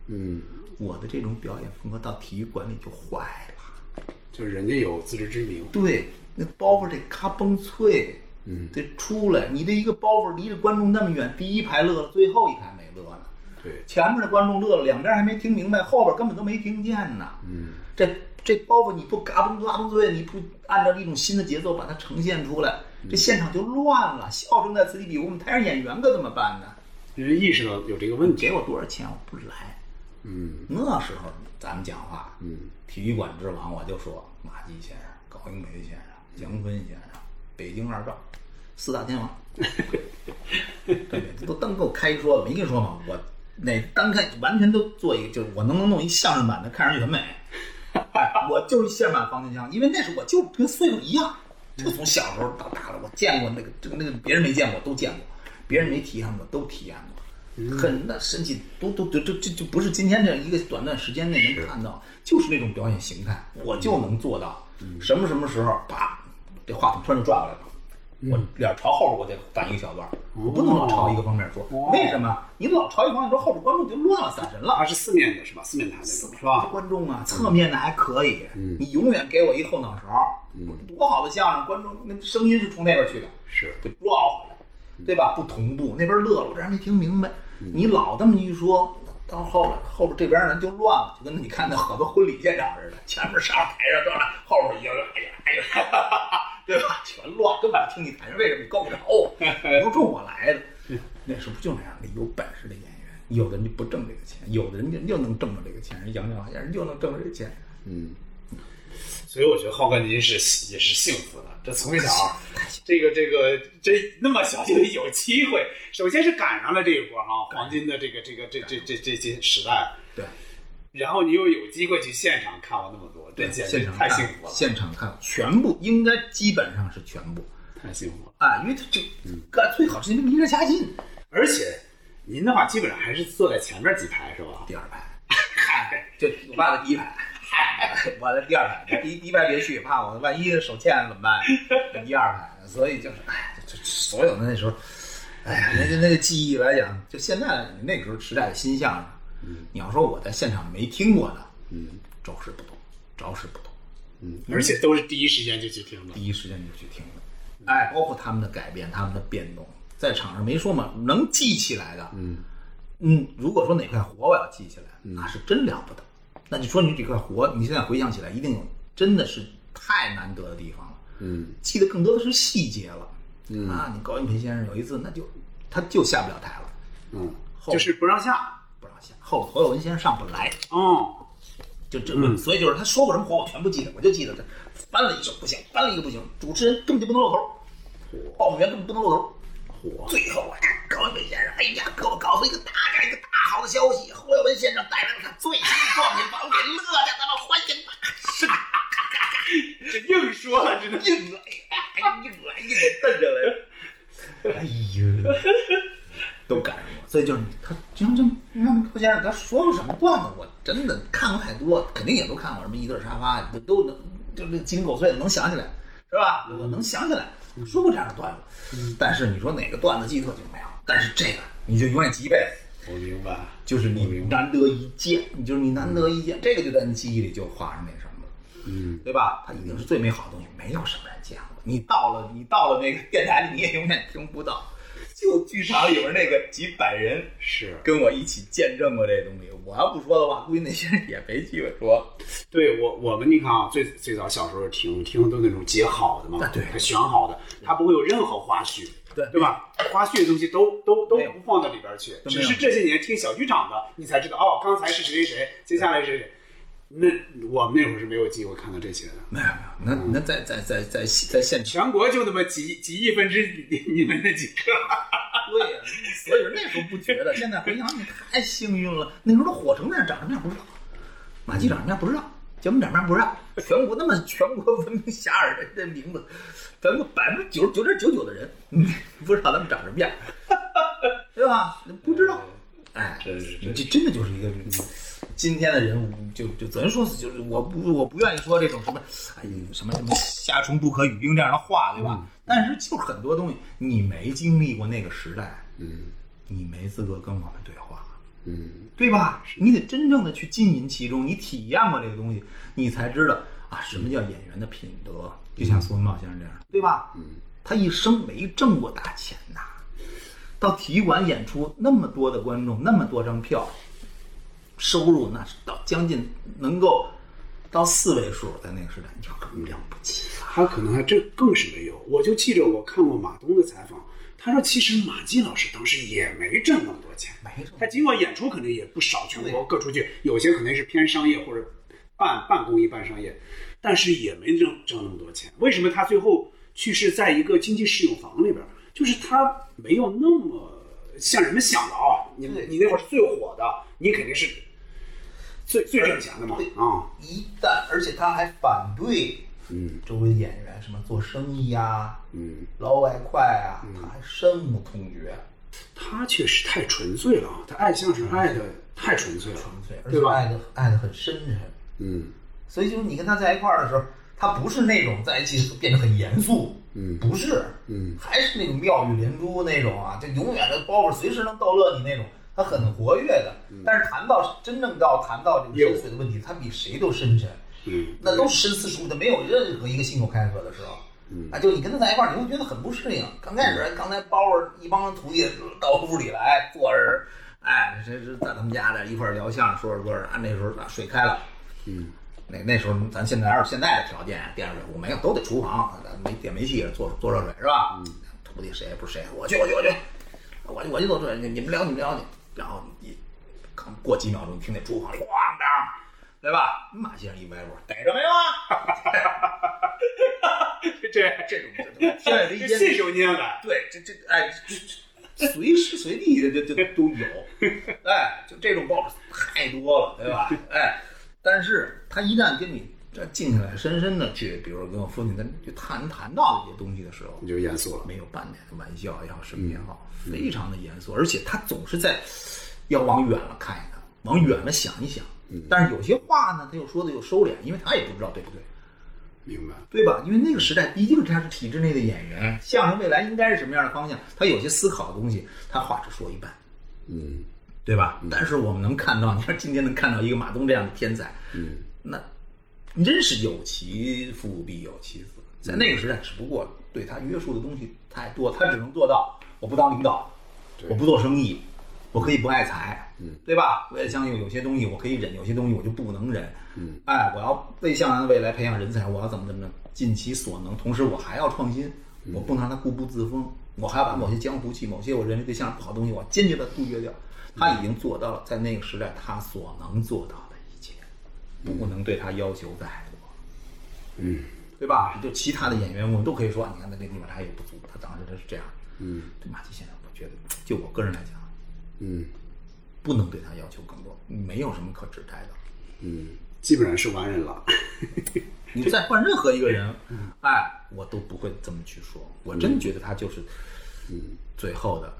嗯我的这种表演风格到体育馆里就坏了。就是人家有自知之明，对，那包袱得咔嘣脆，嗯，得出来。你的一个包袱离着观众那么远，第一排乐了，最后一排没乐呢。对，前面的观众乐了，两边还没听明白，后边根本都没听见呢。嗯这这包袱你不嘎嘣嘎嘣脆，你不按照一种新的节奏把它呈现出来，嗯这现场就乱了。笑声在此起彼伏，我们台上演员可怎么办呢？人家意识到有这个问你题。给我多少钱，我不来。嗯那时候咱们讲话，嗯体育馆之王，我就说马季先生、高英培先生、杨坤先生、北京二赵四大天王，对，这都单给我开一桌子，没跟你说吗？我那单开完全都做一个，就是我能不能弄一相声版的，看上去很美。哎， 我就是现版方天枪，因为那时候我就跟岁数一样，就从小时候到大了，我见过那个这个那个别人没见过都见过，别人没体验过都体验过。很那神奇，都都都这这就不是今天这样一个短暂时间内能看到，就是那种表演形态，我就能做到。什么什么时候，啪，这话筒突然就转过来了，我脸朝后边，我得反一个小段儿，我不能老朝一个方面说。为什么？你老朝一个方面说，后边观众就乱了散神了它。是四面的是吧？四面台的是吧？观众啊，侧面的还可以，你永远给我一后脑勺，多好的相声，观众那声音是从那边去的，是不绕回来，对吧？不同步，那边乐了，我这还没听明白。你老这么一说，到后来后边这边人就乱了，就跟你看那好多婚礼现场似的，前面上台上装着，后边一个人，哎呀哎呀， 哈哈哈哈对吧？全乱，根本不听你台上为什么你够不着我，不是冲我来的。那时候不就那样的？有本事的演员，有的人就不挣这个钱，有的人家又能挣着这个钱，人杨绛好像又能挣着这个钱，嗯，所以我觉得浩哥您是也是幸福的，这从小这个这个这那么小就有机会，首先是赶上了这一波哈、黄金的这个这个这这这这些时代，对，然后你又有机会去现场看我那么多，这简现直场太看幸福了，现场看全部应该基本上是全部太幸福了。啊，因为他就嗯干最好是因为离着家近，而且您的话基本上还是坐在前面几排是吧？第二排，就我爸的第一排，我的第二排，第一第一排别去，怕我万一手欠了怎么 办？第二排，所以就是，哎，这这所有的那时候，哎呀，那那个记忆来讲，就现在那个时候时代的新相声，你要说我在现场没听过的，嗯，着实不多，着实不多，而且都是第一时间就去听的，第一时间就去听了，哎，包括他们的改变，他们的变动，在场上没说嘛，能记起来的，嗯如果说哪块活我要记起来，那是真了不得。那你说你这块活，你现在回想起来，一定有真的是太难得的地方了，嗯，记得更多的是细节了，嗯啊，你高云培先生有一次，那就他就下不了台了，嗯，后就是不让下。不让下，后侯耀文先生上不来，哦，就这，所以就是他说过什么话，我全部记得，我就记得他翻了一首不行，翻了一个不行，主持人根本就不能露头，报幕员根本不能露头。最后啊，高文先生，哎呀，给我告诉一个大家一个大好的消息，侯耀文先生带来了他最新作品，把我给乐的，咱们欢迎吧！是的，这硬说啊了，真的。硬了，哎呀，硬了，硬了，瞪着来了，哎呦，都赶上我，所以就是他，就像这让侯先生他说过什么段子，我真的看过太多，肯定也都看过什么一对沙发，我都能就那鸡零狗碎的能想起来，是吧？我能想起来说过这样的段子，但是你说哪个段子记特就没有，但是这个你就永远记一辈子。我明白，就是你难得一见，你就是你难得一见，这个就在你记忆里就画上那什么了，嗯，对吧？它一定是最美好的东西，没有什么人见过。你到了，你到了那个电台里，你也永远听不到。就剧场里边那个几百人是跟我一起见证过这东西，我要不说的话，估计那些人也没机会说。对我我们你看啊，最最早小时候听听的都是那种截好的嘛啊，对它选好的，它不会有任何花絮，对对吧？花絮的东西都都都没有不放到里边去，都没只有是这些年听小剧场的，你才知道哦，刚才是谁谁谁，接下来是谁谁。那我们那会儿是没有机会看到这些的，没有没有，那那在在在在在现场，全国就那么几几亿分之你们那几 个， 对呀、所以说那时候不觉得，现在回想你太幸运了。那时候都火成那样，长什么样不知道，马季长什么样不知道，节目长什么样不知道。全国那么全国闻名遐迩的这名字，全国百分之九十九点九九的 人，嗯，不知道他们长什么样， 对吧？不知道，哎，真是这真的就是一个。今天的人物就就咱说就是我不我不愿意说这种什么哎什么什么夏虫不可语冰这样的话，对嗯吧？但是就很多东西你没经历过那个时代，嗯你没资格跟我们对话，嗯对吧？你得真正的去浸淫其中，你体验过这个东西，你才知道啊，什么叫演员的品德。就像苏文茂先生这样，对吧？嗯，他一生没挣过大钱呐，到体育馆演出那么多的观众，那么多张票，收入那是到将近能够到四位数，在那个时代，你就很了不起了。他可能还真更是没有。我就记着我看过马东的采访，他说其实马季老师当时也没挣那么多钱，没挣他尽管演出肯定也不少，全国各出去，有些肯定是偏商业或者半半公益半商业，但是也没挣挣那么多钱。为什么他最后去世在一个经济适用房里边儿？就是他没有那么像人们想的啊，你你那会儿是最火的，你肯定是最最挣钱的嘛啊，一旦，而且他还反对，嗯，周围的演员什么做生意啊，嗯，老外快啊，他还深恶痛绝，他确实太纯粹了啊，他爱相声爱的太纯粹了，对，而对且吧爱的爱的很深沉。嗯所以就是你跟他在一块儿的时候，他不是那种在一起变得很严肃，嗯不是，嗯，还是那种妙语连珠那种啊，就永远的包袱随时能逗乐你那种，他很活跃的。但是谈到真正到谈到这个业务深邃的问题，他比谁都深沉， 嗯，那都是深思熟虑的，没有任何一个信口开河的时候。嗯啊，就你跟他在一块儿，你会觉得很不适应。刚开始，刚才包着一帮徒弟到屋里来坐着，哎，这是在他们家这一块儿聊相声，说着说着，啊，那时候啊水开了，嗯那那时候，咱现在要是现在的条件，电热水壶没有，都得厨房，没电煤气做做热水是吧？嗯，徒弟谁也不是谁，我去我去我去，我去我去做热水，你你们聊你们聊去，然后一可能过几秒钟，你听那厨房里咣当，对吧？马先生一歪脖，逮着没有啊？这种天外这飞 这仙，信手拈来，对，这这哎，这这随时随地的这这都有，哎，就这种报纸太多了，对吧？哎，但是他一旦跟你这静下来，深深的去，比如说跟我父亲咱去谈谈到这些东西的时候，你就严肃了。嗯没有半点的玩笑也好，什么也好，非常的严肃，而且他总是在要往远了看一看，往远了想一想。嗯但是有些话呢，他又说的又收敛，因为他也不知道对不对。明白，对吧？因为那个时代毕竟他是体制内的演员，相声未来应该是什么样的方向？他有些思考的东西，他话只说一半，嗯对吧？但是我们能看到，你看今天能看到一个马东这样的天才，嗯，那真是有其父必有其子。在那个时代，只不过对他约束的东西太多，他只能做到我不当领导，我不做生意，我可以不爱财，嗯，对吧？我也相信有些东西我可以忍，有些东西我就不能忍，嗯，哎，我要为向阳未来培养人才，我要怎么怎么着，尽其所能，同时我还要创新，嗯我不能让他固步自封，我还要把某些江湖气、某些我认为对相声不好的东西，我坚决的杜绝掉。他已经做到了在那个时代他所能做到的一切，不能对他要求再多。嗯对吧？就其他的演员，我们都可以说，你看他这地方他也不足，他当时他是这样。嗯对马季先生，我觉得，就我个人来讲，嗯不能对他要求更多，没有什么可指摘的。嗯，基本上是完人了。你再换任何一个人，嗯哎，我都不会这么去说。我真觉得他就是，最后的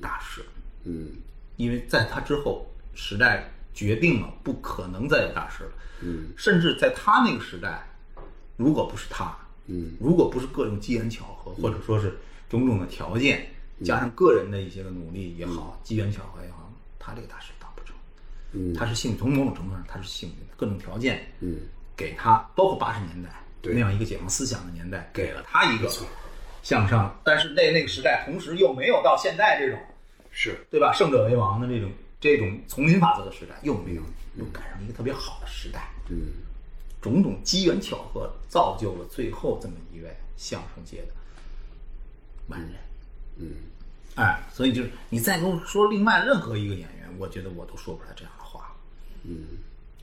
大师，嗯因为在他之后，时代决定了不可能再有大师了。嗯，甚至在他那个时代，如果不是他，嗯，如果不是各种机缘巧合，或者说是种种的条件，嗯加上个人的一些个努力也好，机缘巧合也好，他这个大师当不成。嗯他是幸运，从某种程度上他是幸运的，各种条件，嗯，给他，包括八十年代对那样一个解放思想的年代，给了他一个向上，但是那那个时代，同时又没有到现在这种，是，对吧？胜者为王的这种这种丛林法则的时代，又没有，又赶上一个特别好的时代，嗯种种机缘巧合造就了最后这么一位相声界的完人。嗯哎，所以就是你再跟我说另外任何一个演员，我觉得我都说不出来这样的话。嗯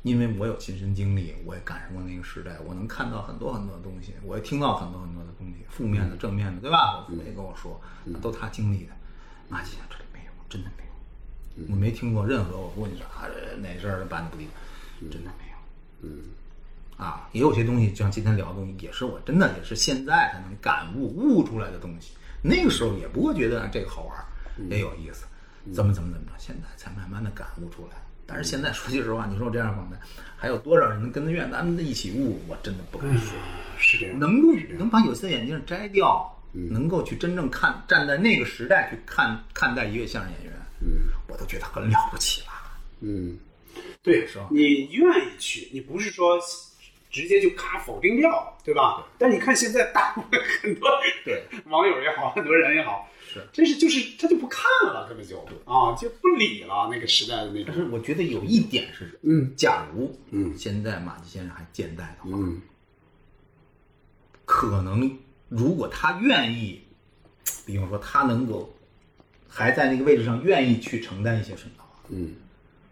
因为我有亲身经历，我也赶上过那个时代，我能看到很多很多的东西，我也听到很多很多的东西，负面的、正面的，对吧？我父母也跟我说，那都他经历的。马季这里没有，真的没有，我没听过任何我问你说啊这哪事儿办的不地道，真的没有。嗯啊，也有些东西，就像今天聊的东西，也是我真的也是现在才能感悟悟出来的东西。那个时候也不会觉得啊这个好玩儿，也有意思，怎么怎么怎么着，现在才慢慢的感悟出来。但是现在说句实话，你说我这样访谈，还有多少人能跟得愿咱们一起悟？我真的不敢说，是这样。能够能把有色眼镜摘掉，能够去真正看站在那个时代去看看待一位相声演员，我都觉得很了不起了。嗯对是吧，你愿意去，你不是说直接就咔否定掉，对吧？但你看现在大部分很多对网友也好，很多人也好，是真是就是他就不看了，根本就啊就不理了那个时代的那但是种。我觉得有一点是，嗯，假如嗯现在马季先生还健在的话，嗯可能如果他愿意，比方说他能够还在那个位置上愿意去承担一些什么的话，嗯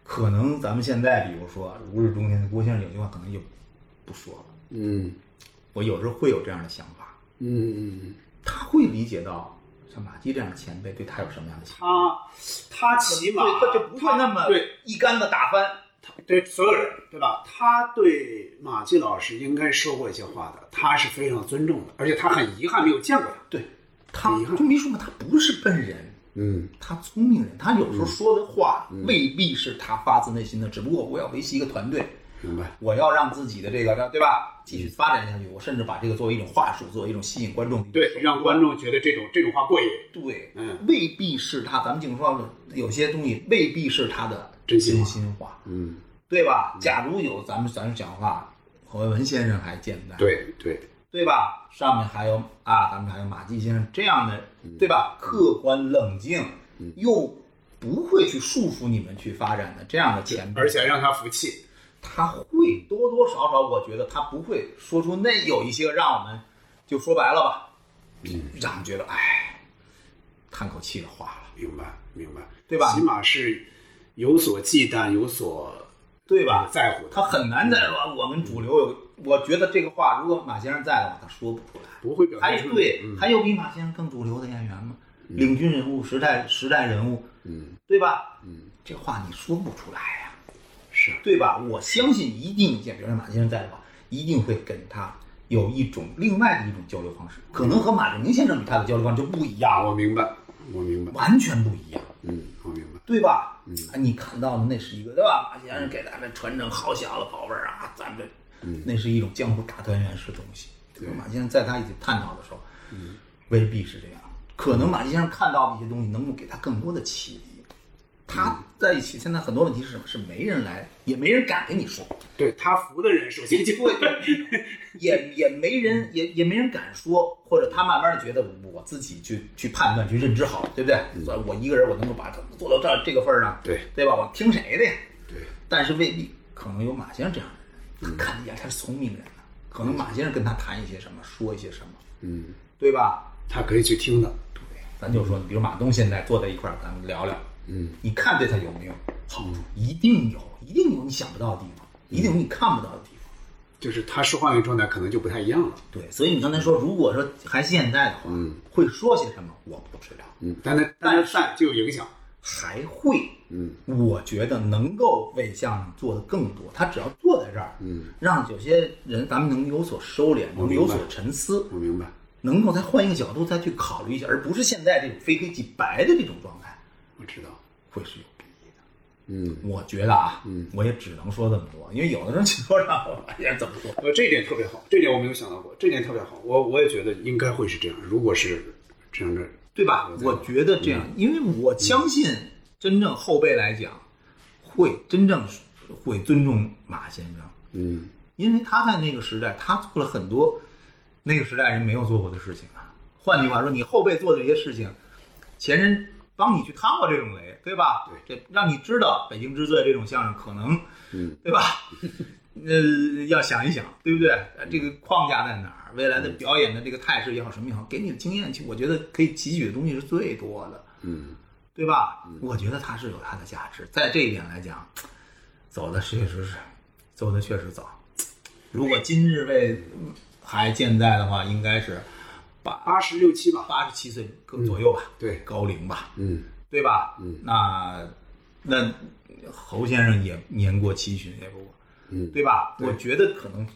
可能咱们现在比如说如日中天的郭先生有句话可能就不说了。嗯我有时候会有这样的想法，嗯他会理解到像马季这样的前辈对他有什么样的想法，他啊他起码对他就不会那么对一竿子打翻。对所有人，对吧？他对马季老师应该说过一些话的，他是非常尊重的，而且他很遗憾没有见过他。对，他就没说嘛，他不是笨人。嗯他聪明人，他有嗯时候说的话未必是他发自内心的，只不过我要维系一个团队，嗯明白，我要让自己的这个，对吧，继续发展下去。我甚至把这个作为一种话术，作为一种吸引观众的一种手对，段让观众觉得这种这种话过瘾，对，嗯未必是他。咱们净说有些东西未必是他的真心话心话，嗯对吧？假如有咱们咱们讲话，侯文文先生还健在，对对，对吧？上面还有啊，咱们还有马季先生这样的，嗯对吧？客观冷静，又不会去束缚你们去发展的这样的前辈，而且让他服气。他会多多少少，我觉得他不会说出那有一些让我们就说白了吧，嗯让我们觉得哎，叹口气的话了，明白，明白，对吧起码是有所忌惮，有所对吧？在乎的，他很难再说我们主流有，我觉得这个话如果马先生在的话，他说不出来。不会表还现出对，嗯还有比马先生更主流的演员吗？领军人物、时代时代人物，嗯，对吧？嗯，这话你说不出来呀、是对吧？我相信一定，比如说马先生在的话，一定会跟他有一种另外的一种交流方式，可能和马志明先生与他的交流方式就不一样啊，我了，明白，我明白，完全不一样。嗯，我明白，对吧？嗯，你看到的那是一个对吧？马先生给咱们传承好小子宝贝儿啊，咱们那是一种江湖大团圆式的东西。对吧，马先生在他一起探讨的时候，嗯，未必是这样。可能马先生看到的一些东西，能够给他更多的启迪。他在一起，现在很多问题是什么？是没人来，也没人敢跟你说，对他服的人首先就 会，也也没嗯人，也也没人敢说，或者他慢慢的觉得我自己去去判断、去认知好，对不对？所以我一个人我能够把它做到这这个份儿上，嗯对对吧？我听谁的呀？对，嗯但是未必可能有马先生这样的人，他看得见他是聪明人啊，可能马先生跟他谈一些什么，说一些什么，嗯，对吧？他可以去听的，对，咱就说，比如马东现在坐在一块儿，咱们聊聊，嗯，你看对他有没有好处？一定有，一定有你想不到的地方，一定有你看不到的地方。就是他说话那个状态可能就不太一样了，对，所以你刚才说，如果说还现在的话，嗯会说些什么？我不知道，嗯，但他但但是但就有影响，还会，嗯，我觉得能够为相声做的更多。他只要坐在这儿，嗯，让有些人咱们能有所收敛，我能明白有所沉思，我明白，能够再换一个角度再去考虑一下，而不是现在这种非黑即白的这种状态，我知道，会是有裨益的。嗯，我觉得啊，嗯我也只能说这么多，因为有的人说让我哎呀怎么说，呃，这一点特别好，这一点我没有想到过，这一点特别好，我我也觉得应该会是这样，如果是这样的，对吧？我觉得这样，因为我相信真正后辈来讲，会真正会尊重马先生，嗯，因为他在那个时代，他做了很多那个时代人没有做过的事情啊。换句话说，你后辈做的这些事情，前人帮你去趟过这种雷，对吧？对，这让你知道北京之最这种相声可能，嗯，对吧？ 呃，要想一想，对不对？呃这个框架在哪儿？未来的表演的这个态势也好，什么也好，给你的经验，其实我觉得可以汲取的东西是最多的，嗯，对吧？我觉得它是有它的价值，在这一点来讲，走的确实是走的确实早。如果今日为还健在的话，应该是八八十六七吧，八十七岁更左右吧，嗯对高龄吧，嗯，对吧？嗯，那那侯先生也年过七旬，也不，嗯对吧？我觉得可能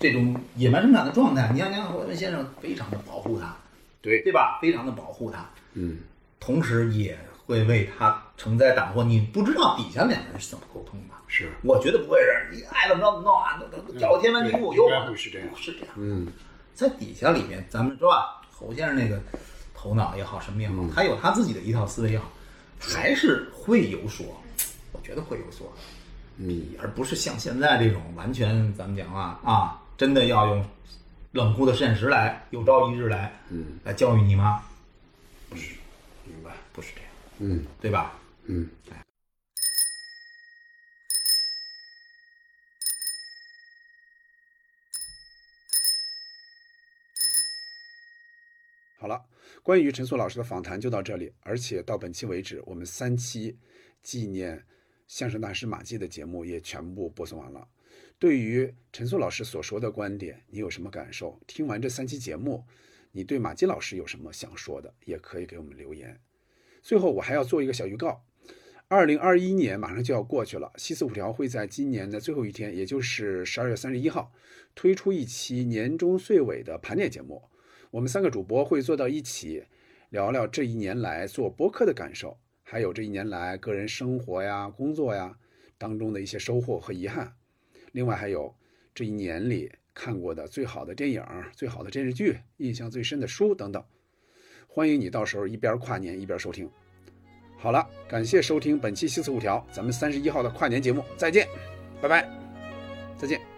这种野蛮生长的状态，你像梁文先生非常的保护他，对对吧？非常的保护他，嗯，同时也会为他承载打破。你不知道底下两个人是怎么沟通的。是，我觉得不会是，你爱怎么着怎么弄啊，那那找个天翻地覆，嗯对有应该我会是这样不是这样。嗯，在底下里面，咱们说吧，侯先生那个头脑也好，什么也好，嗯他有他自己的一套思维也好，还是会有所，我觉得会有所嗯比，而不是像现在这种完全咱们讲话啊，真的要用冷酷的现实来，有朝一日来，嗯，来教育你吗？明白，不是这样，嗯对吧？嗯。好了，关于陈硕老师的访谈就到这里，而且到本期为止，我们三期纪念相声大师马季的节目也全部播送完了。对于陈硕老师所说的观点，你有什么感受？听完这三期节目，你对马季老师有什么想说的，也可以给我们留言。最后，我还要做一个小预告。二零二一年马上就要过去了，西四五条会在今年的最后一天，也就是十二月三十一号，推出一期年终岁尾的盘点节目。我们三个主播会坐到一起，聊聊这一年来做播客的感受，还有这一年来个人生活呀、工作呀当中的一些收获和遗憾。另外还有这一年里看过的最好的电影、最好的电视剧、印象最深的书等等。欢迎你到时候一边跨年一边收听。好了，感谢收听本期西四五条，咱们三十一号的跨年节目再见，拜拜，再见。